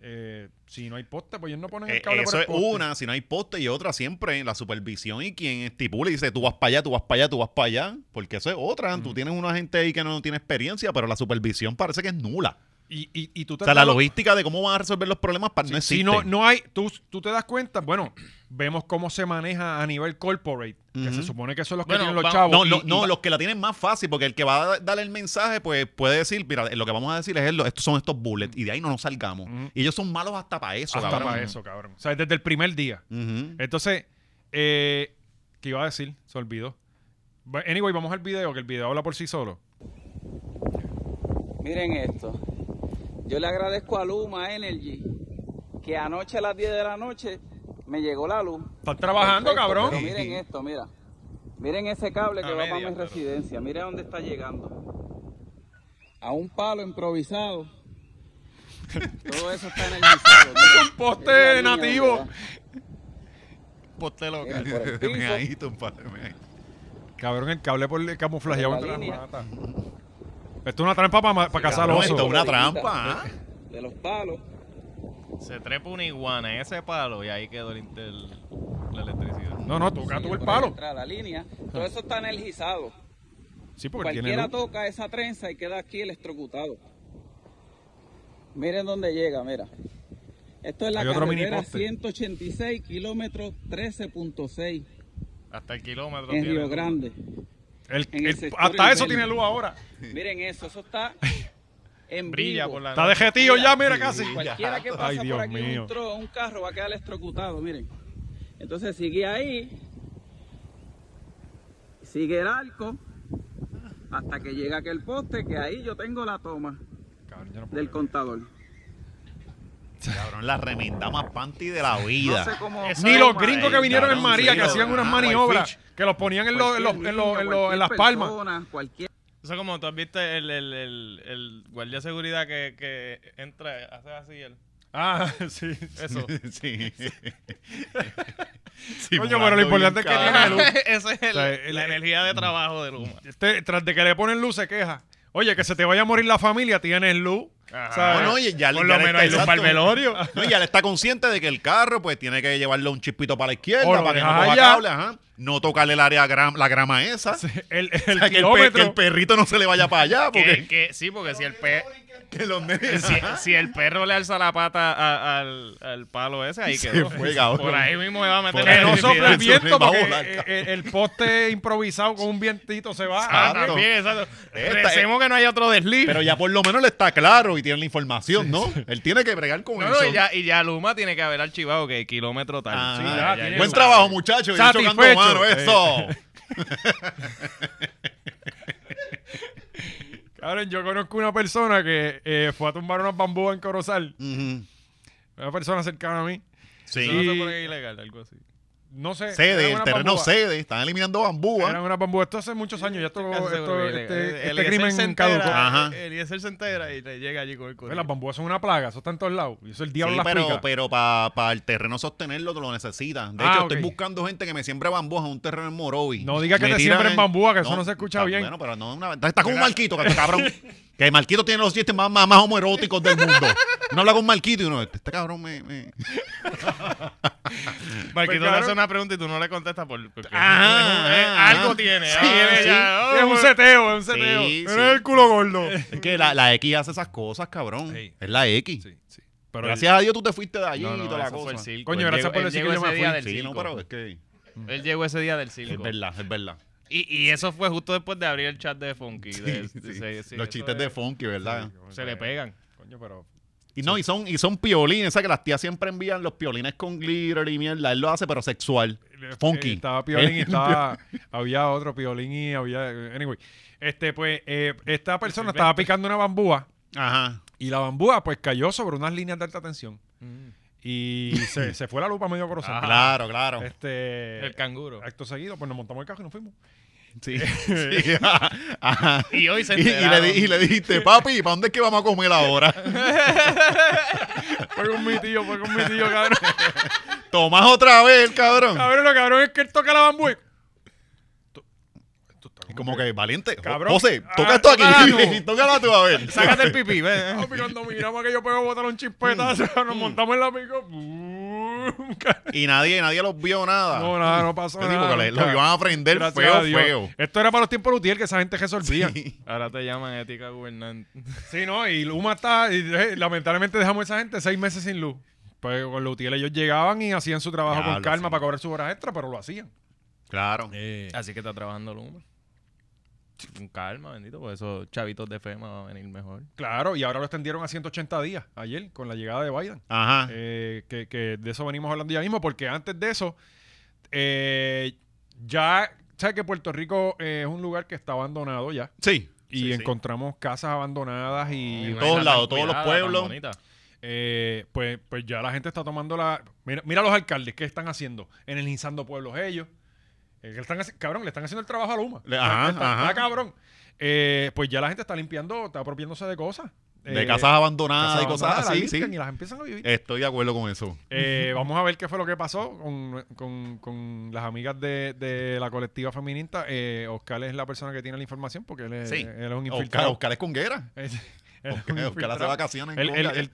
[SPEAKER 2] Eh, si no hay poste, pues ellos no ponen el
[SPEAKER 3] Eh,
[SPEAKER 2] cable por
[SPEAKER 3] Eso
[SPEAKER 2] el
[SPEAKER 3] es
[SPEAKER 2] poste.
[SPEAKER 3] una, si no hay poste y otra, siempre la supervisión y quien estipula y dice tú vas para allá, tú vas para allá, tú vas para allá, porque eso es otra. Tú tienes una gente ahí que no tiene experiencia, pero la supervisión parece que es nula.
[SPEAKER 2] Y, y, y tú te
[SPEAKER 3] O sea, la
[SPEAKER 2] has dado-
[SPEAKER 3] logística de cómo van a resolver los problemas para, no existe.
[SPEAKER 2] Si no, no hay, tú, tú te das cuenta, bueno, vemos cómo se maneja a nivel corporate, que se
[SPEAKER 3] Ujú.
[SPEAKER 2] supone que son los que
[SPEAKER 4] Bueno,
[SPEAKER 2] tienen los
[SPEAKER 4] va-
[SPEAKER 2] chavos.
[SPEAKER 3] No,
[SPEAKER 2] y-
[SPEAKER 3] no,
[SPEAKER 2] y-
[SPEAKER 3] no, los que la tienen más fácil, porque el que va a dar el mensaje, pues puede decir, mira, lo que vamos a decir es, lo- estos son estos bullets, y de ahí no nos salgamos.
[SPEAKER 2] Ujú.
[SPEAKER 3] Y ellos son malos hasta para eso,
[SPEAKER 2] hasta
[SPEAKER 3] cabrón.
[SPEAKER 2] para eso, cabrón. O sea, desde el primer día.
[SPEAKER 3] Ujú.
[SPEAKER 2] Entonces, eh, ¿qué iba a decir? Se olvidó. Bu- Anyway, vamos al video, que el video habla por sí solo.
[SPEAKER 6] Miren esto. Yo le agradezco a Luma Energy que anoche a las 10 de la noche me llegó la luz.
[SPEAKER 2] Están trabajando,
[SPEAKER 6] Perfecto,
[SPEAKER 2] cabrón.
[SPEAKER 6] Pero miren esto, mira. Miren ese cable que
[SPEAKER 4] A
[SPEAKER 6] va
[SPEAKER 4] media,
[SPEAKER 6] para mi
[SPEAKER 4] pero-
[SPEAKER 6] residencia. Mira dónde está llegando. A un palo improvisado. Todo eso está energizado. un
[SPEAKER 2] poste nativo.
[SPEAKER 4] Poste
[SPEAKER 3] Eh.
[SPEAKER 4] loca.
[SPEAKER 3] Me ahí, compadre, me ahí.
[SPEAKER 2] Cabrón, el cable por el camuflajeado
[SPEAKER 6] Por
[SPEAKER 2] entre
[SPEAKER 6] la
[SPEAKER 2] las
[SPEAKER 6] línea.
[SPEAKER 2] patas. Esto es una trampa para cazar
[SPEAKER 3] Cabrón,
[SPEAKER 2] osos.
[SPEAKER 3] esto es una trampa. ¿ah?
[SPEAKER 6] De los palos.
[SPEAKER 4] Se trepa una iguana en ese palo y ahí quedó el inter- la electricidad.
[SPEAKER 2] No, no, toca tú
[SPEAKER 6] Sigue
[SPEAKER 2] el
[SPEAKER 6] por
[SPEAKER 2] palo.
[SPEAKER 6] detrás, La línea. Todo eso está energizado.
[SPEAKER 2] Sí, porque él tiene
[SPEAKER 6] Cualquiera
[SPEAKER 2] luz.
[SPEAKER 6] toca esa trenza y queda aquí electrocutado. Miren dónde llega, mira. Esto es la
[SPEAKER 2] Hay otro
[SPEAKER 6] carretera
[SPEAKER 2] miniposte.
[SPEAKER 6] 186, kilómetros 13.6
[SPEAKER 4] Hasta el kilómetro.
[SPEAKER 6] en
[SPEAKER 4] tiene.
[SPEAKER 6] Río Grande.
[SPEAKER 2] El-
[SPEAKER 6] en el
[SPEAKER 2] el-
[SPEAKER 6] sector
[SPEAKER 2] hasta eso
[SPEAKER 6] infeliz.
[SPEAKER 2] tiene luz ahora.
[SPEAKER 6] Miren eso, eso está en
[SPEAKER 4] Brilla
[SPEAKER 6] vivo.
[SPEAKER 4] por la
[SPEAKER 2] Está de jetillo ya, mira,
[SPEAKER 6] Sí,
[SPEAKER 2] casi.
[SPEAKER 6] Cualquiera que
[SPEAKER 2] Ay,
[SPEAKER 6] pasa
[SPEAKER 2] Dios
[SPEAKER 6] por aquí
[SPEAKER 2] mío.
[SPEAKER 6] un, tro- un carro va a quedar electrocutado, miren. Entonces sigue ahí, sigue el arco, hasta que llega aquel poste que ahí yo tengo la toma
[SPEAKER 2] Cabrón, yo no puedo
[SPEAKER 6] del
[SPEAKER 2] creer.
[SPEAKER 6] contador.
[SPEAKER 3] Cabrón, la remenda más panty de la
[SPEAKER 6] No
[SPEAKER 3] vida.
[SPEAKER 6] sé cómo...
[SPEAKER 4] Eso
[SPEAKER 2] Ni
[SPEAKER 4] Ay,
[SPEAKER 2] los
[SPEAKER 4] madre,
[SPEAKER 2] gringos que vinieron en
[SPEAKER 3] eh, cabrón,
[SPEAKER 2] María,
[SPEAKER 3] sí,
[SPEAKER 2] que
[SPEAKER 3] lo-
[SPEAKER 2] hacían unas
[SPEAKER 3] ah, Pues
[SPEAKER 2] maniobras,
[SPEAKER 3] Whitefish.
[SPEAKER 2] que los ponían en, los- en los- en los- en los- en las palmas.
[SPEAKER 6] Cualquier
[SPEAKER 4] Eso es como tú has visto el, el, el, el guardia de seguridad que, que entra, hace así el.
[SPEAKER 2] Ah, sí.
[SPEAKER 4] Eso.
[SPEAKER 3] sí.
[SPEAKER 2] Coño, pero lo importante es que tiene
[SPEAKER 4] Esa es el-
[SPEAKER 2] sea, el-
[SPEAKER 4] la energía de trabajo de Luma.
[SPEAKER 2] Este, tras de que le ponen luz, se queja. Oye, que se te vaya a morir la familia, tienes luz. ¿sabes?
[SPEAKER 3] No, no, y ya le-
[SPEAKER 2] Por
[SPEAKER 3] ya
[SPEAKER 2] lo
[SPEAKER 3] le
[SPEAKER 2] menos hay
[SPEAKER 3] está-
[SPEAKER 2] luz para el
[SPEAKER 3] exacto.
[SPEAKER 2] velorio.
[SPEAKER 3] No, y ya le está consciente de que el carro pues tiene que llevarle un chispito para la izquierda
[SPEAKER 2] O lo
[SPEAKER 3] para que no
[SPEAKER 2] dejas
[SPEAKER 3] coja
[SPEAKER 2] allá.
[SPEAKER 3] cable, ajá. No tocarle el área gra- la grama esa.
[SPEAKER 2] El,
[SPEAKER 3] O
[SPEAKER 2] el
[SPEAKER 3] sea, que, el pe-
[SPEAKER 2] kilómetro.
[SPEAKER 3] que el perrito no se le vaya para allá
[SPEAKER 4] Que-
[SPEAKER 3] porque
[SPEAKER 4] que- sí, porque si el, pe-
[SPEAKER 3] que los nenes-
[SPEAKER 4] si, si el perro le alza la pata a- al, al palo ese, ahí
[SPEAKER 3] Se
[SPEAKER 4] quedó.
[SPEAKER 3] fue, cabrón.
[SPEAKER 4] Por ahí mismo me va a meter
[SPEAKER 3] Por
[SPEAKER 4] la
[SPEAKER 2] Que no
[SPEAKER 3] ahí.
[SPEAKER 4] electricidad.
[SPEAKER 2] sopla el
[SPEAKER 3] Eso se
[SPEAKER 2] viento
[SPEAKER 3] va a
[SPEAKER 2] porque
[SPEAKER 3] volar,
[SPEAKER 2] el, el- el poste improvisado con un vientito se va.
[SPEAKER 4] Ah,
[SPEAKER 3] Exacto.
[SPEAKER 4] también, exacto.
[SPEAKER 3] Esta-
[SPEAKER 4] Recemos que no hay otro desliz.
[SPEAKER 3] Pero ya por lo menos le está claro y tiene la información, ¿no? Él tiene que bregar con
[SPEAKER 4] No,
[SPEAKER 3] eso.
[SPEAKER 4] no, y ya, y ya Luma tiene que haber archivado que kilómetro tal.
[SPEAKER 3] Ah,
[SPEAKER 4] Sí,
[SPEAKER 3] ya,
[SPEAKER 4] ya, ya,
[SPEAKER 2] tiene
[SPEAKER 4] ya.
[SPEAKER 3] Buen
[SPEAKER 2] Satisfecho.
[SPEAKER 3] trabajo, muchachos. Bien chocando mano, eso.
[SPEAKER 2] Cabrón, yo conozco una persona que eh, fue a tumbar unos bambúas en Corozal.
[SPEAKER 3] Ujú.
[SPEAKER 2] Una persona cercana a mí.
[SPEAKER 4] Eso
[SPEAKER 3] Sí.
[SPEAKER 4] no
[SPEAKER 2] Y-
[SPEAKER 4] se pone ilegal, algo así.
[SPEAKER 2] No sé.
[SPEAKER 3] Cede,
[SPEAKER 2] eran
[SPEAKER 3] el
[SPEAKER 2] unas
[SPEAKER 3] terreno ¿ah?
[SPEAKER 2] bambúas.
[SPEAKER 3] cede. Están eliminando bambúa.
[SPEAKER 2] Eran unas bambúas. Esto hace muchos años. Ya esto,
[SPEAKER 4] Casi seguro
[SPEAKER 2] esto-
[SPEAKER 4] que
[SPEAKER 2] este,
[SPEAKER 4] ilegal.
[SPEAKER 2] este
[SPEAKER 4] Eliezer se
[SPEAKER 2] crimen
[SPEAKER 4] entera,
[SPEAKER 2] caducó.
[SPEAKER 3] Ajá.
[SPEAKER 4] Eliezer se entera y le llega allí con el
[SPEAKER 2] Pues
[SPEAKER 4] coche.
[SPEAKER 2] Las bambúas son una plaga. Eso está en todos lados. Y eso el diablo
[SPEAKER 3] Sí,
[SPEAKER 2] las
[SPEAKER 3] pero, pues,
[SPEAKER 2] pica.
[SPEAKER 3] pero para el terreno sostenerlo te lo necesitas. De
[SPEAKER 2] Ah,
[SPEAKER 3] hecho,
[SPEAKER 2] ok.
[SPEAKER 3] estoy buscando gente que me siembre bambúas en un terreno en Morovi.
[SPEAKER 2] No diga que te siembren bambúa, que eso no se escucha
[SPEAKER 3] está-
[SPEAKER 2] bien.
[SPEAKER 3] Bueno, pero no es una Está con un Marquito, que- este cabrón. que Marquito tiene los chistes más, más, más homoeróticos del mundo. Uno habla con Marquito y uno, este, este cabrón me... me-
[SPEAKER 2] Pues,
[SPEAKER 4] Marquito le hace
[SPEAKER 2] cabrón.
[SPEAKER 4] una pregunta y tú no le contestas por, porque
[SPEAKER 3] Ajá,
[SPEAKER 4] eh,
[SPEAKER 3] ajá.
[SPEAKER 4] algo tiene.
[SPEAKER 3] Sí,
[SPEAKER 4] algo
[SPEAKER 3] sí.
[SPEAKER 4] ya, oh,
[SPEAKER 2] Sí, es un seteo, es un seteo.
[SPEAKER 3] pues. Sí,
[SPEAKER 2] Eres
[SPEAKER 3] sí.
[SPEAKER 2] el culo gordo.
[SPEAKER 3] Es que la, la X hace esas cosas, cabrón.
[SPEAKER 2] Sí.
[SPEAKER 3] Es la X.
[SPEAKER 2] Sí, sí. Pero
[SPEAKER 3] gracias a Dios tú te fuiste de allí
[SPEAKER 4] No, no,
[SPEAKER 3] y toda la
[SPEAKER 4] eso fue el
[SPEAKER 3] cosa.
[SPEAKER 4] circo.
[SPEAKER 2] Coño,
[SPEAKER 4] Él
[SPEAKER 2] gracias por
[SPEAKER 4] Pues llegó- él
[SPEAKER 2] decir
[SPEAKER 4] llegó
[SPEAKER 2] que yo
[SPEAKER 4] ese
[SPEAKER 2] me
[SPEAKER 4] día
[SPEAKER 2] fui.
[SPEAKER 4] del
[SPEAKER 3] Sí, no,
[SPEAKER 4] circo.
[SPEAKER 3] pero es que...
[SPEAKER 4] Él llegó ese día del circo.
[SPEAKER 3] Es verdad, es verdad.
[SPEAKER 4] Y, y eso fue justo después de abrir el chat de Funky. de-
[SPEAKER 3] Sí, sí.
[SPEAKER 4] de- se- sí,
[SPEAKER 3] Los
[SPEAKER 4] eso
[SPEAKER 3] chistes
[SPEAKER 4] es-
[SPEAKER 3] de Funky, ¿verdad?
[SPEAKER 4] Se le pegan.
[SPEAKER 2] Coño, pero...
[SPEAKER 3] Y no, y son, y son piolines, o sea que las tías siempre envían los piolines con glitter y mierda. Él lo hace, pero sexual. Funky.
[SPEAKER 2] Eh, Estaba Piolín y
[SPEAKER 3] Él-
[SPEAKER 2] estaba. había otro Piolín y había. Anyway. Este, pues, eh, esta persona estaba picando una bambúa
[SPEAKER 3] Ajá.
[SPEAKER 2] y la bambúa, pues, cayó sobre unas líneas de alta tensión. Y se, se fue la lupa medio corazón.
[SPEAKER 3] Claro, claro.
[SPEAKER 2] Este.
[SPEAKER 4] El canguro.
[SPEAKER 2] Acto seguido, pues nos montamos el carro y nos fuimos.
[SPEAKER 3] Sí.
[SPEAKER 2] eh,
[SPEAKER 3] sí. Ajá.
[SPEAKER 4] Y hoy se
[SPEAKER 3] Y, y le,
[SPEAKER 4] enteraron.
[SPEAKER 3] di- y le dijiste, papi, ¿para dónde es que vamos a comer ahora?
[SPEAKER 2] Fue con mi tío, fue con mi tío, cabrón.
[SPEAKER 3] Tomás otra vez, cabrón.
[SPEAKER 2] Cabrón, lo cabrón es que él toca la bambúa. y-
[SPEAKER 3] Y Como que valiente. Jo-
[SPEAKER 2] Cabrón.
[SPEAKER 3] José, toca
[SPEAKER 2] Ah,
[SPEAKER 3] esto aquí.
[SPEAKER 2] tócala tú.
[SPEAKER 3] Tócala tú, a ver.
[SPEAKER 4] Sácate el pipí, ven.
[SPEAKER 2] Papi, cuando miramos que yo puedo botar un chispetazo, nos montamos en la pico. ¡bum!
[SPEAKER 3] Y nadie, nadie los vio nada.
[SPEAKER 2] No, nada, no pasó
[SPEAKER 3] Ah. Sí,
[SPEAKER 2] nada.
[SPEAKER 3] porque le-
[SPEAKER 2] nunca.
[SPEAKER 3] los iban a aprender
[SPEAKER 2] Gracias a
[SPEAKER 3] feo,
[SPEAKER 2] Dios.
[SPEAKER 3] feo.
[SPEAKER 2] Esto era para los tiempos Lutier que esa gente resolvía. Sí,
[SPEAKER 3] Sí.
[SPEAKER 4] Ahora te llaman ética gubernante.
[SPEAKER 2] no, y Luma está. y, eh, lamentablemente dejamos a esa gente seis meses sin luz. Pues con Lutiel ellos llegaban y hacían su trabajo
[SPEAKER 3] Diablo,
[SPEAKER 2] con calma
[SPEAKER 3] sí.
[SPEAKER 2] para cobrar sus horas extra, pero lo hacían.
[SPEAKER 3] Claro.
[SPEAKER 2] Eh,
[SPEAKER 4] Así que está trabajando Luma. Con calma, bendito, por eso chavitos de FEMA va a venir mejor.
[SPEAKER 2] Claro, y ahora lo extendieron a 180 días ayer con la llegada de Biden.
[SPEAKER 3] Ajá.
[SPEAKER 2] Eh, que, que de eso venimos hablando ya mismo, porque antes de eso, eh, ya, ¿sabes que Puerto Rico eh, es un lugar que está abandonado ya?
[SPEAKER 3] Sí.
[SPEAKER 2] Y
[SPEAKER 3] Sí, sí.
[SPEAKER 2] encontramos casas abandonadas y...
[SPEAKER 3] todos lados, todos los pueblos.
[SPEAKER 2] Eh, pues, pues ya la gente está tomando la. Mira, mira los alcaldes, ¿qué están haciendo? Energizando pueblos ellos. Eh, que están haci- Cabrón, le están haciendo el trabajo a Luma.
[SPEAKER 3] Le- ajá,
[SPEAKER 2] Está- está
[SPEAKER 3] ajá.
[SPEAKER 2] cabrón. Eh, pues ya la gente está limpiando, está apropiándose de cosas.
[SPEAKER 3] De
[SPEAKER 2] Eh,
[SPEAKER 3] casas abandonadas
[SPEAKER 2] casas
[SPEAKER 3] y cosas
[SPEAKER 2] abandonadas, las
[SPEAKER 3] así, sí. Eh.
[SPEAKER 2] limpian Y las empiezan a vivir.
[SPEAKER 3] Estoy de acuerdo con eso.
[SPEAKER 2] Eh, vamos a ver qué fue lo que pasó con, con- con las amigas de, de la colectiva feminista. Eh, Oscar es la persona que tiene la información porque él es,
[SPEAKER 3] Sí.
[SPEAKER 2] él es un
[SPEAKER 3] Oscar,
[SPEAKER 2] infiltrado.
[SPEAKER 3] Oscar es conguera.
[SPEAKER 2] Él es un
[SPEAKER 3] Oscar, Oscar hace
[SPEAKER 2] infiltrado.
[SPEAKER 3] vacaciones en
[SPEAKER 2] El- el-
[SPEAKER 3] Conga.
[SPEAKER 2] el-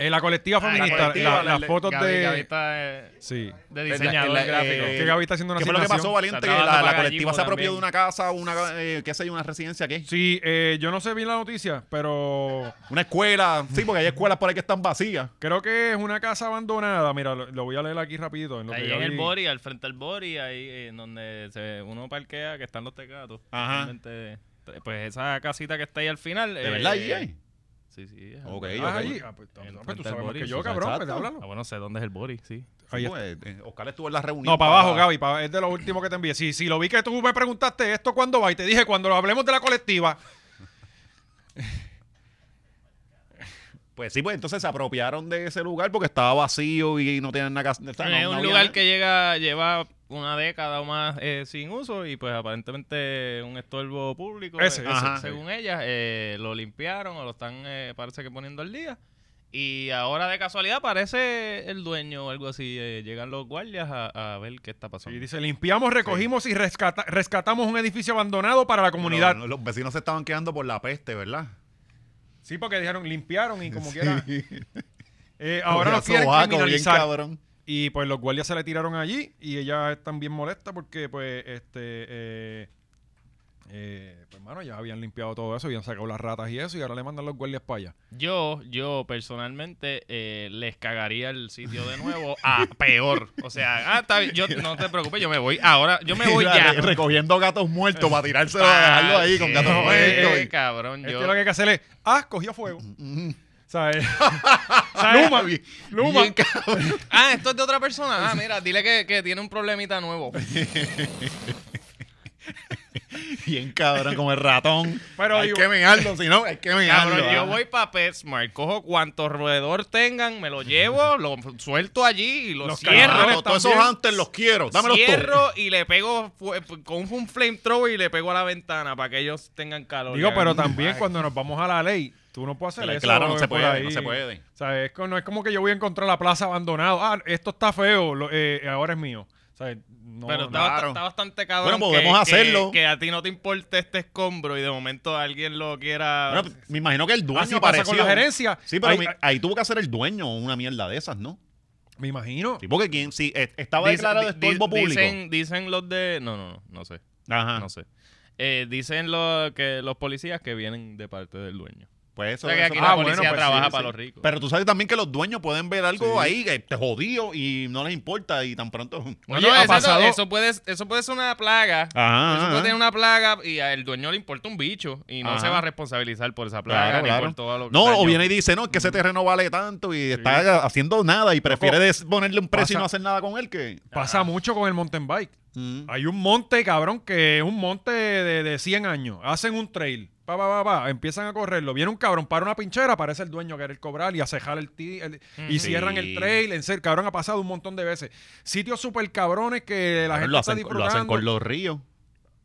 [SPEAKER 2] Eh, la colectiva feminista,
[SPEAKER 3] Ah, colectiva,
[SPEAKER 2] la- las fotos de.
[SPEAKER 4] eh, de,
[SPEAKER 2] Sí.
[SPEAKER 4] diseñador
[SPEAKER 3] la-
[SPEAKER 4] gráfico.
[SPEAKER 3] eh,
[SPEAKER 2] que Gaby está haciendo una
[SPEAKER 3] ¿Qué fue lo que pasó,
[SPEAKER 2] asignación.
[SPEAKER 3] Valiente?
[SPEAKER 4] Está
[SPEAKER 3] Que La,
[SPEAKER 4] trabajando
[SPEAKER 3] la
[SPEAKER 4] para
[SPEAKER 3] colectiva
[SPEAKER 4] Gallismo
[SPEAKER 3] se apropió de
[SPEAKER 4] también.
[SPEAKER 3] una casa, una, eh, qué sé yo, una residencia, ¿qué?
[SPEAKER 2] Sí, eh, yo no sé bien la noticia, pero
[SPEAKER 3] Una escuela. Sí, porque hay escuelas por ahí que están vacías.
[SPEAKER 2] creo que es una casa abandonada. Mira, lo, lo voy a leer aquí rapidito. en lo que
[SPEAKER 4] Ahí en el
[SPEAKER 2] Gaby-
[SPEAKER 4] Bori, al frente del Bori, ahí eh, en donde se- uno parquea, que están los tecatos.
[SPEAKER 3] Ajá.
[SPEAKER 4] Realmente, t- Pues esa casita que está ahí al final.
[SPEAKER 2] Eh,
[SPEAKER 4] eh,
[SPEAKER 3] ¿De verdad ahí hay?
[SPEAKER 4] Sí, sí. es
[SPEAKER 3] Ok,
[SPEAKER 4] al-
[SPEAKER 3] ok.
[SPEAKER 2] Ah, ahí. Ah, pues, pues,
[SPEAKER 4] En frente
[SPEAKER 2] tú
[SPEAKER 4] al
[SPEAKER 2] sabes más
[SPEAKER 4] Boris,
[SPEAKER 2] que yo,
[SPEAKER 4] o sea,
[SPEAKER 2] cabrón. pues,
[SPEAKER 3] exacto.
[SPEAKER 2] háblalo.
[SPEAKER 4] Ah, bueno, sé dónde es el Bori, sí.
[SPEAKER 2] Ahí está.
[SPEAKER 3] Pues, eh, Oscar estuvo en la reunión.
[SPEAKER 2] No, para abajo, Gaby. pa- es de lo último que te envié. Sí, sí, lo vi que tú me preguntaste esto cuándo va y te dije cuando lo hablemos de la colectiva.
[SPEAKER 3] Pues sí, pues entonces se apropiaron de ese lugar porque estaba vacío y no tenían nada que hacer. O sea,
[SPEAKER 2] Eh,
[SPEAKER 3] no-
[SPEAKER 4] es
[SPEAKER 3] no
[SPEAKER 4] un
[SPEAKER 3] había
[SPEAKER 4] lugar
[SPEAKER 3] nada.
[SPEAKER 4] que llega lleva una década o más eh, sin uso y pues aparentemente un estorbo público.
[SPEAKER 2] Ese,
[SPEAKER 4] eh,
[SPEAKER 2] ese,
[SPEAKER 4] ajá,
[SPEAKER 3] sí.
[SPEAKER 4] Según ellas, eh, lo limpiaron o lo están, eh, parece que poniendo al día. Y ahora de casualidad parece el dueño o algo así. eh, llegan los guardias a, a ver qué está pasando.
[SPEAKER 2] Y dice, limpiamos, recogimos y rescata- rescatamos un edificio abandonado para la comunidad.
[SPEAKER 3] Los, los vecinos se estaban quedando por la peste, ¿verdad?
[SPEAKER 2] Sí, porque dijeron, limpiaron y como quiera.
[SPEAKER 3] Sí.
[SPEAKER 2] eh, ahora nos
[SPEAKER 3] Había
[SPEAKER 2] quieren
[SPEAKER 3] sobaco, bien
[SPEAKER 2] criminalizar.
[SPEAKER 3] cabrón.
[SPEAKER 2] Y pues los guardias se le tiraron allí y ella está bien molesta porque pues este eh, eh, pues hermano ya habían limpiado todo eso, habían sacado las ratas y eso y ahora le mandan los guardias para allá.
[SPEAKER 5] Yo, yo personalmente,
[SPEAKER 4] eh, les cagaría el sitio de nuevo a peor. O sea, ah, está bien, yo, no te preocupes, yo me voy ahora, yo me voy ya.
[SPEAKER 3] Re- Recogiendo gatos muertos para tirárselo, para dejarlo ahí con gatos
[SPEAKER 4] Eh,
[SPEAKER 3] muertos. y- Este
[SPEAKER 4] cabrón,
[SPEAKER 2] Es que
[SPEAKER 4] yo.
[SPEAKER 2] lo que hay que hacer es, ah, cogió fuego.
[SPEAKER 3] Mm.
[SPEAKER 2] ¿Sabes? ¿Sabes? Luma,
[SPEAKER 3] Bien-
[SPEAKER 2] Luma.
[SPEAKER 3] bien cabrón.
[SPEAKER 4] Ah, esto es de otra persona. Ah, mira, dile que, que tiene un problemita nuevo.
[SPEAKER 3] Bien cabrón, como el ratón.
[SPEAKER 2] Pero
[SPEAKER 3] hay
[SPEAKER 2] digo-
[SPEAKER 3] que mearlo, si no, hay que mearlo.
[SPEAKER 4] Cabrón,
[SPEAKER 3] ah.
[SPEAKER 4] yo voy para PetSmart, cojo cuanto roedor tengan, me lo llevo, lo suelto allí y lo
[SPEAKER 2] Los
[SPEAKER 4] cierro.
[SPEAKER 2] cabrón,
[SPEAKER 3] Cabrón, todos esos
[SPEAKER 2] también.
[SPEAKER 3] hunters los quiero. Dámelos todos.
[SPEAKER 4] cierro y le pego fu- con un flamethrower y le pego a la ventana para que ellos tengan calor.
[SPEAKER 2] Digo,
[SPEAKER 4] Ya.
[SPEAKER 2] pero también
[SPEAKER 4] Ay.
[SPEAKER 2] cuando nos vamos a la ley, tú no puedes hacer
[SPEAKER 3] Claro,
[SPEAKER 2] eso. eh,
[SPEAKER 3] claro, no se
[SPEAKER 2] por
[SPEAKER 3] puede,
[SPEAKER 2] ahí.
[SPEAKER 3] no se puede.
[SPEAKER 2] ¿Sabes? Es co- no es como que yo voy a encontrar la plaza abandonada. Ah, esto está feo, lo- eh, ahora es mío. ¿Sabes? No,
[SPEAKER 4] Pero
[SPEAKER 2] no.
[SPEAKER 4] está, bast-
[SPEAKER 3] claro.
[SPEAKER 4] está bastante cabrón.
[SPEAKER 3] Bueno, podemos
[SPEAKER 4] que- que-
[SPEAKER 3] hacerlo.
[SPEAKER 4] Que, a ti no te importe este escombro y de momento alguien lo quiera.
[SPEAKER 3] Bueno, pues, me imagino que el dueño
[SPEAKER 2] Así Ah, pasa con
[SPEAKER 3] apareció.
[SPEAKER 2] la gerencia.
[SPEAKER 3] Sí, pero
[SPEAKER 2] Ahí-
[SPEAKER 3] mi- ahí,
[SPEAKER 2] ahí-
[SPEAKER 3] tuvo que hacer el dueño una mierda de esas, ¿no?
[SPEAKER 2] me imagino.
[SPEAKER 3] Sí, porque quien, si eh, estaba
[SPEAKER 4] Dice-
[SPEAKER 3] declarado
[SPEAKER 4] di-
[SPEAKER 3] estorbo
[SPEAKER 4] di-
[SPEAKER 3] público.
[SPEAKER 4] Dicen, dicen los de. No, no, no, no sé.
[SPEAKER 3] Ajá.
[SPEAKER 4] No sé. Eh, dicen lo, que los policías que vienen de parte del dueño.
[SPEAKER 3] Pues eso,
[SPEAKER 4] o sea que
[SPEAKER 3] eso-
[SPEAKER 4] aquí
[SPEAKER 3] ah,
[SPEAKER 4] la
[SPEAKER 3] bueno,
[SPEAKER 4] policía
[SPEAKER 3] pues sí,
[SPEAKER 4] trabaja
[SPEAKER 3] sí.
[SPEAKER 4] para los ricos.
[SPEAKER 3] Pero tú sabes también que los dueños pueden ver algo ahí que te jodido y no les importa y tan pronto.
[SPEAKER 4] No,
[SPEAKER 2] Oye,
[SPEAKER 4] no,
[SPEAKER 2] ha
[SPEAKER 4] eso-
[SPEAKER 2] pasado-
[SPEAKER 4] eso, puede, eso puede ser una plaga.
[SPEAKER 3] Ajá,
[SPEAKER 4] Eso
[SPEAKER 3] ajá.
[SPEAKER 4] puede tener una plaga y al dueño le importa un bicho y no
[SPEAKER 3] ah. Ajá.
[SPEAKER 4] se va a responsabilizar por esa plaga
[SPEAKER 3] Claro,
[SPEAKER 4] ni
[SPEAKER 3] claro.
[SPEAKER 4] por todo lo que
[SPEAKER 3] No,
[SPEAKER 4] daño.
[SPEAKER 3] o viene y dice, no, es que ese terreno vale tanto y está haciendo nada y prefiere
[SPEAKER 4] Pues,
[SPEAKER 3] des- ponerle un precio y
[SPEAKER 2] Pasa-
[SPEAKER 3] no hacer nada con él que...
[SPEAKER 2] Pasa mucho con el mountain bike.
[SPEAKER 3] Mm.
[SPEAKER 2] Hay un monte, cabrón, que es un monte de, de 100 años. Hacen un trail. Pa, pa, pa, pa, empiezan a correrlo. Viene un cabrón, para una pinchera, aparece el dueño a querer cobrar y acejar el, ti- el- Y
[SPEAKER 4] Ujú.
[SPEAKER 2] cierran el
[SPEAKER 3] Sí.
[SPEAKER 2] trail. En serio, cabrón, ha pasado un montón de veces. Sitios súper cabrones que la gente
[SPEAKER 3] lo,
[SPEAKER 2] está
[SPEAKER 3] hacen, lo
[SPEAKER 2] disfrutando.
[SPEAKER 3] hacen con los ríos.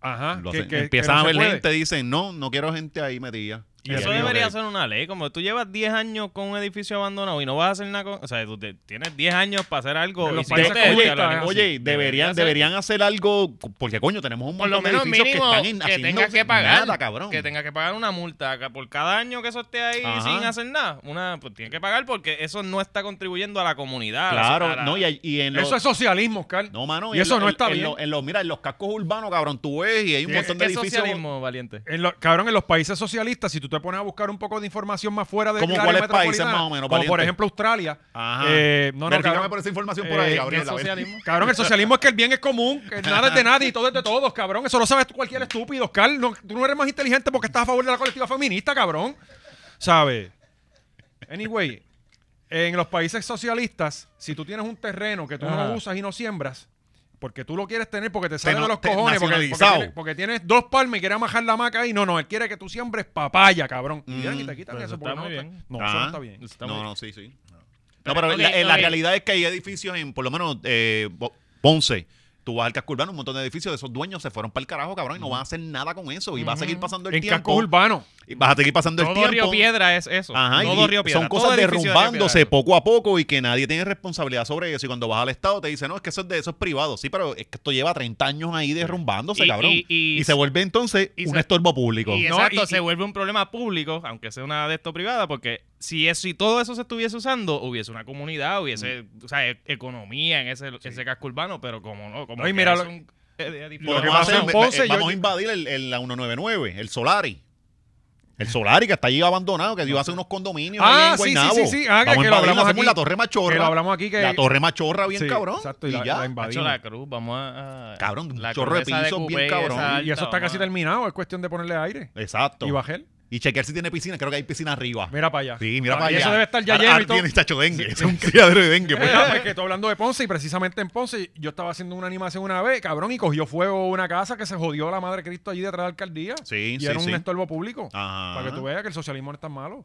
[SPEAKER 4] Ah,
[SPEAKER 2] Ajá.
[SPEAKER 3] Lo
[SPEAKER 2] que-
[SPEAKER 3] hacen-
[SPEAKER 2] que- que
[SPEAKER 3] empiezan
[SPEAKER 2] no
[SPEAKER 3] a
[SPEAKER 2] se
[SPEAKER 3] ver
[SPEAKER 2] puede.
[SPEAKER 3] gente, dicen, no, no quiero gente ahí metida.
[SPEAKER 2] Y el
[SPEAKER 4] Eso
[SPEAKER 2] río
[SPEAKER 4] debería
[SPEAKER 2] de-
[SPEAKER 4] ser una ley. Como tú llevas 10 años con un edificio abandonado y no vas a hacer nada con... O sea, tú te- tienes 10 años para hacer algo.
[SPEAKER 2] En
[SPEAKER 4] y
[SPEAKER 2] los
[SPEAKER 4] si
[SPEAKER 2] países
[SPEAKER 4] no te gusta,
[SPEAKER 2] comunistas,
[SPEAKER 4] lo
[SPEAKER 2] ¿eh?
[SPEAKER 4] único-
[SPEAKER 3] Oye, deberían,
[SPEAKER 4] ser-
[SPEAKER 3] deberían hacer algo, porque coño, tenemos un
[SPEAKER 4] Por
[SPEAKER 3] montón
[SPEAKER 4] lo menos
[SPEAKER 3] de edificios
[SPEAKER 4] mínimo
[SPEAKER 3] que
[SPEAKER 4] que,
[SPEAKER 3] están en, haciendo
[SPEAKER 4] tengas que pagar.
[SPEAKER 3] nada, cabrón.
[SPEAKER 4] Que tengas que pagar una multa ca- por cada año que eso esté ahí
[SPEAKER 3] Ajá.
[SPEAKER 4] sin hacer nada. Una, pues tienes que pagar porque eso no está contribuyendo a la comunidad. a la- a
[SPEAKER 3] Claro,
[SPEAKER 4] la-
[SPEAKER 3] no, y, hay- y en los...
[SPEAKER 2] Eso es socialismo, Oscar.
[SPEAKER 3] No, mano,
[SPEAKER 2] Y
[SPEAKER 3] en
[SPEAKER 2] eso
[SPEAKER 3] lo-
[SPEAKER 2] no
[SPEAKER 3] en-
[SPEAKER 2] está
[SPEAKER 3] en
[SPEAKER 2] bien.
[SPEAKER 3] lo- en los- mira, en los cascos urbanos, cabrón, tú ves y hay un
[SPEAKER 4] ¿Qué,
[SPEAKER 3] montón de
[SPEAKER 4] qué
[SPEAKER 3] edificios...
[SPEAKER 4] socialismo, valiente?
[SPEAKER 2] En lo- cabrón, en los países socialistas, si tú te pones a buscar un poco de información más fuera de
[SPEAKER 3] ¿Cómo
[SPEAKER 2] la área
[SPEAKER 3] cuáles países
[SPEAKER 2] metropolitana,
[SPEAKER 3] más o menos,
[SPEAKER 2] como por
[SPEAKER 3] valiente?
[SPEAKER 2] ejemplo Australia,
[SPEAKER 3] Ajá.
[SPEAKER 2] eh, no, no,
[SPEAKER 3] Verifícame
[SPEAKER 2] cabrón.
[SPEAKER 3] por esa información por
[SPEAKER 2] Eh,
[SPEAKER 3] ahí,
[SPEAKER 2] ¿qué
[SPEAKER 3] Gabriel.
[SPEAKER 4] ¿Qué
[SPEAKER 3] la verdad.
[SPEAKER 4] socialismo?
[SPEAKER 2] Cabrón, el socialismo es que el bien es común, que nada es de nadie y todo es de todos, cabrón. Eso lo sabes tú, cualquier estúpido, Oscar. No- tú no eres más inteligente porque estás a favor de la colectiva feminista, cabrón. ¿Sabes? Anyway, en los países socialistas, si tú tienes un terreno que tú
[SPEAKER 5] Ajá.
[SPEAKER 2] no usas y no siembras, porque tú lo quieres tener porque te sale
[SPEAKER 3] no-
[SPEAKER 2] de los
[SPEAKER 3] te-
[SPEAKER 2] cojones, porque, porque
[SPEAKER 3] nacionalizado.
[SPEAKER 2] tienes, porque tienes dos palmas y quieres amajar la maca ahí. No, no, él quiere que tú siembres papaya, cabrón. Y llegan y te quitan
[SPEAKER 4] pero
[SPEAKER 2] eso
[SPEAKER 4] eso
[SPEAKER 2] porque
[SPEAKER 4] está
[SPEAKER 2] no,
[SPEAKER 4] muy
[SPEAKER 2] está-
[SPEAKER 4] bien.
[SPEAKER 2] no, eso
[SPEAKER 3] Ajá.
[SPEAKER 2] no está bien.
[SPEAKER 4] Está
[SPEAKER 3] no,
[SPEAKER 4] muy-
[SPEAKER 3] no, sí, sí. No, pero
[SPEAKER 4] Ok,
[SPEAKER 3] la, eh, la
[SPEAKER 4] ok.
[SPEAKER 3] realidad es que hay edificios en, por lo menos, eh, Bo- Ponce. Tú vas al casco urbano, un montón de edificios de esos dueños se fueron para el carajo, cabrón, y no van a hacer nada con eso. Y va a seguir pasando el
[SPEAKER 2] En
[SPEAKER 3] tiempo.
[SPEAKER 2] cascos urbanos.
[SPEAKER 3] Y vas a seguir pasando el
[SPEAKER 4] Todo
[SPEAKER 3] tiempo.
[SPEAKER 4] Río Piedra es eso.
[SPEAKER 3] Ajá, y
[SPEAKER 4] Todo Río Piedra.
[SPEAKER 3] son
[SPEAKER 4] todo
[SPEAKER 3] cosas
[SPEAKER 4] edificio de Río
[SPEAKER 3] derrumbándose
[SPEAKER 4] Piedra.
[SPEAKER 3] poco a poco y que nadie tiene responsabilidad sobre eso. Y cuando vas al Estado te dicen, no, es que eso es de esos privados. Sí, pero es que esto lleva 30 años ahí derrumbándose,
[SPEAKER 4] Y-
[SPEAKER 3] este cabrón.
[SPEAKER 4] y-
[SPEAKER 3] Y,
[SPEAKER 4] y-
[SPEAKER 3] se vuelve entonces
[SPEAKER 4] y
[SPEAKER 3] un
[SPEAKER 4] se-
[SPEAKER 3] estorbo público.
[SPEAKER 4] Y
[SPEAKER 2] No,
[SPEAKER 4] exacto,
[SPEAKER 2] y-
[SPEAKER 4] se
[SPEAKER 2] y-
[SPEAKER 4] vuelve un problema público, aunque sea una de esto privada, porque si eso y todo eso se estuviese usando, hubiese una comunidad, hubiese
[SPEAKER 3] Mm.
[SPEAKER 4] o sea, e- economía en ese, ese casco urbano, pero como no, como
[SPEAKER 2] Ay,
[SPEAKER 4] que
[SPEAKER 2] mira,
[SPEAKER 4] es
[SPEAKER 2] lo-
[SPEAKER 4] un- eh, eh,
[SPEAKER 2] Lo que
[SPEAKER 3] Vamos a
[SPEAKER 2] pasó en
[SPEAKER 3] hacer-
[SPEAKER 2] Ponce,
[SPEAKER 3] eh,
[SPEAKER 2] yo-
[SPEAKER 3] vamos a invadir el, el- la 199, el Solari. El Solari que está allí abandonado, que dio hace unos condominios
[SPEAKER 2] Ah,
[SPEAKER 3] ahí en
[SPEAKER 2] sí,
[SPEAKER 3] Guaynabo.
[SPEAKER 2] sí, sí, sí. Ah, que-
[SPEAKER 3] vamos
[SPEAKER 2] que lo
[SPEAKER 3] a invadirla,
[SPEAKER 2] hablamos
[SPEAKER 3] hacemos
[SPEAKER 2] aquí.
[SPEAKER 3] la Torre Machorra.
[SPEAKER 2] Que lo hablamos aquí que-
[SPEAKER 3] La Torre Machorra bien
[SPEAKER 2] Sí,
[SPEAKER 3] cabrón.
[SPEAKER 2] Exacto, y,
[SPEAKER 3] y,
[SPEAKER 2] la,
[SPEAKER 3] ya.
[SPEAKER 2] la
[SPEAKER 4] Hacho,
[SPEAKER 2] invadimos.
[SPEAKER 4] la cruz, vamos a, a-
[SPEAKER 3] Cabrón, un
[SPEAKER 4] la
[SPEAKER 3] chorro de
[SPEAKER 4] cruz esa
[SPEAKER 3] pisos bien
[SPEAKER 4] Coupé,
[SPEAKER 3] cabrón.
[SPEAKER 4] esa
[SPEAKER 2] Y eso
[SPEAKER 4] alta,
[SPEAKER 2] está casi
[SPEAKER 4] vamos
[SPEAKER 2] terminado, es cuestión de ponerle aire
[SPEAKER 3] Exacto.
[SPEAKER 2] y bajel.
[SPEAKER 3] Y chequear si tiene piscina, creo que hay piscina arriba.
[SPEAKER 2] Mira para allá.
[SPEAKER 3] sí, mira
[SPEAKER 2] Ah,
[SPEAKER 3] para
[SPEAKER 2] y
[SPEAKER 3] allá.
[SPEAKER 2] Eso debe estar ya
[SPEAKER 3] Ahora-
[SPEAKER 2] lleno y
[SPEAKER 3] ahora
[SPEAKER 2] todo.
[SPEAKER 3] tiene chacho dengue. Es un criadero de dengue. pues.
[SPEAKER 2] Mira, pues, que estoy hablando de Ponce y precisamente en Ponce yo estaba haciendo una animación una vez, cabrón, y cogió fuego una casa que se jodió la madre de Cristo allí detrás de la alcaldía.
[SPEAKER 3] Sí,
[SPEAKER 2] y
[SPEAKER 3] sí,
[SPEAKER 2] era un
[SPEAKER 3] sí.
[SPEAKER 2] estorbo público.
[SPEAKER 3] Ajá.
[SPEAKER 2] Para que tú veas que el socialismo no es tan malo.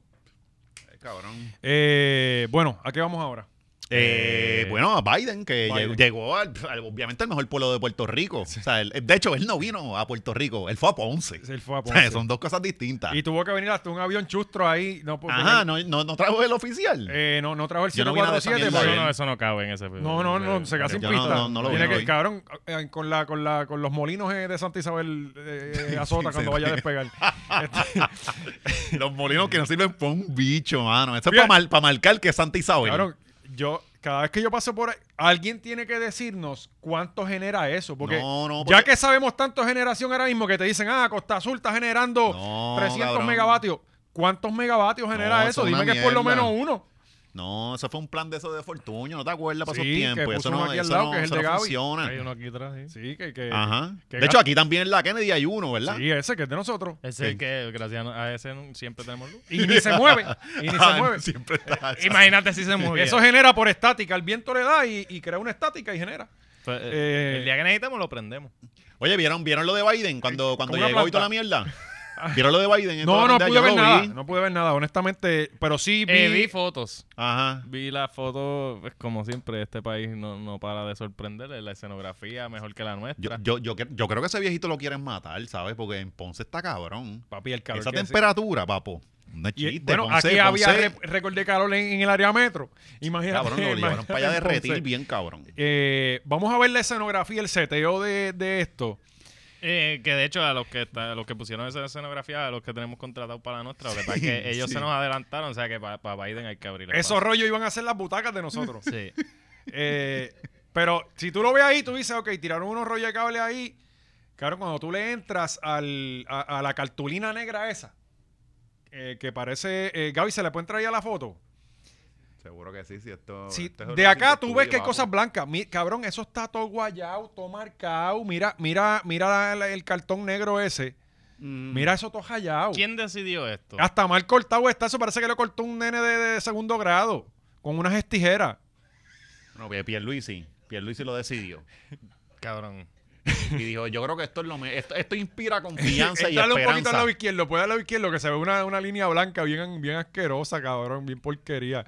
[SPEAKER 3] Ay, Cabrón.
[SPEAKER 2] Eh, bueno, ¿a qué vamos ahora?
[SPEAKER 3] Eh, bueno, a Biden, que
[SPEAKER 2] Biden.
[SPEAKER 3] lleg- llegó al, al- obviamente al mejor pueblo de Puerto Rico. O sea, él- de hecho, él no vino a Puerto Rico, él fue a Ponce.
[SPEAKER 2] Él fue a
[SPEAKER 3] O sea,
[SPEAKER 2] Ponce.
[SPEAKER 3] son dos cosas distintas.
[SPEAKER 2] Y tuvo que venir hasta un avión chustro ahí. No, porque-
[SPEAKER 3] Ajá, no, no, no trajo el oficial.
[SPEAKER 2] eh, no, no trajo el
[SPEAKER 3] Yo no vi nada de esa
[SPEAKER 2] 747.
[SPEAKER 3] mierda
[SPEAKER 2] porque-
[SPEAKER 3] de él.
[SPEAKER 5] no, eso no cabe en ese
[SPEAKER 2] No, no, no, se queda sin
[SPEAKER 3] Pues, yo
[SPEAKER 2] pista.
[SPEAKER 3] no- no- no lo vi,
[SPEAKER 2] Tiene
[SPEAKER 3] no
[SPEAKER 2] que,
[SPEAKER 3] lo vi.
[SPEAKER 2] cabrón, eh, con, la, con, la, con los molinos eh, de Santa Isabel eh, azota
[SPEAKER 3] Sí,
[SPEAKER 2] cuando
[SPEAKER 3] sí.
[SPEAKER 2] vaya a despegar. Este,
[SPEAKER 3] Los molinos que no sirven para un bicho, mano. Eso es
[SPEAKER 2] Mira.
[SPEAKER 3] para marcar que es Santa Isabel.
[SPEAKER 2] cabrón, yo, cada vez que yo paso por ahí, alguien tiene que decirnos cuánto genera eso. Porque,
[SPEAKER 3] No, no,
[SPEAKER 2] ya
[SPEAKER 3] porque-
[SPEAKER 2] que sabemos tanto de generación ahora mismo que te dicen, ah, Costa Azul está generando
[SPEAKER 3] No,
[SPEAKER 2] 300
[SPEAKER 3] cabrón.
[SPEAKER 2] megavatios. ¿Cuántos megavatios genera
[SPEAKER 3] eso
[SPEAKER 2] eso?
[SPEAKER 3] es
[SPEAKER 2] Dime
[SPEAKER 3] una
[SPEAKER 2] que es por lo
[SPEAKER 3] mierda.
[SPEAKER 2] menos uno.
[SPEAKER 3] No, eso fue un plan de eso de Fortuño, ¿no te acuerdas? Para
[SPEAKER 2] Sí,
[SPEAKER 3] esos
[SPEAKER 2] que
[SPEAKER 3] tiempos.
[SPEAKER 2] puso
[SPEAKER 3] Eso
[SPEAKER 2] uno
[SPEAKER 3] no,
[SPEAKER 2] aquí al
[SPEAKER 3] eso
[SPEAKER 2] lado,
[SPEAKER 3] no,
[SPEAKER 2] que es el
[SPEAKER 3] eso
[SPEAKER 2] de
[SPEAKER 3] no
[SPEAKER 2] Gaby.
[SPEAKER 3] funciona.
[SPEAKER 5] Hay uno aquí atrás. sí.
[SPEAKER 2] Sí, que... que
[SPEAKER 3] Ajá.
[SPEAKER 2] que
[SPEAKER 3] De hecho, aquí también en la Kennedy hay uno, ¿verdad?
[SPEAKER 2] Sí, ese que es de nosotros.
[SPEAKER 5] Ese
[SPEAKER 3] Sí.
[SPEAKER 5] que, gracias a ese, no- siempre tenemos luz.
[SPEAKER 2] Y ni se mueve. Y ni se
[SPEAKER 3] Ah,
[SPEAKER 2] mueve.
[SPEAKER 3] Siempre está eso.
[SPEAKER 5] Imagínate si se movía.
[SPEAKER 2] Eso genera por estática. El viento le da y, y crea una estática y genera.
[SPEAKER 5] Pues,
[SPEAKER 2] eh,
[SPEAKER 5] el día que necesitamos lo prendemos.
[SPEAKER 3] Oye, ¿vieron, ¿vieron lo de Biden cuando, cuando
[SPEAKER 2] una
[SPEAKER 3] llegó y toda la mierda? ¿Vieron lo de Biden? en
[SPEAKER 2] No,
[SPEAKER 3] toda la
[SPEAKER 2] no
[SPEAKER 3] mierda?
[SPEAKER 2] pude
[SPEAKER 3] Yo
[SPEAKER 2] ver
[SPEAKER 3] lo
[SPEAKER 2] nada.
[SPEAKER 3] vi.
[SPEAKER 2] No pude ver nada, honestamente. Pero sí vi.
[SPEAKER 5] Eh, vi fotos.
[SPEAKER 3] Ajá.
[SPEAKER 5] Vi la foto, pues, como siempre, este país no, no para de sorprenderle. La escenografía mejor que la
[SPEAKER 3] Yo,
[SPEAKER 5] nuestra.
[SPEAKER 3] yo, yo, cre- yo creo que ese viejito lo quieren matar, ¿sabes? Porque en Ponce está cabrón.
[SPEAKER 2] papi, el calor.
[SPEAKER 3] Esa
[SPEAKER 2] que hace.
[SPEAKER 3] temperatura, papo. No es
[SPEAKER 2] Y,
[SPEAKER 3] chiste.
[SPEAKER 2] bueno,
[SPEAKER 3] Ponce-
[SPEAKER 2] aquí había
[SPEAKER 3] Ponce-
[SPEAKER 2] re- récord de calor en, en el área metro. Imagínate.
[SPEAKER 3] Cabrón, lo llevaron
[SPEAKER 2] imagínate
[SPEAKER 3] para allá de
[SPEAKER 2] entonces.
[SPEAKER 3] retil bien, cabrón.
[SPEAKER 2] Eh, vamos a ver la escenografía, el seteo de, de esto.
[SPEAKER 5] Eh, que de hecho, a los que está- a los que pusieron esa escenografía, a los que tenemos contratados para la nuestra, lo que pasa es que ellos
[SPEAKER 3] sí.
[SPEAKER 5] se nos adelantaron. O sea que para Biden hay que abrir el
[SPEAKER 2] Esos
[SPEAKER 5] paso.
[SPEAKER 2] rollos iban a ser las butacas de nosotros.
[SPEAKER 5] Sí.
[SPEAKER 2] Eh, pero si tú lo ves ahí, tú dices, ok, tiraron unos rollos de cable ahí. Claro, cuando tú le entras al- a, a la cartulina negra esa, eh, que parece... eh, Gaby, ¿se le puede entrar ahí a la foto?
[SPEAKER 3] Seguro que sí, si esto.
[SPEAKER 2] Sí, de acá tú ves que hay cosas blancas. Mi- cabrón, eso está todo guayado, todo marcado. Mira, mira, mira la- el cartón negro ese.
[SPEAKER 3] Mm.
[SPEAKER 2] Mira eso todo hallado.
[SPEAKER 5] ¿Quién decidió esto?
[SPEAKER 3] Ah,
[SPEAKER 2] Hasta mal cortado está. Eso parece que lo cortó un nene de, de segundo grado con unas tijeras.
[SPEAKER 3] No, pues, Pierluisi. Pierluisi lo decidió.
[SPEAKER 5] Cabrón.
[SPEAKER 3] Y dijo, yo creo que esto es lo me- esto, esto inspira confianza y
[SPEAKER 2] Entrale un poquito al
[SPEAKER 3] esperanza.
[SPEAKER 2] lado izquierdo, puede al lado izquierdo, que se ve una, una línea blanca bien, bien asquerosa, cabrón, bien porquería.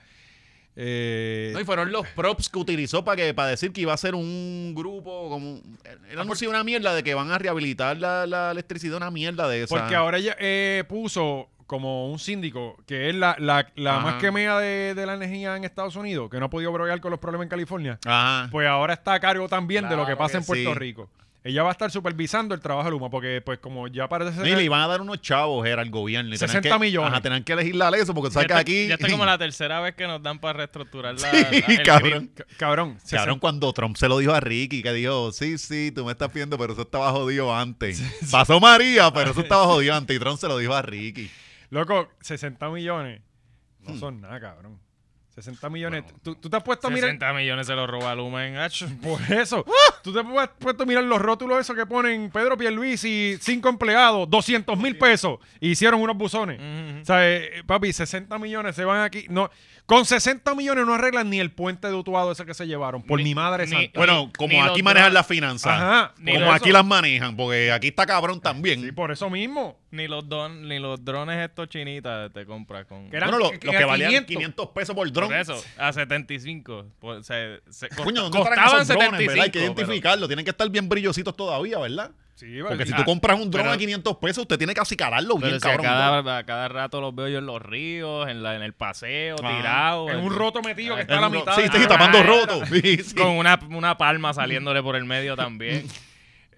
[SPEAKER 2] Eh,
[SPEAKER 3] No, y fueron los props que utilizó para que para decir que iba a ser un grupo como un-
[SPEAKER 2] Ah,
[SPEAKER 3] él anunció una mierda de que van a rehabilitar la, la electricidad una mierda de esa.
[SPEAKER 2] porque ahora ella eh, puso como un síndico, que es la, la- la
[SPEAKER 3] Ajá.
[SPEAKER 2] más quemea de, de la energía en Estados Unidos, que no ha podido bregar con los problemas en California,
[SPEAKER 3] Ajá.
[SPEAKER 2] pues ahora está a cargo también de lo que
[SPEAKER 3] Claro
[SPEAKER 2] pasa
[SPEAKER 3] que
[SPEAKER 2] en Puerto
[SPEAKER 3] sí.
[SPEAKER 2] Rico. Ella va a estar supervisando el trabajo de Luma, porque pues como ya parece
[SPEAKER 3] No,
[SPEAKER 2] ser...
[SPEAKER 3] y le iban a dar unos chavos era al gobierno y tenían
[SPEAKER 2] 60
[SPEAKER 3] que-
[SPEAKER 2] millones.
[SPEAKER 3] Ajá, tenían que legislar eso porque sabes que
[SPEAKER 5] ya está-
[SPEAKER 3] aquí
[SPEAKER 5] ya está como la tercera vez que nos dan para reestructurar la.
[SPEAKER 3] Sí,
[SPEAKER 5] la- el
[SPEAKER 3] cabrón.
[SPEAKER 5] grid.
[SPEAKER 2] Ca- Cabrón, se
[SPEAKER 3] Cabrón, cuando Trump se lo dijo a Ricky, que dijo, sí, sí, tú me estás viendo, pero eso estaba jodido antes. Pasó María, pero eso estaba jodido antes. Y Trump se lo dijo a Ricky.
[SPEAKER 2] Loco, 60 millones no son nada, cabrón. 60 millones.
[SPEAKER 3] Hmm. Bueno.
[SPEAKER 2] ¿Tú, tú te has puesto a mirar.
[SPEAKER 5] 60 millones se los roba Luma en H.
[SPEAKER 2] Por eso.
[SPEAKER 3] ¡Ah!
[SPEAKER 2] Tú te has puesto a mirar los rótulos esos que ponen Pedro Pierluis y cinco empleados, 200 mil pesos. e hicieron unos buzones. O sea, eh, papi, 60 millones se van aquí. No, con 60 millones no arreglan ni el puente de Utuado ese que se llevaron. Por
[SPEAKER 5] Ni-
[SPEAKER 2] mi madre
[SPEAKER 5] ni-
[SPEAKER 2] santa.
[SPEAKER 3] Bueno,
[SPEAKER 5] Ni-
[SPEAKER 3] como
[SPEAKER 5] ni
[SPEAKER 3] aquí
[SPEAKER 5] los
[SPEAKER 3] manejan
[SPEAKER 5] dra-
[SPEAKER 3] las finanzas.
[SPEAKER 2] Ajá, ni
[SPEAKER 3] Como
[SPEAKER 2] los-
[SPEAKER 3] aquí las manejan, porque aquí está cabrón también.
[SPEAKER 2] Y por eso mismo.
[SPEAKER 5] Ni los don, ni los drones estos chinitas te compras con.
[SPEAKER 2] Que eran-
[SPEAKER 3] Bueno, lo-
[SPEAKER 2] que-
[SPEAKER 3] los,
[SPEAKER 2] que
[SPEAKER 3] que valían
[SPEAKER 2] 500.
[SPEAKER 3] 500, pesos por dron.
[SPEAKER 5] Por eso, a 75. Por, o sea, pues, se costa-
[SPEAKER 3] Coño, ¿dónde estarán
[SPEAKER 5] costaban
[SPEAKER 3] esos drones, verdad? Hay que
[SPEAKER 5] 75, pero- Pues
[SPEAKER 3] identificarlo. Tienen que estar bien brillositos todavía, ¿verdad?
[SPEAKER 2] Sí, Ah,
[SPEAKER 3] Porque si
[SPEAKER 2] papi.
[SPEAKER 3] tú compras un dron
[SPEAKER 5] pero-
[SPEAKER 3] a 500 pesos, usted tiene que acicalarlo
[SPEAKER 5] Pero
[SPEAKER 3] bien,
[SPEAKER 5] si a
[SPEAKER 3] cabrón.
[SPEAKER 5] cada, a cada rato los veo yo en los ríos, en, la, en el paseo,
[SPEAKER 3] Ah,
[SPEAKER 5] tirado.
[SPEAKER 2] en un
[SPEAKER 5] roto
[SPEAKER 2] roto metido que
[SPEAKER 5] Ah,
[SPEAKER 2] está a
[SPEAKER 3] En
[SPEAKER 2] la
[SPEAKER 3] un-
[SPEAKER 2] mitad.
[SPEAKER 3] Sí,
[SPEAKER 2] de
[SPEAKER 3] sí,
[SPEAKER 2] la
[SPEAKER 3] tapando
[SPEAKER 2] carretera.
[SPEAKER 3] roto. Sí, sí.
[SPEAKER 5] Con una, una palma saliéndole por el medio también.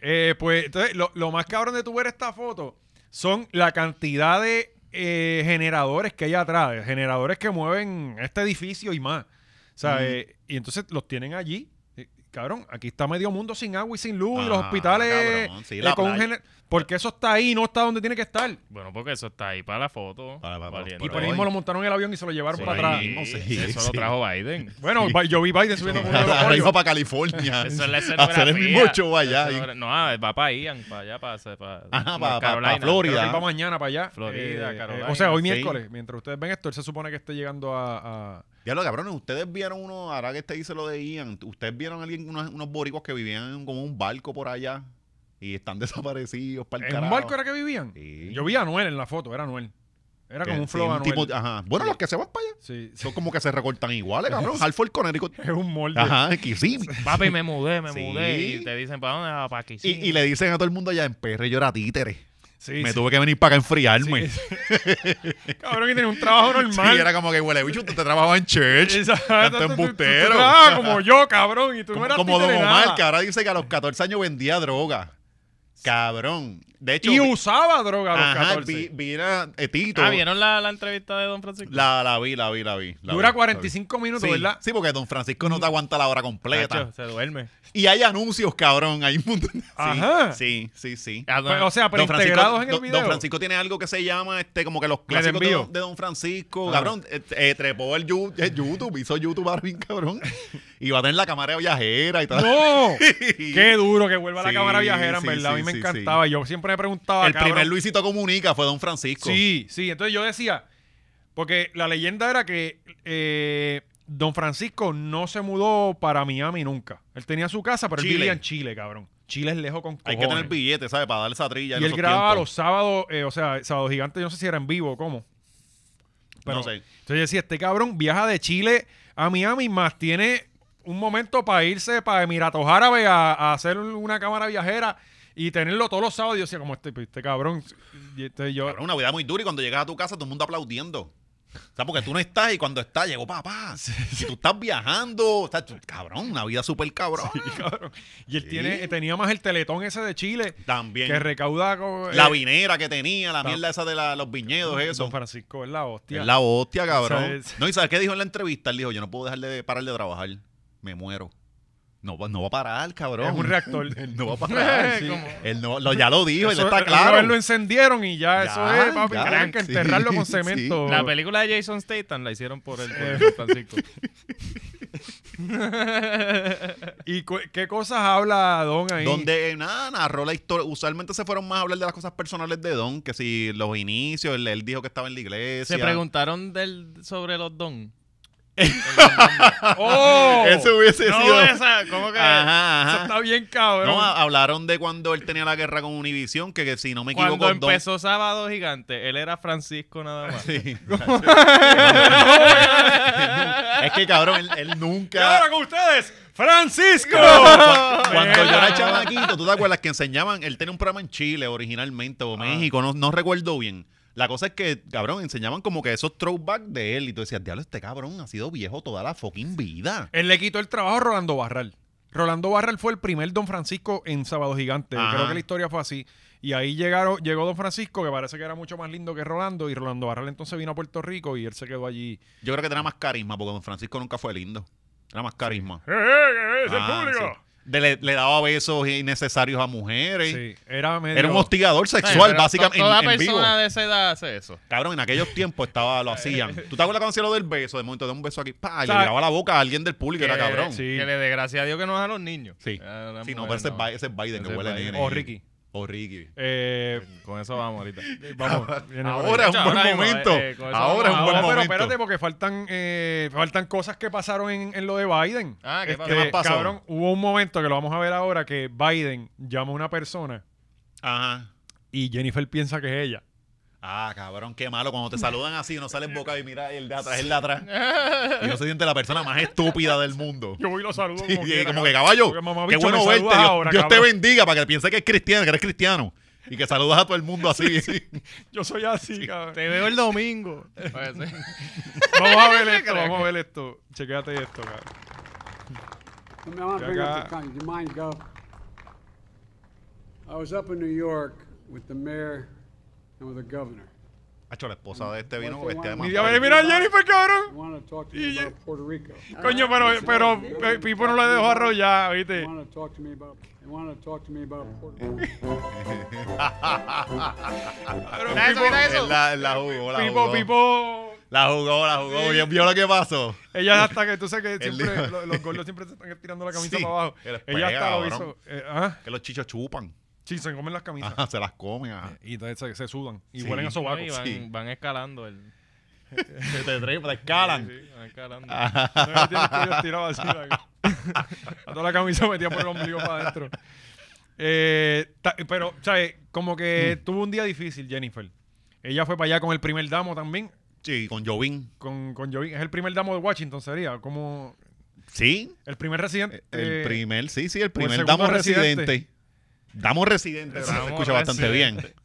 [SPEAKER 2] Eh, pues entonces, lo, lo más cabrón de tu ver esta foto son la cantidad de eh, generadores que hay atrás, de generadores que mueven este edificio y más. O sea, eh, y entonces los tienen allí. Eh, Cabrón, aquí está medio mundo sin agua y sin luz y los
[SPEAKER 3] Ah,
[SPEAKER 2] hospitales
[SPEAKER 3] cabrón, sí,
[SPEAKER 2] eh,
[SPEAKER 3] la
[SPEAKER 2] con un
[SPEAKER 3] playa.
[SPEAKER 2] gener- porque eso está ahí, no está donde tiene que estar.
[SPEAKER 5] bueno, porque eso está ahí para la foto.
[SPEAKER 3] Para- para-
[SPEAKER 5] valiente.
[SPEAKER 2] Y
[SPEAKER 3] Por
[SPEAKER 2] por ahí
[SPEAKER 3] ahí.
[SPEAKER 2] mismo lo montaron en el avión y se lo llevaron
[SPEAKER 3] Sí,
[SPEAKER 2] para
[SPEAKER 3] ahí
[SPEAKER 2] atrás.
[SPEAKER 3] mismo, sí,
[SPEAKER 5] eso
[SPEAKER 3] sí.
[SPEAKER 5] lo trajo Biden.
[SPEAKER 2] Bueno, Bi- yo vi Biden subiendo por uno de los
[SPEAKER 3] Ahora
[SPEAKER 2] hoyos.
[SPEAKER 3] iba para California.
[SPEAKER 5] Eso es la
[SPEAKER 3] A
[SPEAKER 5] escenografía.
[SPEAKER 3] Ah, hacer el mismo show allá.
[SPEAKER 5] Eso es- No, ah, va para Ian, para allá, para... para
[SPEAKER 3] Ajá,
[SPEAKER 5] North
[SPEAKER 3] pa- pa- pa'
[SPEAKER 5] Carolina.
[SPEAKER 3] Florida.
[SPEAKER 2] Creo que él va mañana para allá.
[SPEAKER 5] Florida,
[SPEAKER 2] Eh, eh,
[SPEAKER 5] Carolina,
[SPEAKER 2] o sea, hoy
[SPEAKER 5] sí.
[SPEAKER 2] miércoles, mientras ustedes ven esto, él se supone que esté llegando a- a
[SPEAKER 3] Ya lo cabrones, ustedes vieron uno, ahora que este dice lo de Ian, ustedes vieron a alguien, unos, unos boricuas que vivían en como un barco por allá y están desaparecidos para el
[SPEAKER 2] ¿En un
[SPEAKER 3] carajo.
[SPEAKER 2] barco era que vivían?
[SPEAKER 3] Sí.
[SPEAKER 2] Yo vi a Noel en la foto, era Noel. Era como
[SPEAKER 3] Que
[SPEAKER 2] un flow
[SPEAKER 3] tiene
[SPEAKER 2] Anuel.
[SPEAKER 3] tipo- ajá. Bueno, los que se van para allá
[SPEAKER 2] Sí, sí.
[SPEAKER 3] son como que se recortan iguales, cabrón. Hartford, Connecticut.
[SPEAKER 2] Es un molde.
[SPEAKER 3] Ajá, Kissimmee.
[SPEAKER 5] Papi, me mudé, me
[SPEAKER 3] Sí.
[SPEAKER 5] mudé. Y te dicen, ¿para dónde vas? Para aquí.
[SPEAKER 3] Y, y le dicen a todo el mundo allá en PR, yo era títere.
[SPEAKER 2] Sí,
[SPEAKER 3] me
[SPEAKER 2] sí.
[SPEAKER 3] tuve que venir para acá a enfriarme. Sí,
[SPEAKER 2] Cabrón, que tiene un trabajo normal.
[SPEAKER 3] era como que huele bicho, usted trabajaba en church.
[SPEAKER 2] Exacto.
[SPEAKER 3] Tanto
[SPEAKER 2] Tú- tú-
[SPEAKER 3] embustero.
[SPEAKER 2] tú trabajabas como yo, cabrón. Y tú no
[SPEAKER 3] Como,
[SPEAKER 2] eras
[SPEAKER 3] como Don
[SPEAKER 2] títere de
[SPEAKER 3] Omar,
[SPEAKER 2] nada.
[SPEAKER 3] que ahora dice que a los 14 años vendía droga. Cabrón. De hecho,
[SPEAKER 2] Y
[SPEAKER 3] vi-
[SPEAKER 2] usaba droga a los
[SPEAKER 3] ajá,
[SPEAKER 2] 14.
[SPEAKER 3] vi- vi a eh, Tito.
[SPEAKER 5] Ah, ¿vieron la, la entrevista de Don Francisco?
[SPEAKER 3] La, la vi, la vi, la vi. la vi, la
[SPEAKER 2] Dura
[SPEAKER 3] vi.
[SPEAKER 2] 45 minutos,
[SPEAKER 3] Sí,
[SPEAKER 2] ¿verdad?
[SPEAKER 3] Sí, porque Don Francisco no te aguanta la hora completa.
[SPEAKER 5] Nacho, se duerme.
[SPEAKER 3] Y hay anuncios, cabrón. Hay un montón de- sí,
[SPEAKER 2] Ajá.
[SPEAKER 3] Sí, sí, sí.
[SPEAKER 5] Ah,
[SPEAKER 2] Pues,
[SPEAKER 5] don-
[SPEAKER 2] o sea, pero
[SPEAKER 3] Don Francisco,
[SPEAKER 2] integrados en el
[SPEAKER 3] Don-
[SPEAKER 2] video.
[SPEAKER 3] Don Francisco tiene algo que se llama este como que los clásicos de,
[SPEAKER 2] envío.
[SPEAKER 3] Don- de Don Francisco.
[SPEAKER 2] Ah.
[SPEAKER 3] Cabrón, eh, eh, trepó el, Yu- el YouTube, hizo YouTube ahora bien cabrón. Y va a tener la cámara viajera y tal.
[SPEAKER 2] ¡No! Qué duro que vuelva
[SPEAKER 3] Sí,
[SPEAKER 2] la cámara viajera, en
[SPEAKER 3] sí,
[SPEAKER 2] verdad. a mí
[SPEAKER 3] sí,
[SPEAKER 2] me
[SPEAKER 3] sí,
[SPEAKER 2] encantaba. Yo siempre me preguntaba.
[SPEAKER 3] El
[SPEAKER 2] ah, cabrón,
[SPEAKER 3] primer Luisito Comunica fue Don Francisco.
[SPEAKER 2] Sí, sí. Entonces yo decía, porque la leyenda era que eh, Don Francisco no se mudó para Miami nunca. Él tenía su casa, pero
[SPEAKER 3] Chile.
[SPEAKER 2] él vivía en Chile, cabrón. Chile es lejos con
[SPEAKER 3] Hay
[SPEAKER 2] cojones.
[SPEAKER 3] que tener billete, ¿sabes? Para darle esa trilla. en
[SPEAKER 2] Y él
[SPEAKER 3] esos
[SPEAKER 2] grababa los
[SPEAKER 3] tiempos.
[SPEAKER 2] sábados, eh, o sea, sábado gigante, yo no sé si era en vivo o cómo. Pero,
[SPEAKER 3] No sé.
[SPEAKER 2] Entonces yo decía, este cabrón viaja de Chile a Miami, más tiene un momento para irse para Emiratos Árabes a, a hacer una cámara viajera y tenerlo todos los sábados. Yo decía, como este, este cabrón. Y entonces yo,
[SPEAKER 3] Cabrón, una vida muy dura y cuando llegas a tu casa todo el mundo aplaudiendo. O sea, porque tú no estás y cuando estás llegó papá. Si tú estás viajando, o sea, tú- cabrón, una vida súper cabrón.
[SPEAKER 2] cabrón. Y él
[SPEAKER 3] Sí.
[SPEAKER 2] tiene, tenía más el teletón ese de Chile
[SPEAKER 3] También.
[SPEAKER 2] que recauda como, eh,
[SPEAKER 3] la vinera que tenía, la
[SPEAKER 2] Tam-
[SPEAKER 3] mierda esa de la- los viñedos, eso.
[SPEAKER 2] Don Francisco, es la hostia.
[SPEAKER 3] Es la hostia, cabrón.
[SPEAKER 2] Esa es-
[SPEAKER 3] No, ¿y sabes qué dijo en la entrevista? Él dijo, yo no puedo dejar de parar de trabajar. Me muero. No, va- no va a parar, cabrón.
[SPEAKER 2] Es un reactor.
[SPEAKER 3] Él no va a parar.
[SPEAKER 2] Sí.
[SPEAKER 5] Como-
[SPEAKER 3] Él no, lo- ya lo dijo, él
[SPEAKER 2] Eso-
[SPEAKER 3] está
[SPEAKER 2] Una
[SPEAKER 3] claro.
[SPEAKER 2] vez lo encendieron y ya,
[SPEAKER 3] Ya,
[SPEAKER 2] eso es, papi.
[SPEAKER 3] ya,
[SPEAKER 2] tienen que
[SPEAKER 3] sí,
[SPEAKER 2] enterrarlo con
[SPEAKER 3] sí.
[SPEAKER 2] cemento.
[SPEAKER 5] La película de Jason Statham la hicieron por él, por Don Francisco.
[SPEAKER 2] ¿Y cu- qué cosas habla Don ahí?
[SPEAKER 3] Donde eh, nada, narró la historia. Usualmente se fueron más a hablar de las cosas personales de Don, que si los inicios, él, él dijo que estaba en la iglesia.
[SPEAKER 5] Se preguntaron del, sobre los Don.
[SPEAKER 2] ¡Oh!
[SPEAKER 3] Eso hubiese sido.
[SPEAKER 5] esa, ¿cómo
[SPEAKER 3] Ajá,
[SPEAKER 2] Eso
[SPEAKER 3] ajá.
[SPEAKER 2] está bien, cabrón.
[SPEAKER 3] No, ha- hablaron de cuando él tenía la guerra con Univision, que, que si no me equivoco,
[SPEAKER 5] Cuando
[SPEAKER 3] Don-
[SPEAKER 5] empezó Sábado Gigante, él era Francisco nada más.
[SPEAKER 3] Sí. es que cabrón, él, él
[SPEAKER 2] y
[SPEAKER 3] nunca.
[SPEAKER 2] ahora con ustedes, Francisco.
[SPEAKER 3] Cuando, cuando yo era
[SPEAKER 2] Mira.
[SPEAKER 3] chamaquito, ¿tú te acuerdas que enseñaban? Él tenía un programa en Chile originalmente
[SPEAKER 5] Ah.
[SPEAKER 3] o México, no, no recuerdo bien. La cosa es que, cabrón, enseñaban como que esos throwback de él y tú decías, diablo, este cabrón ha sido viejo toda la fucking vida.
[SPEAKER 2] Él le quitó el trabajo a Rolando Barral. Rolando Barral fue el primer Don Francisco en Sábado Gigante.
[SPEAKER 3] Ajá.
[SPEAKER 2] Creo que la historia fue así. Y ahí llegaron, llegó Don Francisco, que parece que era mucho más lindo que Rolando. Y Rolando Barral entonces vino a Puerto Rico y él se quedó allí.
[SPEAKER 3] Yo creo que tenía más carisma porque Don Francisco nunca fue lindo. Era más carisma.
[SPEAKER 5] Eh,
[SPEAKER 3] Ah, sí. De- le, le daba besos innecesarios a mujeres.
[SPEAKER 2] Sí, era medio...
[SPEAKER 3] Era un hostigador
[SPEAKER 5] Sí,
[SPEAKER 3] sexual,
[SPEAKER 5] pero
[SPEAKER 3] básicamente.
[SPEAKER 5] to- Toda
[SPEAKER 3] en- en vivo.
[SPEAKER 5] persona de esa edad hace eso.
[SPEAKER 3] Cabrón, en aquellos tiempos estaba, lo hacían. ¿Tú te acuerdas cuando hacía lo del beso? De momento de un beso aquí, pa, y le
[SPEAKER 2] ¿Sabes?
[SPEAKER 3] miraba la boca a alguien del público, era
[SPEAKER 5] Que-
[SPEAKER 3] cabrón.
[SPEAKER 2] eh, Sí.
[SPEAKER 5] Que le desgracia a Dios que no es a los niños. Ah,
[SPEAKER 3] Sí.
[SPEAKER 5] A las
[SPEAKER 3] Sí, no, pero
[SPEAKER 5] mujeres,
[SPEAKER 3] ese, es Bi- ese es Biden,
[SPEAKER 5] Ese
[SPEAKER 3] que
[SPEAKER 5] es
[SPEAKER 3] huele a
[SPEAKER 5] Biden.
[SPEAKER 3] nene.
[SPEAKER 2] O Ricky.
[SPEAKER 3] O Ricky.
[SPEAKER 2] Eh,
[SPEAKER 5] Con eso vamos ahorita.
[SPEAKER 2] vamos. viene por ahí.
[SPEAKER 3] Ahora es un
[SPEAKER 5] Ahora
[SPEAKER 3] buen
[SPEAKER 5] mismo,
[SPEAKER 3] momento.
[SPEAKER 5] eh, con eso
[SPEAKER 3] Ahora es un buen
[SPEAKER 5] vamos.
[SPEAKER 2] Ahora, pero
[SPEAKER 3] momento.
[SPEAKER 2] espérate, porque faltan, eh, faltan cosas que pasaron en, en lo de Biden.
[SPEAKER 5] Ah, ¿qué
[SPEAKER 2] Este,
[SPEAKER 5] pasó?
[SPEAKER 3] ¿Qué más pasó?
[SPEAKER 2] Cabrón, hubo un momento que lo vamos a ver ahora que Biden llama a una persona
[SPEAKER 3] Ajá.
[SPEAKER 2] y Jennifer piensa que es ella.
[SPEAKER 3] Ah, cabrón, qué malo. Cuando te saludan así, no sales boca y mira el de atrás, el de atrás. Y no se siente la persona más estúpida del mundo.
[SPEAKER 2] Yo voy y lo saludo.
[SPEAKER 3] Sí,
[SPEAKER 2] como,
[SPEAKER 3] y
[SPEAKER 2] quiera,
[SPEAKER 3] como que caballo,
[SPEAKER 2] Porque mamá,
[SPEAKER 3] qué
[SPEAKER 2] bicho,
[SPEAKER 3] bueno
[SPEAKER 2] me
[SPEAKER 3] verte.
[SPEAKER 2] saludas
[SPEAKER 3] Dios,
[SPEAKER 2] ahora,
[SPEAKER 3] Dios te
[SPEAKER 2] cabrón.
[SPEAKER 3] bendiga para que piense que es cristiano, que eres cristiano. Y que saludas a todo el mundo así.
[SPEAKER 2] Yo soy así, cabrón.
[SPEAKER 5] Te veo el domingo. Parece.
[SPEAKER 2] Vamos a ver esto, vamos a ver esto. Chequéate esto, cabrón.
[SPEAKER 3] Ah,
[SPEAKER 7] I mean, I want to bring up
[SPEAKER 2] Gaga.
[SPEAKER 7] the con- your mind go. I was up in New York with the mayor and with the governor.
[SPEAKER 3] Hacho, la esposa de este vino
[SPEAKER 7] What they
[SPEAKER 3] vestida de
[SPEAKER 7] want-
[SPEAKER 2] Y a
[SPEAKER 3] mamá.
[SPEAKER 2] ver, mira a Jennifer,
[SPEAKER 7] I
[SPEAKER 2] cabrón.
[SPEAKER 7] want to talk to you
[SPEAKER 2] Y-
[SPEAKER 7] about Puerto Rico.
[SPEAKER 2] Coño, pero, pero eh, Pipo no le dejó arrollar,
[SPEAKER 7] They
[SPEAKER 2] ¿viste?
[SPEAKER 7] want to talk to me about. They want to talk to me about Puerto Rico.
[SPEAKER 2] Pero
[SPEAKER 5] Mira eso, mira
[SPEAKER 2] Pipo,
[SPEAKER 5] eso.
[SPEAKER 3] Él La, la jugó, la
[SPEAKER 2] Pipo,
[SPEAKER 3] jugó.
[SPEAKER 2] Pipo.
[SPEAKER 3] La jugó, la jugó. Vio- Vio lo que pasó.
[SPEAKER 2] Ella hasta que tú sabes que
[SPEAKER 3] Él
[SPEAKER 2] siempre
[SPEAKER 3] dijo-
[SPEAKER 2] lo- los gordos siempre se están tirando la camisa
[SPEAKER 3] Sí,
[SPEAKER 2] para abajo.
[SPEAKER 3] que les
[SPEAKER 2] Ella hasta
[SPEAKER 3] pega,
[SPEAKER 2] lo
[SPEAKER 3] cabrón.
[SPEAKER 2] hizo. eh, ah,
[SPEAKER 3] Que los chichos chupan.
[SPEAKER 2] sí, se comen las camisas.
[SPEAKER 3] Ajá, se las comen. Ajá.
[SPEAKER 2] Y entonces se, se sudan y
[SPEAKER 3] Sí.
[SPEAKER 2] huelen a sobaco.
[SPEAKER 5] Y van,
[SPEAKER 3] sí.
[SPEAKER 5] van escalando el.
[SPEAKER 3] Se te trepan, te escalan.
[SPEAKER 5] Sí, van escalando.
[SPEAKER 2] Entonces, tiene que ir tirado así, la- a toda la camisa metida por el ombligo para adentro.
[SPEAKER 3] Mm.
[SPEAKER 2] Eh, ta- pero, ¿sabes? Como que tuvo un día difícil, Jennifer. Ella fue para allá con el primer damo también.
[SPEAKER 3] Sí, con Jovín.
[SPEAKER 2] Con, con Jovín. Es el primer damo de Washington, sería. Como
[SPEAKER 3] Sí,
[SPEAKER 2] el primer residente.
[SPEAKER 3] el
[SPEAKER 2] eh,
[SPEAKER 3] primer, sí, sí, el
[SPEAKER 2] el
[SPEAKER 3] primer
[SPEAKER 2] segundo
[SPEAKER 3] damos
[SPEAKER 2] residente.
[SPEAKER 3] residente. Damos residente, se
[SPEAKER 5] Damos
[SPEAKER 3] escucha bastante
[SPEAKER 5] residente.
[SPEAKER 3] bien.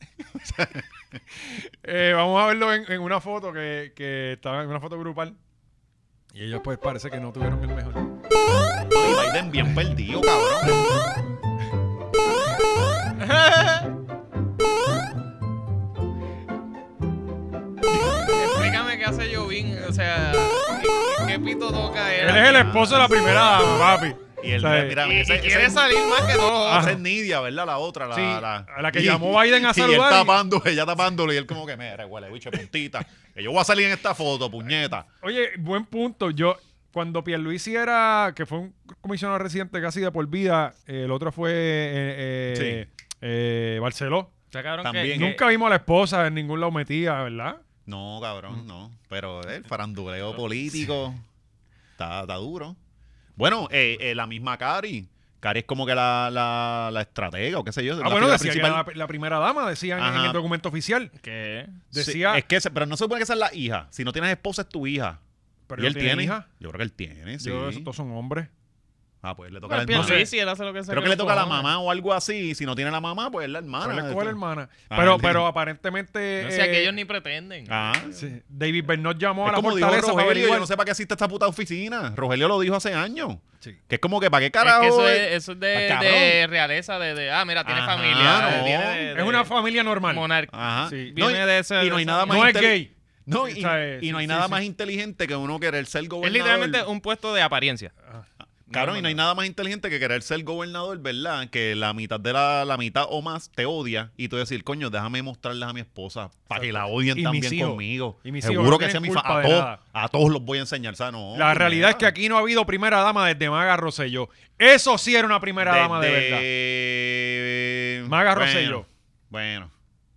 [SPEAKER 2] Eh, vamos a verlo en, en una foto que, que estaba en una foto grupal. Y ellos, pues, parece que no tuvieron el mejor.
[SPEAKER 3] Y Biden bien perdido, cabrón.
[SPEAKER 4] Explícame qué hace Jovín, o sea, ¿qué, qué pito toca él?
[SPEAKER 2] Él es el esposo de la primera dama, papi.
[SPEAKER 3] Ah. Y el
[SPEAKER 2] O sea,
[SPEAKER 3] mira,
[SPEAKER 4] Y,
[SPEAKER 3] ese-
[SPEAKER 4] y
[SPEAKER 3] ese-
[SPEAKER 4] quiere salir más que todos los
[SPEAKER 3] Ah,
[SPEAKER 4] otros.
[SPEAKER 3] esa es Nidia, ¿verdad? La otra, la,
[SPEAKER 2] Sí,
[SPEAKER 3] la,
[SPEAKER 2] a la que llamó Biden a
[SPEAKER 3] y él
[SPEAKER 2] saludar y-
[SPEAKER 3] tapando, ella tapándolo y él como que, mira, huele bicho puntita. Que yo voy a salir en esta foto, puñeta.
[SPEAKER 2] Oye, buen punto. Yo, cuando Pierluisi era, que fue un comisionado reciente casi de por vida, eh, el otro fue eh, eh, eh, Barceló.
[SPEAKER 5] Está cabrón
[SPEAKER 3] También.
[SPEAKER 5] que- que-
[SPEAKER 2] Nunca vimos a la esposa en ningún lado metida, ¿verdad? Ah,
[SPEAKER 3] No, cabrón,
[SPEAKER 2] Mm.
[SPEAKER 3] no. Pero eh, el faranduleo político está, está duro. Bueno, eh, eh, la misma Cari. Cari es como que la, la, la estratega o qué sé yo.
[SPEAKER 2] Ah,
[SPEAKER 3] la
[SPEAKER 2] bueno,
[SPEAKER 3] figura
[SPEAKER 2] decía que era la, la primera dama, decían en
[SPEAKER 3] Ajá.
[SPEAKER 2] el documento oficial.
[SPEAKER 5] que-
[SPEAKER 3] Sí,
[SPEAKER 2] Decía,
[SPEAKER 3] es que, ese- pero no se supone que esa es la hija. Si no tienes esposa, es tu hija.
[SPEAKER 2] pero
[SPEAKER 3] ¿Y
[SPEAKER 2] no
[SPEAKER 3] él tiene,
[SPEAKER 2] hija.
[SPEAKER 3] Yo creo que él tiene, sí.
[SPEAKER 2] Yo creo que esos todos son hombres.
[SPEAKER 3] Ah, pues le toca
[SPEAKER 4] Bueno,
[SPEAKER 3] a la hermana.
[SPEAKER 4] Pierluisi, él hace lo que se
[SPEAKER 3] Creo que le toca a la
[SPEAKER 4] cojones.
[SPEAKER 3] mamá o algo así. y Si no tiene la mamá, pues es la hermana.
[SPEAKER 2] Pero él escoge la hermana.
[SPEAKER 3] Ah,
[SPEAKER 2] Pero,
[SPEAKER 3] él tiene-
[SPEAKER 2] pero aparentemente.
[SPEAKER 4] O sea,
[SPEAKER 2] eh,
[SPEAKER 4] que ellos ni pretenden.
[SPEAKER 3] Ah,
[SPEAKER 2] sí, David Bernot llamó a
[SPEAKER 3] Es
[SPEAKER 2] la
[SPEAKER 3] como dijo
[SPEAKER 2] fortaleza para
[SPEAKER 3] Rogelio, yo
[SPEAKER 2] averiguar.
[SPEAKER 3] no sé para qué existe esta puta oficina. Rogelio lo dijo hace años.
[SPEAKER 2] Sí.
[SPEAKER 3] Que es como que, ¿para qué
[SPEAKER 4] Es
[SPEAKER 3] carajo?
[SPEAKER 4] que eso
[SPEAKER 3] es?
[SPEAKER 4] es, eso es de,
[SPEAKER 3] Ah,
[SPEAKER 4] de realeza, de, de, ah, mira, tiene
[SPEAKER 3] Ajá,
[SPEAKER 4] familia.
[SPEAKER 3] Ah,
[SPEAKER 4] eh,
[SPEAKER 3] no.
[SPEAKER 4] tiene de- de
[SPEAKER 2] Es una familia normal.
[SPEAKER 4] monarquía.
[SPEAKER 3] Ajá.
[SPEAKER 2] Sí.
[SPEAKER 3] No, y,
[SPEAKER 4] Viene de ese-
[SPEAKER 3] y
[SPEAKER 4] de
[SPEAKER 3] no hay
[SPEAKER 4] esa-
[SPEAKER 3] nada más
[SPEAKER 2] no es
[SPEAKER 3] intel-
[SPEAKER 2] gay.
[SPEAKER 3] No, y,
[SPEAKER 2] O sea, eh,
[SPEAKER 3] y no hay
[SPEAKER 2] sí,
[SPEAKER 3] nada
[SPEAKER 2] sí,
[SPEAKER 3] más
[SPEAKER 2] sí.
[SPEAKER 3] inteligente que uno querer ser
[SPEAKER 4] Es
[SPEAKER 3] gobernador.
[SPEAKER 4] literalmente un puesto de apariencia.
[SPEAKER 3] Cabrón, y no hay nada más inteligente que querer ser gobernador, ¿verdad? Que la mitad de la, la mitad o más te odia y tú decir, coño, déjame mostrarles a mi esposa para que la odien
[SPEAKER 2] Y mis
[SPEAKER 3] también
[SPEAKER 2] hijos.
[SPEAKER 3] conmigo.
[SPEAKER 2] Y mis hijos
[SPEAKER 3] Seguro
[SPEAKER 2] no
[SPEAKER 3] que sea
[SPEAKER 2] tienen
[SPEAKER 3] mi fa-
[SPEAKER 2] culpa
[SPEAKER 3] a,
[SPEAKER 2] de
[SPEAKER 3] todos-
[SPEAKER 2] nada.
[SPEAKER 3] a todos los voy a enseñar, o sea, no,
[SPEAKER 2] La
[SPEAKER 3] hombre,
[SPEAKER 2] realidad es que
[SPEAKER 3] nada.
[SPEAKER 2] aquí no ha habido primera dama desde Maga Rosselló. Eso sí era una primera dama de
[SPEAKER 3] Desde-
[SPEAKER 2] verdad.
[SPEAKER 3] eh,
[SPEAKER 2] Maga
[SPEAKER 3] bueno,
[SPEAKER 2] Rosselló.
[SPEAKER 3] Bueno,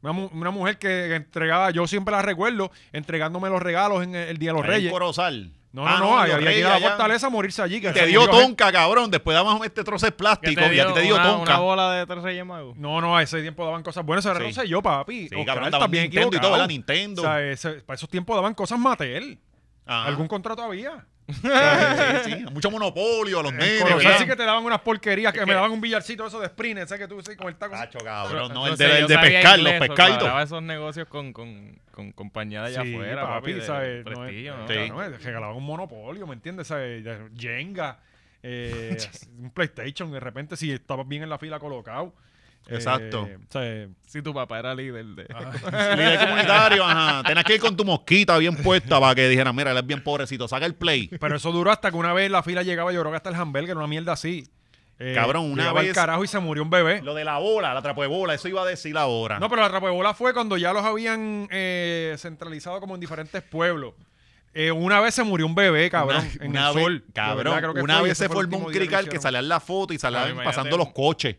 [SPEAKER 2] Una, mu- una mujer que entregaba, yo siempre la recuerdo, entregándome los regalos en el, el Día de los
[SPEAKER 3] ahí en
[SPEAKER 2] Reyes.
[SPEAKER 3] Corozal.
[SPEAKER 2] No, no,
[SPEAKER 3] Ah,
[SPEAKER 2] no,
[SPEAKER 3] en
[SPEAKER 2] ahí
[SPEAKER 3] Los
[SPEAKER 2] había que ir a
[SPEAKER 3] Reyes,
[SPEAKER 2] la
[SPEAKER 3] allá.
[SPEAKER 2] fortaleza a morirse allí. Que
[SPEAKER 3] Y te
[SPEAKER 2] se
[SPEAKER 3] dio
[SPEAKER 2] murió gente.
[SPEAKER 3] tonca, cabrón. Después damos este trozo de
[SPEAKER 4] Que
[SPEAKER 3] plástico
[SPEAKER 4] te
[SPEAKER 3] y a
[SPEAKER 4] dio
[SPEAKER 3] ti te dio
[SPEAKER 4] una,
[SPEAKER 3] tonca.
[SPEAKER 4] una bola de tres reyes magos.
[SPEAKER 2] No, no, a ese tiempo daban cosas buenas. Eso era
[SPEAKER 3] Sí.
[SPEAKER 2] Rosselló, papi.
[SPEAKER 3] Sí,
[SPEAKER 2] Oscar,
[SPEAKER 3] cabrón,
[SPEAKER 2] estás
[SPEAKER 3] daban
[SPEAKER 2] bien
[SPEAKER 3] Nintendo y todo,
[SPEAKER 2] equivocado.
[SPEAKER 3] ¿verdad? Nintendo. Ah.
[SPEAKER 2] O sea, ese- para esos tiempos daban cosas Mattel.
[SPEAKER 3] Ajá.
[SPEAKER 2] Algún contrato había.
[SPEAKER 3] Sí, sí, sí. Mucho monopolio a los nenes.
[SPEAKER 2] Pero
[SPEAKER 3] ¿verdad?
[SPEAKER 2] así que te daban unas porquerías, que me daban un billarcito eso de sprint, ese que tú sí, con el taco.
[SPEAKER 3] Cacho, cabrón. No,
[SPEAKER 4] Yo
[SPEAKER 3] el
[SPEAKER 4] sé,
[SPEAKER 3] de, el
[SPEAKER 4] yo
[SPEAKER 3] de
[SPEAKER 4] sabía
[SPEAKER 3] pescar,
[SPEAKER 4] inglés,
[SPEAKER 3] los
[SPEAKER 4] porque
[SPEAKER 3] pescaditos.
[SPEAKER 4] hablaba esos negocios con, con, con compañía de allá
[SPEAKER 2] Sí,
[SPEAKER 4] afuera, papi, de
[SPEAKER 2] ¿sabes? No es-
[SPEAKER 4] prestigio, ¿no?
[SPEAKER 2] no,
[SPEAKER 3] Sí.
[SPEAKER 2] no, es- regalaban un monopolio, ¿me entiendes? ¿Sabes? Ya- Jenga, eh, un PlayStation, de repente si estabas bien en la fila colocado. eh,
[SPEAKER 3] Exacto.
[SPEAKER 2] ¿sabes?
[SPEAKER 4] Si tu papá era líder de...
[SPEAKER 2] Ah.
[SPEAKER 3] Líder comunitario, ajá. Tenías que ir con tu mosquita bien puesta para que dijeran, mira, él es bien pobrecito, saca el play.
[SPEAKER 2] Pero eso duró hasta que una vez la fila llegaba, yo creo que hasta el hamburger, una mierda así. Eh,
[SPEAKER 3] Cabrón, una
[SPEAKER 2] llegaba al
[SPEAKER 3] vez-
[SPEAKER 2] carajo y se murió un bebé.
[SPEAKER 3] Lo de la bola, la trapo de bola, eso iba a decir ahora.
[SPEAKER 2] No, pero la trapebola fue cuando ya los habían eh, centralizado como en diferentes pueblos. Eh, una vez se murió un bebé, cabrón,
[SPEAKER 3] Una-
[SPEAKER 2] en
[SPEAKER 3] una
[SPEAKER 2] el
[SPEAKER 3] vez-
[SPEAKER 2] sol. De
[SPEAKER 3] Cabrón,
[SPEAKER 2] verdad, creo que
[SPEAKER 3] una
[SPEAKER 2] fue, y
[SPEAKER 3] vez
[SPEAKER 2] ese
[SPEAKER 3] se
[SPEAKER 2] fue el
[SPEAKER 3] formó
[SPEAKER 2] último
[SPEAKER 3] un
[SPEAKER 2] día lo
[SPEAKER 3] crical que
[SPEAKER 2] hicieron.
[SPEAKER 3] salían las fotos y salían
[SPEAKER 5] imagínate
[SPEAKER 3] pasando los
[SPEAKER 5] un-
[SPEAKER 3] coches.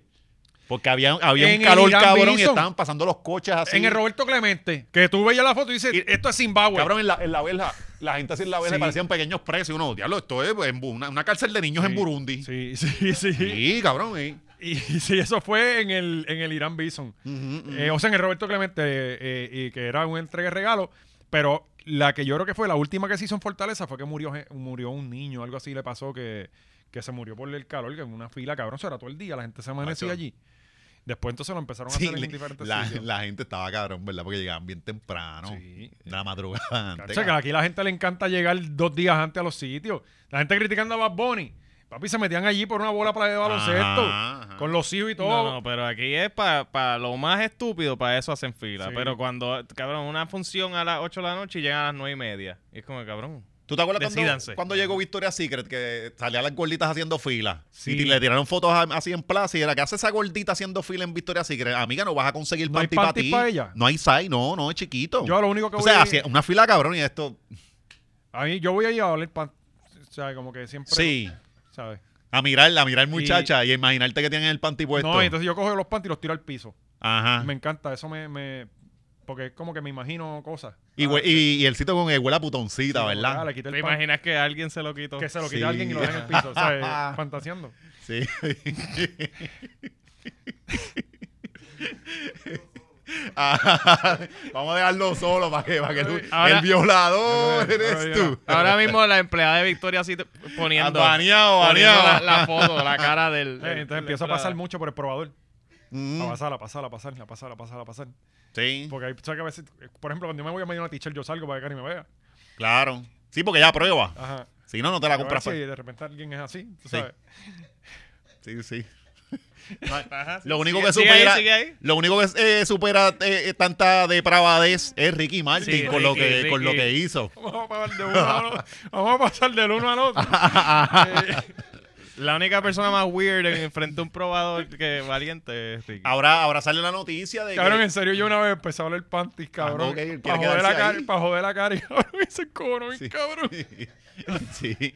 [SPEAKER 3] Porque había, había
[SPEAKER 2] En
[SPEAKER 3] un
[SPEAKER 2] el
[SPEAKER 3] calor
[SPEAKER 2] Irán
[SPEAKER 3] cabrón y
[SPEAKER 2] Bison.
[SPEAKER 3] estaban pasando los coches así.
[SPEAKER 2] En el Roberto Clemente, que tú veías la foto y dices,
[SPEAKER 3] Y-
[SPEAKER 2] esto es Zimbabue.
[SPEAKER 3] Cabrón, en la, en la verja, la gente así en la verja
[SPEAKER 2] Sí.
[SPEAKER 3] parecían pequeños presos. Y uno, diablo, esto es en Bu- una, una cárcel de niños en Burundi. Sí,
[SPEAKER 2] Sí, sí, sí.
[SPEAKER 3] cabrón. eh.
[SPEAKER 2] Y, y sí, eso fue en el, en el Irán Bison.
[SPEAKER 3] Mm,
[SPEAKER 2] Eh, o sea, en el Roberto Clemente, eh, eh, y que era un entrega de regalo. Pero la que yo creo que fue la última que se hizo en Fortaleza fue que murió, gen- murió un niño, algo así le pasó que, que se murió por el calor, que en una fila, cabrón, eso era todo el día, la gente se amanecía
[SPEAKER 3] Macho.
[SPEAKER 2] allí. Después entonces lo empezaron a
[SPEAKER 3] Sí,
[SPEAKER 2] hacer en
[SPEAKER 3] le-
[SPEAKER 2] diferentes
[SPEAKER 3] la,
[SPEAKER 2] sitios.
[SPEAKER 3] la gente estaba cabrón, ¿verdad? Porque llegaban bien temprano.
[SPEAKER 2] Sí.
[SPEAKER 3] De la madrugada
[SPEAKER 2] O
[SPEAKER 3] antes.
[SPEAKER 2] sea, que aquí la gente le encanta llegar dos días antes a los sitios. La gente criticando a Bad Bunny. Papi, se metían allí por una bola para de baloncesto.
[SPEAKER 3] Ajá, ajá.
[SPEAKER 2] Con los hijos y todo.
[SPEAKER 5] No, no, pero aquí es para lo más estúpido, para eso hacen fila.
[SPEAKER 2] Sí.
[SPEAKER 5] Pero cuando, cabrón, una función a las 8 de la noche y llegan a las 9 y media. Y es como, cabrón.
[SPEAKER 3] ¿Tú te acuerdas
[SPEAKER 5] Decídanse.
[SPEAKER 3] cuando, cuando llegó Victoria's Secret que salían las gorditas haciendo fila? Y ti- le tiraron fotos a- así en plaza y era que hace esa gordita haciendo fila en Victoria's Secret. Amiga, no vas a conseguir
[SPEAKER 2] ¿No hay
[SPEAKER 3] panty para
[SPEAKER 2] panty
[SPEAKER 3] ti.
[SPEAKER 2] pa' ella?
[SPEAKER 3] No hay size, no, no, es chiquito.
[SPEAKER 2] Yo lo único que
[SPEAKER 3] o
[SPEAKER 2] voy
[SPEAKER 3] sea,
[SPEAKER 2] a-
[SPEAKER 3] hacía una fila cabrón y esto.
[SPEAKER 2] A mí, yo voy a ir a oler pan. ¿Sabes? Como que siempre.
[SPEAKER 3] Sí.
[SPEAKER 2] ¿Sabes?
[SPEAKER 3] A mirarla, a mirar muchacha y, a imaginarte que tienen el panty puesto. Ah.
[SPEAKER 2] No, y entonces yo cojo los panties y los tiro al piso.
[SPEAKER 3] Ajá.
[SPEAKER 2] Me encanta, eso me. me- porque es como que me imagino cosas.
[SPEAKER 3] Y, hue- y- y el sitio con el huele a putoncita,
[SPEAKER 2] Como que, ah,
[SPEAKER 3] ¿verdad?
[SPEAKER 2] le quité el
[SPEAKER 5] ¿Te
[SPEAKER 2] pan-
[SPEAKER 5] imaginas que alguien se lo quitó?
[SPEAKER 2] Que se lo quite
[SPEAKER 3] Sí.
[SPEAKER 2] a alguien y lo deje en el piso. ¿Sabes? Fantaseando.
[SPEAKER 3] Sí. Ah, Vamos a dejarlo solo para que, para que tú-
[SPEAKER 4] Ahora-
[SPEAKER 3] el violador Oh, eres tú.
[SPEAKER 4] Ahora mismo la empleada de Victoria así te- poniendo,
[SPEAKER 3] Ah, Baneado,
[SPEAKER 4] poniendo la,
[SPEAKER 3] baneado.
[SPEAKER 4] la foto, la cara del... del-
[SPEAKER 2] eh, Entonces empiezo a
[SPEAKER 4] la-
[SPEAKER 2] pasar mucho por el probador.
[SPEAKER 3] Mm,
[SPEAKER 2] A pasar, a pasar, a pasar, a pasar, a pasar, a pasar.
[SPEAKER 3] Sí,
[SPEAKER 2] Porque hay, ¿sabes que a veces, por ejemplo, cuando yo me voy a medir una teacher, yo salgo para que Cari me vea.
[SPEAKER 3] claro. Sí, porque ya prueba.
[SPEAKER 4] Ah.
[SPEAKER 2] Ajá.
[SPEAKER 3] Si no, no te la
[SPEAKER 2] Pero
[SPEAKER 3] compras.
[SPEAKER 2] a ver Si de repente alguien es así, tú
[SPEAKER 3] pues. Sí.
[SPEAKER 2] sabes.
[SPEAKER 3] Sí, sí.
[SPEAKER 4] Ajá, sí,
[SPEAKER 3] Lo único
[SPEAKER 4] sigue-
[SPEAKER 3] que
[SPEAKER 4] sigue ahí,
[SPEAKER 3] supera,
[SPEAKER 4] sigue ahí.
[SPEAKER 3] lo único que eh, supera eh, eh, tanta depravadez es Ricky Martin
[SPEAKER 4] Sí,
[SPEAKER 3] con lo
[SPEAKER 4] Ricky,
[SPEAKER 3] que con lo
[SPEAKER 4] Ricky.
[SPEAKER 3] que hizo.
[SPEAKER 2] Vamos a pasar de uno al otro. Vamos a pasar del uno al otro.
[SPEAKER 4] La única persona más weird en frente a un probador que valiente es Ricky.
[SPEAKER 3] Ahora, ahora sale la noticia de
[SPEAKER 2] Cabrón,
[SPEAKER 3] que
[SPEAKER 2] en serio, yo una vez empecé a hablar panties, cabrón.
[SPEAKER 3] Ah, ok, ¿quiere
[SPEAKER 2] para, joder la
[SPEAKER 3] quedarse
[SPEAKER 2] cara,
[SPEAKER 3] ahí?
[SPEAKER 2] para joder la cara, y cabrón, me hice el cono, bien
[SPEAKER 3] Sí.
[SPEAKER 2] cabrón.
[SPEAKER 3] sí.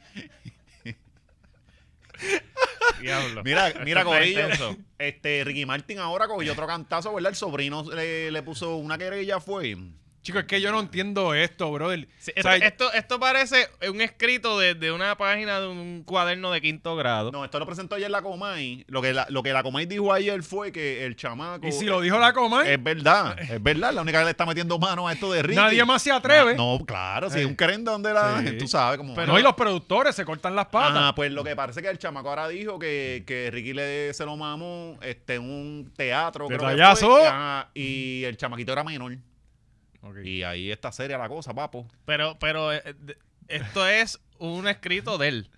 [SPEAKER 5] Diablo.
[SPEAKER 3] Mira, mira,
[SPEAKER 5] está
[SPEAKER 3] Corillo.
[SPEAKER 5] intenso.
[SPEAKER 3] Este, Ricky Martin ahora cogió otro cantazo, ¿verdad? El sobrino le, le puso una querella, fue.
[SPEAKER 2] Chicos, es que yo no entiendo esto, brother.
[SPEAKER 4] Sí,
[SPEAKER 2] O
[SPEAKER 4] esto,
[SPEAKER 2] sea,
[SPEAKER 4] esto, esto parece un escrito de, de una página de un cuaderno de quinto grado.
[SPEAKER 3] No, esto lo presentó ayer la Comay. Lo que la, lo que la Comay dijo ayer fue que el chamaco.
[SPEAKER 2] y si lo dijo la coma,
[SPEAKER 3] Es verdad, es verdad. La única que le está metiendo mano a esto de Ricky. Ah,
[SPEAKER 2] nadie más se atreve. No,
[SPEAKER 3] No, claro, si es un querendón de la.
[SPEAKER 2] Sí.
[SPEAKER 3] Tú sabes cómo.
[SPEAKER 2] y los productores se cortan las patas.
[SPEAKER 3] Ah, pues lo que parece que el chamaco ahora dijo que, que Ricky le se lo mamó este, en un teatro. creo que fue.
[SPEAKER 2] Detallazo.
[SPEAKER 3] Ajá, y el chamaquito era menor. Y ahí está seria la cosa, papo.
[SPEAKER 4] Pero, pero eh, de- esto es un escrito de él.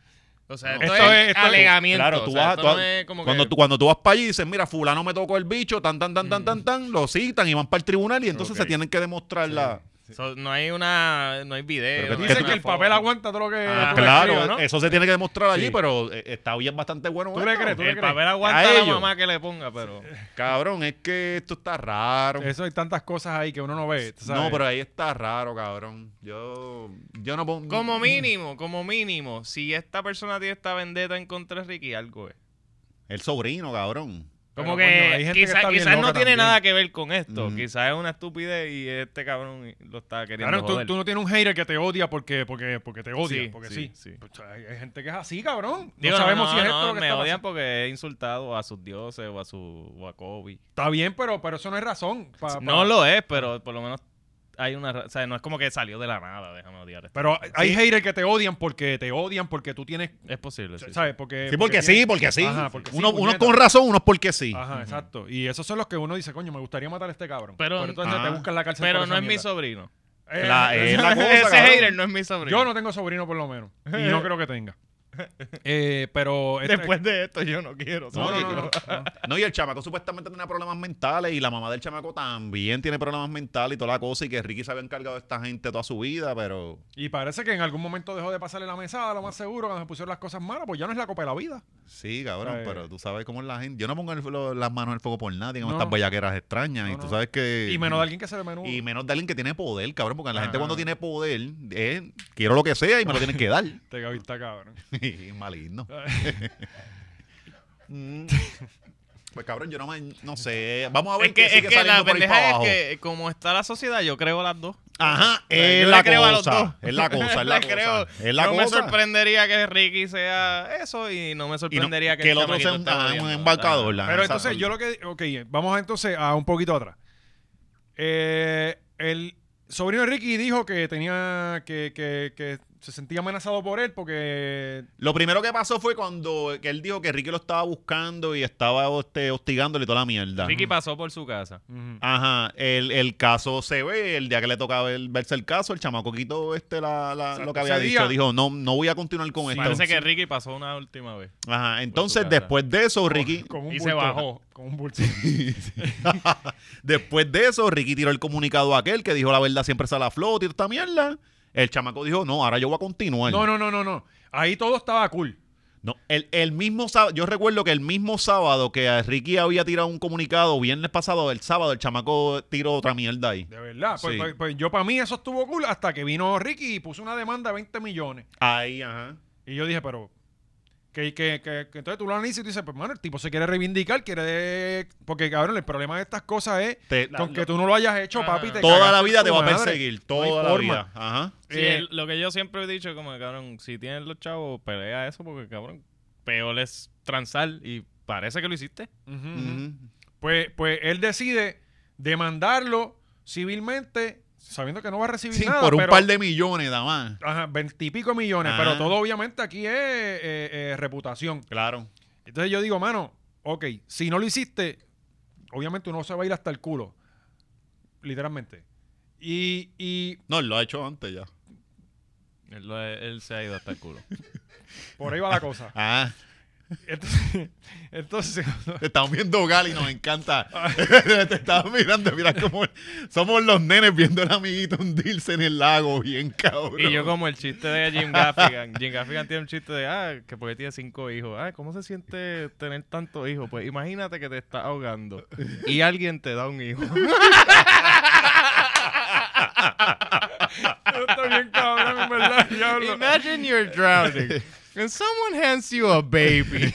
[SPEAKER 4] O sea,
[SPEAKER 3] No.
[SPEAKER 4] esto,
[SPEAKER 2] Esto
[SPEAKER 4] es,
[SPEAKER 2] es- esto-
[SPEAKER 4] alegamiento.
[SPEAKER 3] Claro, tú
[SPEAKER 4] Ah, o sea,
[SPEAKER 3] vas,
[SPEAKER 4] esto
[SPEAKER 3] tú-
[SPEAKER 4] no es como
[SPEAKER 3] cuando,
[SPEAKER 4] que-
[SPEAKER 3] tú, cuando tú vas para allí y dices, mira, fulano me tocó el bicho, tan, tan, tan, tan, tan, tan, lo citan y van para el tribunal y entonces
[SPEAKER 1] Ok.
[SPEAKER 3] se tienen que demostrar la...
[SPEAKER 4] so, no hay una, no hay video.
[SPEAKER 3] Pero que
[SPEAKER 4] no hay
[SPEAKER 2] Dicen
[SPEAKER 4] una
[SPEAKER 2] que el
[SPEAKER 4] foto.
[SPEAKER 2] papel aguanta todo lo que.
[SPEAKER 4] Ah,
[SPEAKER 2] tú le
[SPEAKER 3] Claro,
[SPEAKER 2] escribas, ¿no?
[SPEAKER 3] eso se tiene que demostrar allí, pero eh, está bien bastante bueno.
[SPEAKER 2] ¿Tú le
[SPEAKER 3] esto.
[SPEAKER 2] crees? ¿Tú le
[SPEAKER 4] El
[SPEAKER 2] crees?
[SPEAKER 4] papel aguanta
[SPEAKER 3] A
[SPEAKER 4] la
[SPEAKER 3] ellos.
[SPEAKER 4] mamá que le ponga, pero...
[SPEAKER 3] Cabrón, es que esto está raro.
[SPEAKER 2] Eso hay tantas cosas ahí que uno no ve. tú sabes.
[SPEAKER 3] No, pero ahí está raro, cabrón. Yo, yo no pongo...
[SPEAKER 2] Mm.
[SPEAKER 4] Como mínimo, como mínimo, si esta persona tiene esta vendetta en contra de Ricky, algo es.
[SPEAKER 3] El sobrino, cabrón.
[SPEAKER 4] Como
[SPEAKER 2] Pero, coño, hay
[SPEAKER 4] que
[SPEAKER 2] gente que
[SPEAKER 4] quizás
[SPEAKER 2] está bien
[SPEAKER 4] quizás no
[SPEAKER 2] loca
[SPEAKER 4] tiene
[SPEAKER 2] también.
[SPEAKER 4] nada que ver con esto.
[SPEAKER 3] Ujú.
[SPEAKER 4] Quizás es una estupidez y este cabrón lo está queriendo
[SPEAKER 2] Claro, tú,
[SPEAKER 4] joder.
[SPEAKER 2] tú no tienes un hater que te odia porque, porque, porque te odia,
[SPEAKER 4] Sí,
[SPEAKER 2] porque
[SPEAKER 4] sí,
[SPEAKER 2] sí.
[SPEAKER 4] sí.
[SPEAKER 2] Pues, hay, hay gente que es así, cabrón.
[SPEAKER 4] Digo,
[SPEAKER 2] no sabemos si es
[SPEAKER 4] no,
[SPEAKER 2] esto lo que
[SPEAKER 4] me
[SPEAKER 2] está
[SPEAKER 4] odian
[SPEAKER 2] pasando.
[SPEAKER 4] porque he insultado a sus dioses o a su o a Kobe.
[SPEAKER 2] Está bien, pero, pero eso no es razón. pa-
[SPEAKER 3] Ah,
[SPEAKER 2] pa-
[SPEAKER 4] No lo es, pero por lo menos hay una, ra- o sea, no es como que salió de la nada, déjame odiar. esto.
[SPEAKER 2] Pero hay haters que te odian porque te odian, porque tú tienes...
[SPEAKER 4] Es posible, sí.
[SPEAKER 2] ¿Sabes? Eh, Porque,
[SPEAKER 3] Sí, porque sí,
[SPEAKER 2] tienes-
[SPEAKER 3] porque sí.
[SPEAKER 2] Ajá, porque sí,
[SPEAKER 3] uno, unos
[SPEAKER 2] puñeta. Ah.
[SPEAKER 3] con razón, unos porque sí.
[SPEAKER 2] Ajá, exacto. Y esos son los que uno dice, coño, me gustaría matar a este cabrón.
[SPEAKER 4] Pero-
[SPEAKER 2] Pero, entonces
[SPEAKER 3] Ah.
[SPEAKER 2] te buscan la cárcel
[SPEAKER 4] Pero
[SPEAKER 2] por
[SPEAKER 4] no
[SPEAKER 2] esa
[SPEAKER 4] es mi
[SPEAKER 2] mierda.
[SPEAKER 4] sobrino.
[SPEAKER 2] Eh,
[SPEAKER 3] La- es la cosa,
[SPEAKER 4] Ese
[SPEAKER 3] cabrón.
[SPEAKER 4] hater no es mi sobrino.
[SPEAKER 2] Yo no tengo sobrino, por lo menos. Y no creo que tenga. Eh, pero... este-
[SPEAKER 4] Después de esto yo no quiero.
[SPEAKER 3] No,
[SPEAKER 4] sobrino.
[SPEAKER 3] no, no, no. No, y el chamaco supuestamente tenía problemas mentales y la mamá del chamaco también tiene problemas mentales y toda la cosa y que Ricky se había encargado de esta gente toda su vida, pero...
[SPEAKER 2] Y parece que en algún momento dejó de pasarle la mesada, lo más seguro, cuando se pusieron las cosas malas, pues ya no es la copa de la vida.
[SPEAKER 3] Sí, cabrón,
[SPEAKER 2] Ay.
[SPEAKER 3] pero tú sabes cómo es la gente. Yo no pongo el- lo- las manos en el fuego por nadie, como
[SPEAKER 2] No.
[SPEAKER 3] estas bellaqueras extrañas.
[SPEAKER 2] No,
[SPEAKER 3] y tú
[SPEAKER 2] no.
[SPEAKER 3] sabes que.
[SPEAKER 2] Y menos de alguien que se le menudo.
[SPEAKER 3] Y menos de alguien que tiene poder, cabrón, porque la gente
[SPEAKER 2] Ajá.
[SPEAKER 3] cuando tiene poder, eh, quiero lo que sea y me lo tienen que dar.
[SPEAKER 2] Te Gaby está cabrón.
[SPEAKER 3] Y Maligno. Mm. pues cabrón, yo no me. No sé. Vamos a ver
[SPEAKER 4] Es que,
[SPEAKER 3] qué sigue
[SPEAKER 4] es que la
[SPEAKER 3] saliendo por ahí para
[SPEAKER 4] pendeja
[SPEAKER 3] abajo.
[SPEAKER 4] es que como está la sociedad, yo creo las dos.
[SPEAKER 3] Ajá,
[SPEAKER 4] yo
[SPEAKER 3] es
[SPEAKER 4] le
[SPEAKER 3] la
[SPEAKER 4] creo a los dos.
[SPEAKER 3] cosa. Es la cosa, es la
[SPEAKER 4] Le
[SPEAKER 3] cosa.
[SPEAKER 4] creo.
[SPEAKER 3] Es la
[SPEAKER 4] no
[SPEAKER 3] cosa.
[SPEAKER 4] me sorprendería que Ricky sea eso y no me
[SPEAKER 3] Y no-
[SPEAKER 4] sorprendería que, este
[SPEAKER 3] que el otro sea un, ah, un embarcador. la-
[SPEAKER 2] Pero
[SPEAKER 3] esa-
[SPEAKER 2] entonces yo lo que... Ok, vamos entonces a un poquito atrás. Eh, el sobrino de Ricky dijo que tenía... Que, que, que se sentía amenazado por él porque...
[SPEAKER 3] Lo primero que pasó fue cuando que él dijo que Ricky lo estaba buscando y estaba este, hostigándole y toda la mierda.
[SPEAKER 4] Ricky pasó por su casa.
[SPEAKER 2] Ujú.
[SPEAKER 3] Ajá, el, el caso se ve, el día que le tocaba ver- verse el caso, el chamaco quitó este la, la- lo que
[SPEAKER 2] ese
[SPEAKER 3] había dicho,
[SPEAKER 2] día-
[SPEAKER 3] dijo, no, no voy a continuar con esto.
[SPEAKER 4] Parece que Ricky pasó una última vez.
[SPEAKER 3] Ajá, entonces
[SPEAKER 4] cara.
[SPEAKER 3] después de eso, Ricky,
[SPEAKER 2] Como un
[SPEAKER 4] y se
[SPEAKER 2] bulto.
[SPEAKER 4] bajó.
[SPEAKER 2] Como un bulto.
[SPEAKER 3] después de eso, Ricky tiró el comunicado a aquel que dijo la verdad siempre sale a flote y esta mierda. El chamaco dijo, no, ahora yo voy a continuar.
[SPEAKER 2] No, no, no, no, no. Ahí todo estaba cool.
[SPEAKER 3] No, el, el mismo sábado, yo recuerdo que el mismo sábado que a Ricky había tirado un comunicado, viernes pasado, el sábado, el chamaco tiró otra mierda ahí.
[SPEAKER 2] De verdad. Pues,
[SPEAKER 3] Sí.
[SPEAKER 2] pues- pues yo para mí eso estuvo cool hasta que vino Ricky y puso una demanda de 20 millones.
[SPEAKER 3] Ahí, ajá.
[SPEAKER 2] Y yo dije, pero. Que, que, que, que entonces tú lo analizas y tú dices, pues, mano, el tipo se quiere reivindicar, quiere. Porque, cabrón, el problema de estas cosas es.
[SPEAKER 3] Te-
[SPEAKER 2] con que tú no lo hayas hecho, papi, te
[SPEAKER 3] toda la
[SPEAKER 2] cagaste
[SPEAKER 3] vida
[SPEAKER 2] en
[SPEAKER 3] te
[SPEAKER 2] tu
[SPEAKER 3] va a
[SPEAKER 2] madre.
[SPEAKER 3] perseguir,
[SPEAKER 2] No hay
[SPEAKER 3] toda la
[SPEAKER 2] forma.
[SPEAKER 3] vida. Ajá.
[SPEAKER 4] Sí,
[SPEAKER 2] Eh,
[SPEAKER 4] el- lo que yo siempre he dicho, como que, cabrón, si tienes los chavos, pelea eso, porque cabrón, peor es transar y parece que lo hiciste.
[SPEAKER 2] ujú, ujú. Pues, pues él decide demandarlo civilmente, sabiendo que no va a recibir
[SPEAKER 3] Sí,
[SPEAKER 2] nada.
[SPEAKER 3] por un
[SPEAKER 2] pero-
[SPEAKER 3] par de millones, nada más.
[SPEAKER 2] Ajá, veintipico millones,
[SPEAKER 3] Ah.
[SPEAKER 2] pero todo obviamente aquí es eh, eh, reputación.
[SPEAKER 3] Claro.
[SPEAKER 2] Entonces yo digo, mano, ok, si no lo hiciste, obviamente uno se va a ir hasta el culo, literalmente. Y, y
[SPEAKER 3] No, él lo ha hecho antes ya.
[SPEAKER 5] Él, lo- él se ha ido hasta el culo.
[SPEAKER 2] por ahí va la cosa.
[SPEAKER 3] Ah,
[SPEAKER 2] Entonces, entonces
[SPEAKER 3] te estamos viendo Gali, nos encanta. te estaba mirando, mira cómo somos los nenes viendo al amiguito hundirse en el lago, bien cabrón.
[SPEAKER 5] Y yo como el chiste de Jim Gaffigan. Jim Gaffigan tiene un chiste de, ah, que porque tiene cinco hijos. Ah, ¿cómo se siente tener tantos hijos? Pues imagínate que te estás ahogando y alguien te da un hijo.
[SPEAKER 2] está bien cabrón, en verdad, diablo.
[SPEAKER 5] Imagine you're drowning and someone hands you a baby.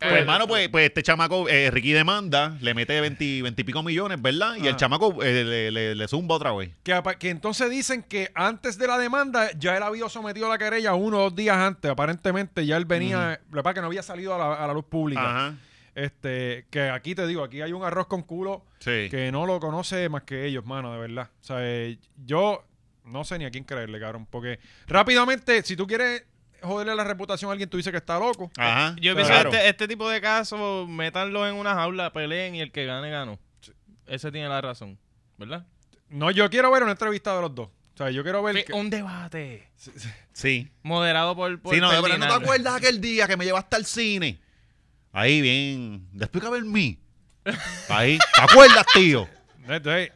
[SPEAKER 3] Pues, hermano, pues, pues este chamaco, eh, Ricky demanda, le mete 20, 20 y pico millones, ¿verdad? Y el
[SPEAKER 5] Ah.
[SPEAKER 3] chamaco eh, le, le- le zumba otra vez.
[SPEAKER 2] Que, apa- que entonces dicen que antes de la demanda ya él había sometido la querella uno o dos días antes. Aparentemente ya él venía, lo que pasa es que no había salido a la, a la luz pública.
[SPEAKER 3] Ajá.
[SPEAKER 2] Este, que aquí te digo, aquí hay un arroz con culo
[SPEAKER 3] Sí.
[SPEAKER 5] eh,
[SPEAKER 2] que no lo conoce más que ellos, mano, de verdad. O sea, eh, yo no sé ni a quién creerle, cabrón. Porque rápidamente, si tú quieres joderle la reputación a alguien, tú dices que está loco.
[SPEAKER 3] Ajá.
[SPEAKER 5] Yo pienso
[SPEAKER 3] Claro.
[SPEAKER 5] que este, este tipo de casos, métanlos en una jaula, peleen y el que gane, ganó. Ese tiene la razón, ¿verdad?
[SPEAKER 2] No, yo quiero ver una entrevista de los dos. O sea, yo quiero ver...
[SPEAKER 5] Fue
[SPEAKER 2] que-
[SPEAKER 5] Un debate
[SPEAKER 3] Sí.
[SPEAKER 5] moderado por, este- por
[SPEAKER 3] Sí, no, pero no
[SPEAKER 5] Ferdinand.
[SPEAKER 3] te acuerdas aquel día que me llevaste al cine. Ahí, bien. Después que ver mí. Ahí. ¿Te acuerdas, tío?
[SPEAKER 2] Entonces,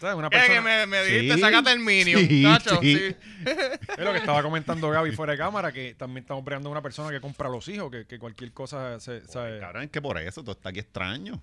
[SPEAKER 2] ¿sabes? Una
[SPEAKER 4] Es que
[SPEAKER 2] persona...
[SPEAKER 4] me, me dijiste,
[SPEAKER 3] Sí,
[SPEAKER 4] sácate el minion,
[SPEAKER 3] sí,
[SPEAKER 4] tacho,
[SPEAKER 3] sí.
[SPEAKER 4] sí.
[SPEAKER 2] Es lo que estaba comentando Gaby fuera de cámara, que también estamos pregando a una persona que compra a los hijos, que, que cualquier cosa se... sabe.
[SPEAKER 3] Cabrón, es que por eso tú estás aquí extraño.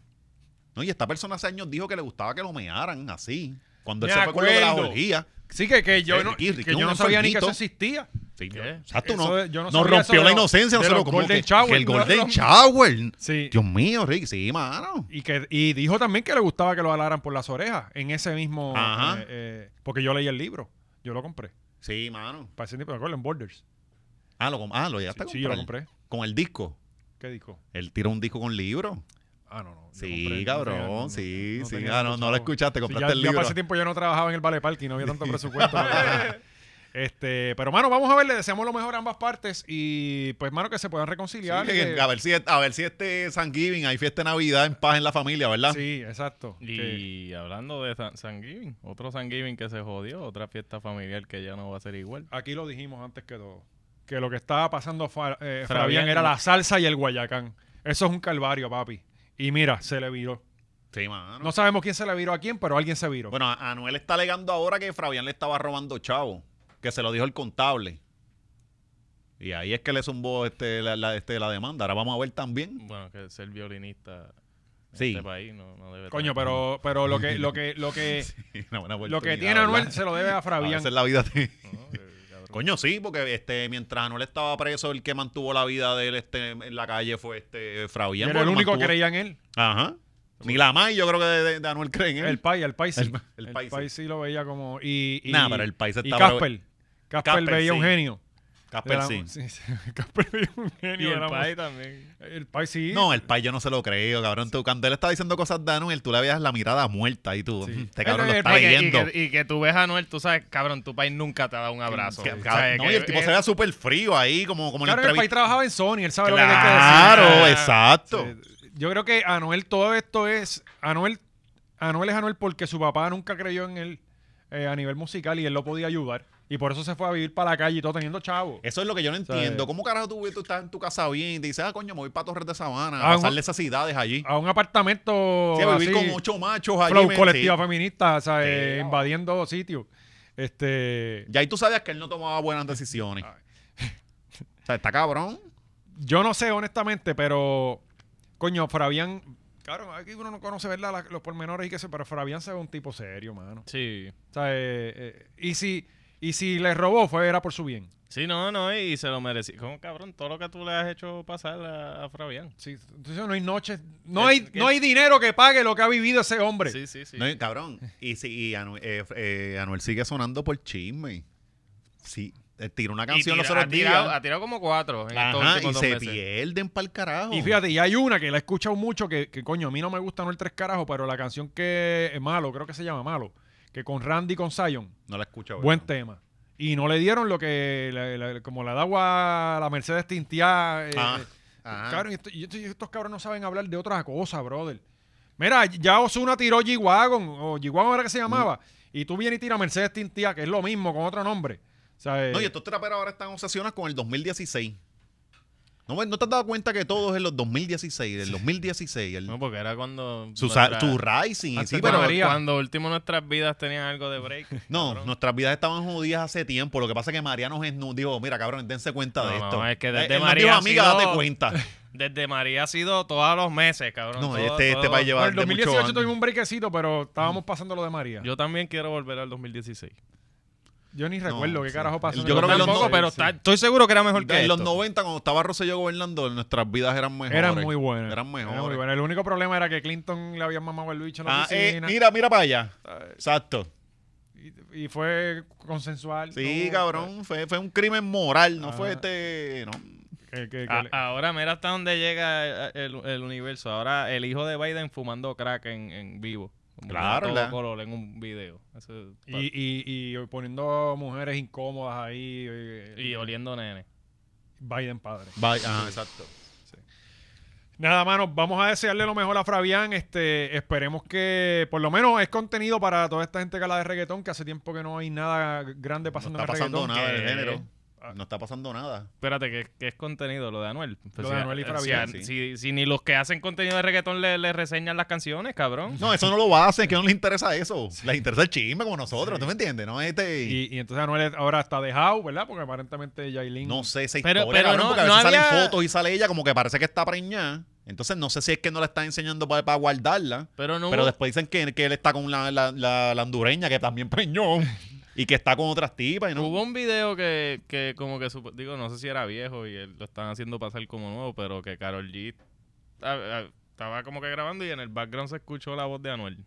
[SPEAKER 3] No, y esta persona hace años dijo que le gustaba que lo mearan así. Cuando él
[SPEAKER 2] Me
[SPEAKER 3] se fue con lo de las
[SPEAKER 2] acuerdo.
[SPEAKER 3] orgías.
[SPEAKER 2] Sí, que, que yo
[SPEAKER 3] Sí,
[SPEAKER 2] no,
[SPEAKER 3] Ricky, Ricky
[SPEAKER 2] que
[SPEAKER 3] es
[SPEAKER 2] yo
[SPEAKER 3] un
[SPEAKER 2] no sabía ni que eso
[SPEAKER 3] enfermito.
[SPEAKER 2] existía.
[SPEAKER 3] Sí, yo-
[SPEAKER 5] ¿Qué?
[SPEAKER 3] exacto,
[SPEAKER 2] Eso
[SPEAKER 3] no,
[SPEAKER 2] de- yo no
[SPEAKER 3] nos
[SPEAKER 2] sabía
[SPEAKER 3] rompió
[SPEAKER 2] eso de
[SPEAKER 3] la
[SPEAKER 2] los-
[SPEAKER 3] inocencia. No
[SPEAKER 2] de
[SPEAKER 3] se lo
[SPEAKER 2] los
[SPEAKER 3] como
[SPEAKER 2] Golden
[SPEAKER 3] que-
[SPEAKER 2] Shower,
[SPEAKER 3] que el
[SPEAKER 2] ¿no?
[SPEAKER 3] Golden Shower.
[SPEAKER 2] Sí.
[SPEAKER 3] Dios mío, Rick, sí, mano.
[SPEAKER 2] Y, que, y dijo también que le gustaba que lo alaran por las orejas en ese mismo.
[SPEAKER 3] Ajá.
[SPEAKER 2] eh, eh, porque yo leí el libro. Yo lo compré.
[SPEAKER 3] Sí, mano.
[SPEAKER 2] Para ese tipo de acuerdo, en Borders.
[SPEAKER 3] Ah, lo, com- ah, lo llegaste
[SPEAKER 2] Sí,
[SPEAKER 3] a
[SPEAKER 2] sí, yo lo
[SPEAKER 3] comprar.
[SPEAKER 2] compré.
[SPEAKER 3] Con el disco.
[SPEAKER 2] ¿Qué dijo?
[SPEAKER 3] Él tiró un disco con libro.
[SPEAKER 2] Ah, no, no. yo
[SPEAKER 3] Sí,
[SPEAKER 2] compré- no
[SPEAKER 3] cabrón,
[SPEAKER 2] tenía- no- no-
[SPEAKER 3] sí, sí.
[SPEAKER 2] tenía
[SPEAKER 3] Ah,
[SPEAKER 2] tanto
[SPEAKER 3] no, no lo
[SPEAKER 2] chavo.
[SPEAKER 3] escuchaste,
[SPEAKER 2] Sí,
[SPEAKER 3] compraste
[SPEAKER 2] ya-
[SPEAKER 3] el
[SPEAKER 2] Ya
[SPEAKER 3] libro.
[SPEAKER 2] para ese tiempo yo no trabajaba en el Vale Parking, no había tanto presupuesto. para- este, pero, mano, vamos a ver, le deseamos lo mejor a ambas partes y, pues, mano, que se puedan reconciliar.
[SPEAKER 3] Sí,
[SPEAKER 2] que-
[SPEAKER 3] que- a, ver si, a ver si este Thanksgiving hay fiesta de Navidad en paz en la familia, ¿verdad?
[SPEAKER 2] sí, exacto. que-
[SPEAKER 5] Y hablando de San- Thanksgiving, otro Thanksgiving que se jodió, otra fiesta familiar que ya no va a ser igual.
[SPEAKER 2] aquí lo dijimos antes que todo, que lo que estaba pasando a Fa- eh, Fabián,
[SPEAKER 5] Fabián
[SPEAKER 2] era
[SPEAKER 5] no.
[SPEAKER 2] la salsa y el guayacán. Eso es un calvario, papi. Y mira, se le viró.
[SPEAKER 3] Sí, mano.
[SPEAKER 2] No sabemos quién se le viró a quién, pero alguien se viró.
[SPEAKER 3] Bueno, a- Anuel está alegando ahora que Fabián le estaba robando chavo, que se lo dijo el contable. Y ahí es que le zumbó este, la, la- este, la demanda. Ahora vamos a ver también.
[SPEAKER 5] Bueno, que ser violinista en
[SPEAKER 3] Sí.
[SPEAKER 5] este país no, no debe
[SPEAKER 2] Coño,
[SPEAKER 5] tener-
[SPEAKER 2] pero, pero lo que, lo que, lo que,
[SPEAKER 3] Una buena
[SPEAKER 2] lo que
[SPEAKER 3] oportunidad,
[SPEAKER 2] tiene Anuel
[SPEAKER 3] ¿verdad?
[SPEAKER 2] se lo debe a
[SPEAKER 3] A
[SPEAKER 2] Fabián.
[SPEAKER 3] veces la vida te-
[SPEAKER 5] No, que- cabrón.
[SPEAKER 3] Coño, sí, porque este, mientras Anuel estaba preso, el que mantuvo la vida de él este, en la calle fue este
[SPEAKER 2] Y
[SPEAKER 3] Fabián.
[SPEAKER 2] era el
[SPEAKER 3] porque
[SPEAKER 2] único que
[SPEAKER 3] mantuvo-
[SPEAKER 2] creía en él.
[SPEAKER 3] Ajá. Ni la más, yo creo que de, de- de Anuel creen en él.
[SPEAKER 2] El país, el país sí.
[SPEAKER 3] El- el
[SPEAKER 2] El
[SPEAKER 3] país sí.
[SPEAKER 2] país sí lo veía como. Y, y,
[SPEAKER 3] Nah, pero el país
[SPEAKER 2] y
[SPEAKER 3] está
[SPEAKER 2] Casper. Casper
[SPEAKER 3] Casper,
[SPEAKER 2] veía un
[SPEAKER 3] sí.
[SPEAKER 2] genio.
[SPEAKER 3] Casper
[SPEAKER 2] Era-
[SPEAKER 3] sí.
[SPEAKER 2] sí. Casper veía un
[SPEAKER 5] Y
[SPEAKER 2] genio.
[SPEAKER 5] el
[SPEAKER 2] era mu-
[SPEAKER 5] país también.
[SPEAKER 2] el país sí.
[SPEAKER 3] No, el país yo no se lo creo, cabrón. Tú, cuando él estaba diciendo cosas de Anuel, tú le veías la mirada muerta y tú,
[SPEAKER 2] Sí.
[SPEAKER 3] te cabrón
[SPEAKER 2] Él-
[SPEAKER 3] lo
[SPEAKER 2] él-
[SPEAKER 3] está
[SPEAKER 5] Ay, que- y,
[SPEAKER 3] viendo.
[SPEAKER 5] que, y que tú ves a Noel, tú sabes, cabrón, tu país nunca te ha dado un abrazo.
[SPEAKER 3] Que-
[SPEAKER 5] O sea,
[SPEAKER 3] cabrón, no,
[SPEAKER 5] que-
[SPEAKER 3] y el tipo
[SPEAKER 5] eh,
[SPEAKER 3] se veía súper frío ahí, como, como en la
[SPEAKER 2] Claro, el país
[SPEAKER 3] entrevista.
[SPEAKER 2] trabajaba en Sony, él sabe lo que tiene que decir.
[SPEAKER 3] Claro,
[SPEAKER 2] Ah.
[SPEAKER 3] exacto.
[SPEAKER 2] Sí. Yo creo que Anuel todo esto es Anuel Anuel es Anuel porque su papá nunca creyó en él eh, a nivel musical y él lo podía ayudar y por eso se fue a vivir para la calle y todo teniendo chavo.
[SPEAKER 3] Eso es lo que yo no
[SPEAKER 2] sea,
[SPEAKER 3] entiendo. ¿Cómo carajo tú, tú estás en tu casa bien y te dices, ah, coño, me voy para Torres de Sabana
[SPEAKER 2] Ah,
[SPEAKER 3] a pasar necesidades allí?
[SPEAKER 2] A un apartamento
[SPEAKER 3] Sí, a vivir
[SPEAKER 2] así,
[SPEAKER 3] con ocho machos allí.
[SPEAKER 2] flow
[SPEAKER 3] me-
[SPEAKER 2] colectiva
[SPEAKER 3] sí.
[SPEAKER 2] feminista, o sea,
[SPEAKER 3] Sí,
[SPEAKER 2] eh,
[SPEAKER 3] no.
[SPEAKER 2] invadiendo sitios. Este,
[SPEAKER 3] Y ahí tú sabías que él no tomaba buenas decisiones. o sea, está cabrón.
[SPEAKER 2] yo no sé honestamente, pero coño, Fabián, claro, aquí uno no conoce verdad La- los pormenores y qué sé, pero Fabián se ve un tipo serio, mano.
[SPEAKER 5] Sí.
[SPEAKER 2] O sea, eh, eh, y si y si le robó fue era por su bien.
[SPEAKER 5] Sí, no, no, y se lo merecía. Como cabrón, todo lo que tú le has hecho pasar a, a Fabián.
[SPEAKER 2] Sí, entonces no hay noches, no
[SPEAKER 5] Es
[SPEAKER 2] hay,
[SPEAKER 5] que-
[SPEAKER 2] no hay dinero que pague lo que ha vivido ese hombre.
[SPEAKER 5] Sí, sí, sí.
[SPEAKER 3] No, y cabrón. Y, si, y Anu- eh, eh, Anuel sigue sonando por chisme. Sí. eh, tiró una canción
[SPEAKER 4] Y
[SPEAKER 3] los
[SPEAKER 4] tira-
[SPEAKER 3] otros
[SPEAKER 4] ha, tirado,
[SPEAKER 3] días.
[SPEAKER 4] ha tirado como cuatro en estos
[SPEAKER 3] Ajá, y
[SPEAKER 4] últimos dos
[SPEAKER 3] se
[SPEAKER 4] meses.
[SPEAKER 3] pierden para el carajo.
[SPEAKER 2] Y fíjate, y hay una que la he escuchado mucho, que, que, coño, a mí no me gusta no el tres carajo, pero la canción que es malo, creo que se llama malo, que con Randy y con Zion,
[SPEAKER 3] No la escucho. ¿verdad?
[SPEAKER 2] buen tema. Y no le dieron lo que, la- la- como la daba a la Mercedes Tintiá. eh,
[SPEAKER 3] Ah,
[SPEAKER 2] eh,
[SPEAKER 3] ajá.
[SPEAKER 2] cabrón, y esto- y estos, y estos cabros no saben hablar de otra cosa, brother. Mira, ya Osuna tiró G-Wagon, o G-Wagon era que se llamaba, y tú vienes y tiras Mercedes Tintiá, que es lo mismo, con otro nombre. O sea, eh,
[SPEAKER 3] No, y estos traperos ahora están obsesionados con el 2016. No, bueno, ¿no te has dado cuenta que todos en los 2016, del 2016, el,
[SPEAKER 4] No, porque era cuando.
[SPEAKER 3] su, sa-
[SPEAKER 4] nuestra-
[SPEAKER 3] su Rising,
[SPEAKER 2] Antes
[SPEAKER 3] sí,
[SPEAKER 2] de
[SPEAKER 3] pero
[SPEAKER 2] María.
[SPEAKER 4] Cuando último nuestras vidas tenían algo de break.
[SPEAKER 3] no, nuestras vidas estaban jodidas hace tiempo. Lo que pasa es que María nos esnu- dijo, mira, cabrón, dense cuenta de
[SPEAKER 4] No,
[SPEAKER 3] esto.
[SPEAKER 4] es que
[SPEAKER 3] Eh,
[SPEAKER 4] desde
[SPEAKER 3] él nos
[SPEAKER 4] María
[SPEAKER 3] dijo,
[SPEAKER 4] ha
[SPEAKER 3] amiga,
[SPEAKER 4] sido-
[SPEAKER 3] date cuenta.
[SPEAKER 4] Desde María ha sido todos los meses, cabrón.
[SPEAKER 3] No,
[SPEAKER 4] Todo-
[SPEAKER 3] este, este
[SPEAKER 4] todo-
[SPEAKER 3] va a llevar
[SPEAKER 2] en el 2018
[SPEAKER 3] de
[SPEAKER 2] tuvimos
[SPEAKER 3] mucho
[SPEAKER 2] un brequecito, pero estábamos pasando lo de María. Yo,
[SPEAKER 5] Yo también quiero volver al 2016.
[SPEAKER 2] ni
[SPEAKER 3] No,
[SPEAKER 2] recuerdo qué
[SPEAKER 3] sí.
[SPEAKER 2] carajo pasó. en
[SPEAKER 3] Yo
[SPEAKER 2] el
[SPEAKER 3] creo que los
[SPEAKER 4] tampoco,
[SPEAKER 3] no-
[SPEAKER 4] pero está- estoy seguro que era mejor que
[SPEAKER 3] En los
[SPEAKER 4] esto.
[SPEAKER 3] 90, cuando estaba Rosselló gobernando, nuestras vidas eran mejores.
[SPEAKER 2] Eran muy buenas.
[SPEAKER 3] Eran mejores.
[SPEAKER 2] muy buenas. El único problema era que Clinton le había mamado el bicho en la
[SPEAKER 3] Ah, eh,
[SPEAKER 2] oficina.
[SPEAKER 3] mira, mira para allá. Exacto.
[SPEAKER 2] y, y fue consensual.
[SPEAKER 3] Sí,
[SPEAKER 2] todo.
[SPEAKER 4] pues.
[SPEAKER 3] cabrón, fue, fue un crimen moral, no
[SPEAKER 4] Ah.
[SPEAKER 3] fue este... No.
[SPEAKER 2] Que- que- que
[SPEAKER 4] A-
[SPEAKER 2] le-
[SPEAKER 4] ahora mira hasta dónde llega el, el- el universo. Ahora el hijo de Biden fumando crack en, en vivo. Como
[SPEAKER 3] Claro,
[SPEAKER 4] todo
[SPEAKER 3] ¿verdad?
[SPEAKER 4] color en un video. Eso-
[SPEAKER 2] y, y- y poniendo mujeres incómodas ahí. eh,
[SPEAKER 4] y oliendo nene.
[SPEAKER 2] Biden padre.
[SPEAKER 3] Vaya, ajá, exacto.
[SPEAKER 2] Nada, mano, vamos a desearle lo mejor a Fabián. Este, esperemos que por lo menos es contenido para toda esta gente que habla de reggaetón, que hace tiempo que no hay nada grande pasando
[SPEAKER 3] no
[SPEAKER 2] en
[SPEAKER 3] está
[SPEAKER 2] el
[SPEAKER 3] pasando
[SPEAKER 2] reggaetón.
[SPEAKER 3] nada eh. del
[SPEAKER 4] que-
[SPEAKER 3] género.
[SPEAKER 2] Ah.
[SPEAKER 3] No está pasando nada.
[SPEAKER 4] Espérate, que, que es contenido lo de Anuel.
[SPEAKER 2] Lo de Anuel y
[SPEAKER 4] eh,
[SPEAKER 2] Fabián,
[SPEAKER 4] si,
[SPEAKER 3] sí.
[SPEAKER 4] si- si ni los que hacen contenido de reggaetón le, le reseñan las canciones, cabrón.
[SPEAKER 3] No, eso no lo hacen, que no les interesa eso. Les interesa el chisme como nosotros, ¿tú me entiendes? No, este...
[SPEAKER 2] Y, y entonces Anuel ahora está dejado, ¿verdad? Porque aparentemente Yailin.
[SPEAKER 3] No sé esa
[SPEAKER 4] Pero-
[SPEAKER 3] historia,
[SPEAKER 4] pero
[SPEAKER 3] cabrón,
[SPEAKER 4] no-
[SPEAKER 3] porque a
[SPEAKER 4] no
[SPEAKER 3] veces salen
[SPEAKER 4] había-
[SPEAKER 3] fotos y sale ella como que parece que está preñada. Entonces no sé si es que no la está enseñando para, guardarla.
[SPEAKER 4] Pero no
[SPEAKER 3] Pero
[SPEAKER 4] hubo-
[SPEAKER 3] después dicen que, que él está con la, la, la- la hondureña que también preñó y que está con otras tipas. Y no,
[SPEAKER 4] Hubo un video que, que como que, supo- digo, no sé si era viejo y él- lo están haciendo pasar como nuevo, pero que Carol G ah, ah, estaba como que grabando y en el background se escuchó la voz de Anuel.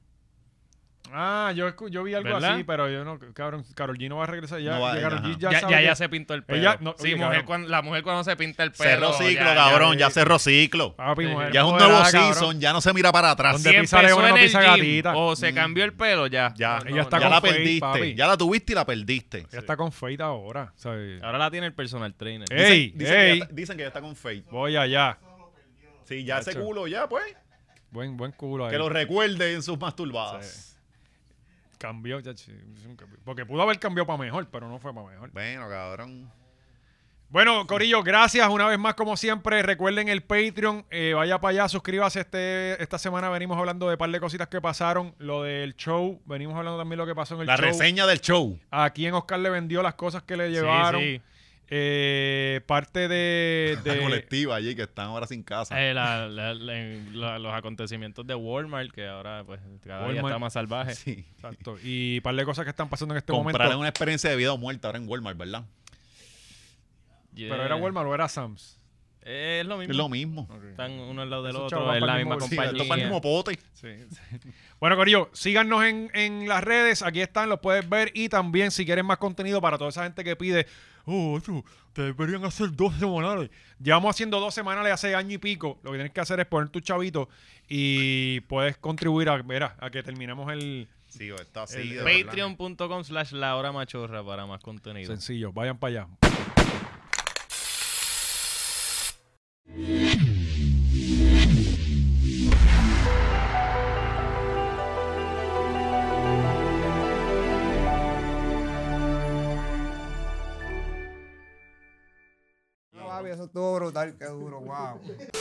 [SPEAKER 2] Ah, yo, escu- yo vi algo
[SPEAKER 4] ¿Verdad?
[SPEAKER 2] así, pero yo no, cabrón, Carol G no va a regresar ya.
[SPEAKER 3] No va-
[SPEAKER 2] ya Karol
[SPEAKER 3] ajá.
[SPEAKER 2] G ya,
[SPEAKER 4] Ya, ya,
[SPEAKER 2] sabe
[SPEAKER 4] ya,
[SPEAKER 2] que-
[SPEAKER 4] se pintó el pelo.
[SPEAKER 2] Ella- no,
[SPEAKER 4] sí,
[SPEAKER 2] oye,
[SPEAKER 4] mujer,
[SPEAKER 2] cabrón.
[SPEAKER 4] cuando, la mujer cuando se pinta el
[SPEAKER 3] cerró
[SPEAKER 4] pelo.
[SPEAKER 3] ciclo,
[SPEAKER 4] ya, ya.
[SPEAKER 3] cabrón, ya,
[SPEAKER 2] eh.
[SPEAKER 3] cerró ciclo.
[SPEAKER 2] Papi, mujer
[SPEAKER 3] Ya es un
[SPEAKER 2] empoderada,
[SPEAKER 3] nuevo
[SPEAKER 2] cabrón.
[SPEAKER 3] season, ya no se mira para atrás.
[SPEAKER 2] ¿Dónde?
[SPEAKER 4] Si
[SPEAKER 2] pisa
[SPEAKER 4] empezó
[SPEAKER 2] leona,
[SPEAKER 4] en
[SPEAKER 2] no
[SPEAKER 4] el
[SPEAKER 2] pisa
[SPEAKER 4] gym
[SPEAKER 2] gatita.
[SPEAKER 4] o se cambió el pelo, Mm. ya.
[SPEAKER 3] Ya,
[SPEAKER 2] Ella está
[SPEAKER 3] ya
[SPEAKER 2] con
[SPEAKER 3] la
[SPEAKER 2] Faith,
[SPEAKER 3] perdiste,
[SPEAKER 2] papi.
[SPEAKER 3] ya la tuviste y la perdiste.
[SPEAKER 2] Ya está con Fate ahora. o sea, eh,
[SPEAKER 4] Ahora la tiene el personal trainer.
[SPEAKER 2] Eh. Ey,
[SPEAKER 3] dicen, dicen que
[SPEAKER 2] ey.
[SPEAKER 3] ya está- dicen que ya está con Faith.
[SPEAKER 2] voy allá.
[SPEAKER 3] Sí, ya ese
[SPEAKER 2] Chacho.
[SPEAKER 3] culo, ya pues.
[SPEAKER 2] Buen, buen culo ahí.
[SPEAKER 3] Que lo recuerde en sus masturbadas.
[SPEAKER 2] Cambió, ya, sí, es un cambio. Porque pudo haber cambiado para mejor, pero no fue para mejor.
[SPEAKER 3] Bueno, cabrón.
[SPEAKER 2] Bueno, Corillo, gracias una vez más, como siempre. Recuerden el Patreon. eh, vaya para allá, suscríbase. Este, esta semana venimos hablando de un par de cositas que pasaron. Lo del show. Venimos hablando también lo que pasó en el
[SPEAKER 3] La
[SPEAKER 2] show.
[SPEAKER 3] reseña del show.
[SPEAKER 2] A quién Oscar le vendió las cosas que le
[SPEAKER 4] Sí,
[SPEAKER 2] llevaron.
[SPEAKER 4] sí.
[SPEAKER 2] Eh, parte de.
[SPEAKER 3] La
[SPEAKER 2] de
[SPEAKER 3] colectiva allí que están ahora sin casa.
[SPEAKER 4] Eh, la- la- la- en- la- los acontecimientos de Walmart, que ahora pues cada día
[SPEAKER 2] Walmart.
[SPEAKER 4] está más salvaje.
[SPEAKER 3] sí.
[SPEAKER 2] exacto. Y par de cosas que están pasando en este
[SPEAKER 3] Comprar
[SPEAKER 2] momento.
[SPEAKER 3] una experiencia de vida o muerte ahora en Walmart, ¿verdad?
[SPEAKER 4] Yeah.
[SPEAKER 2] Pero era Walmart o era Sam's.
[SPEAKER 4] Eh, es lo mismo.
[SPEAKER 3] Es lo mismo.
[SPEAKER 4] Están uno al lado del
[SPEAKER 2] Esos chavos
[SPEAKER 4] otro,
[SPEAKER 2] van
[SPEAKER 4] es
[SPEAKER 2] pa'l
[SPEAKER 4] la
[SPEAKER 2] mismo
[SPEAKER 4] misma
[SPEAKER 2] bolsillo,
[SPEAKER 3] Sí, esto es para el
[SPEAKER 4] compañía.
[SPEAKER 3] mismo pote.
[SPEAKER 2] Bueno, Corillo, síganos en, en las redes. Aquí están, los puedes ver. Y también, si quieren más contenido para toda esa gente que pide, oh, ocho, te deberían hacer dos semanales. Llevamos haciendo dos semanales hace año y pico. Lo que tienes que hacer es poner tu chavito y puedes contribuir a, mira, a que terminemos el
[SPEAKER 3] Sí, pues, está así.
[SPEAKER 2] El
[SPEAKER 3] de verdad.
[SPEAKER 4] Patreon.com slash la hora machorra para más contenido.
[SPEAKER 2] sencillo. Vayan para allá.
[SPEAKER 8] Wow, eso estuvo brutal, qué duro, wow.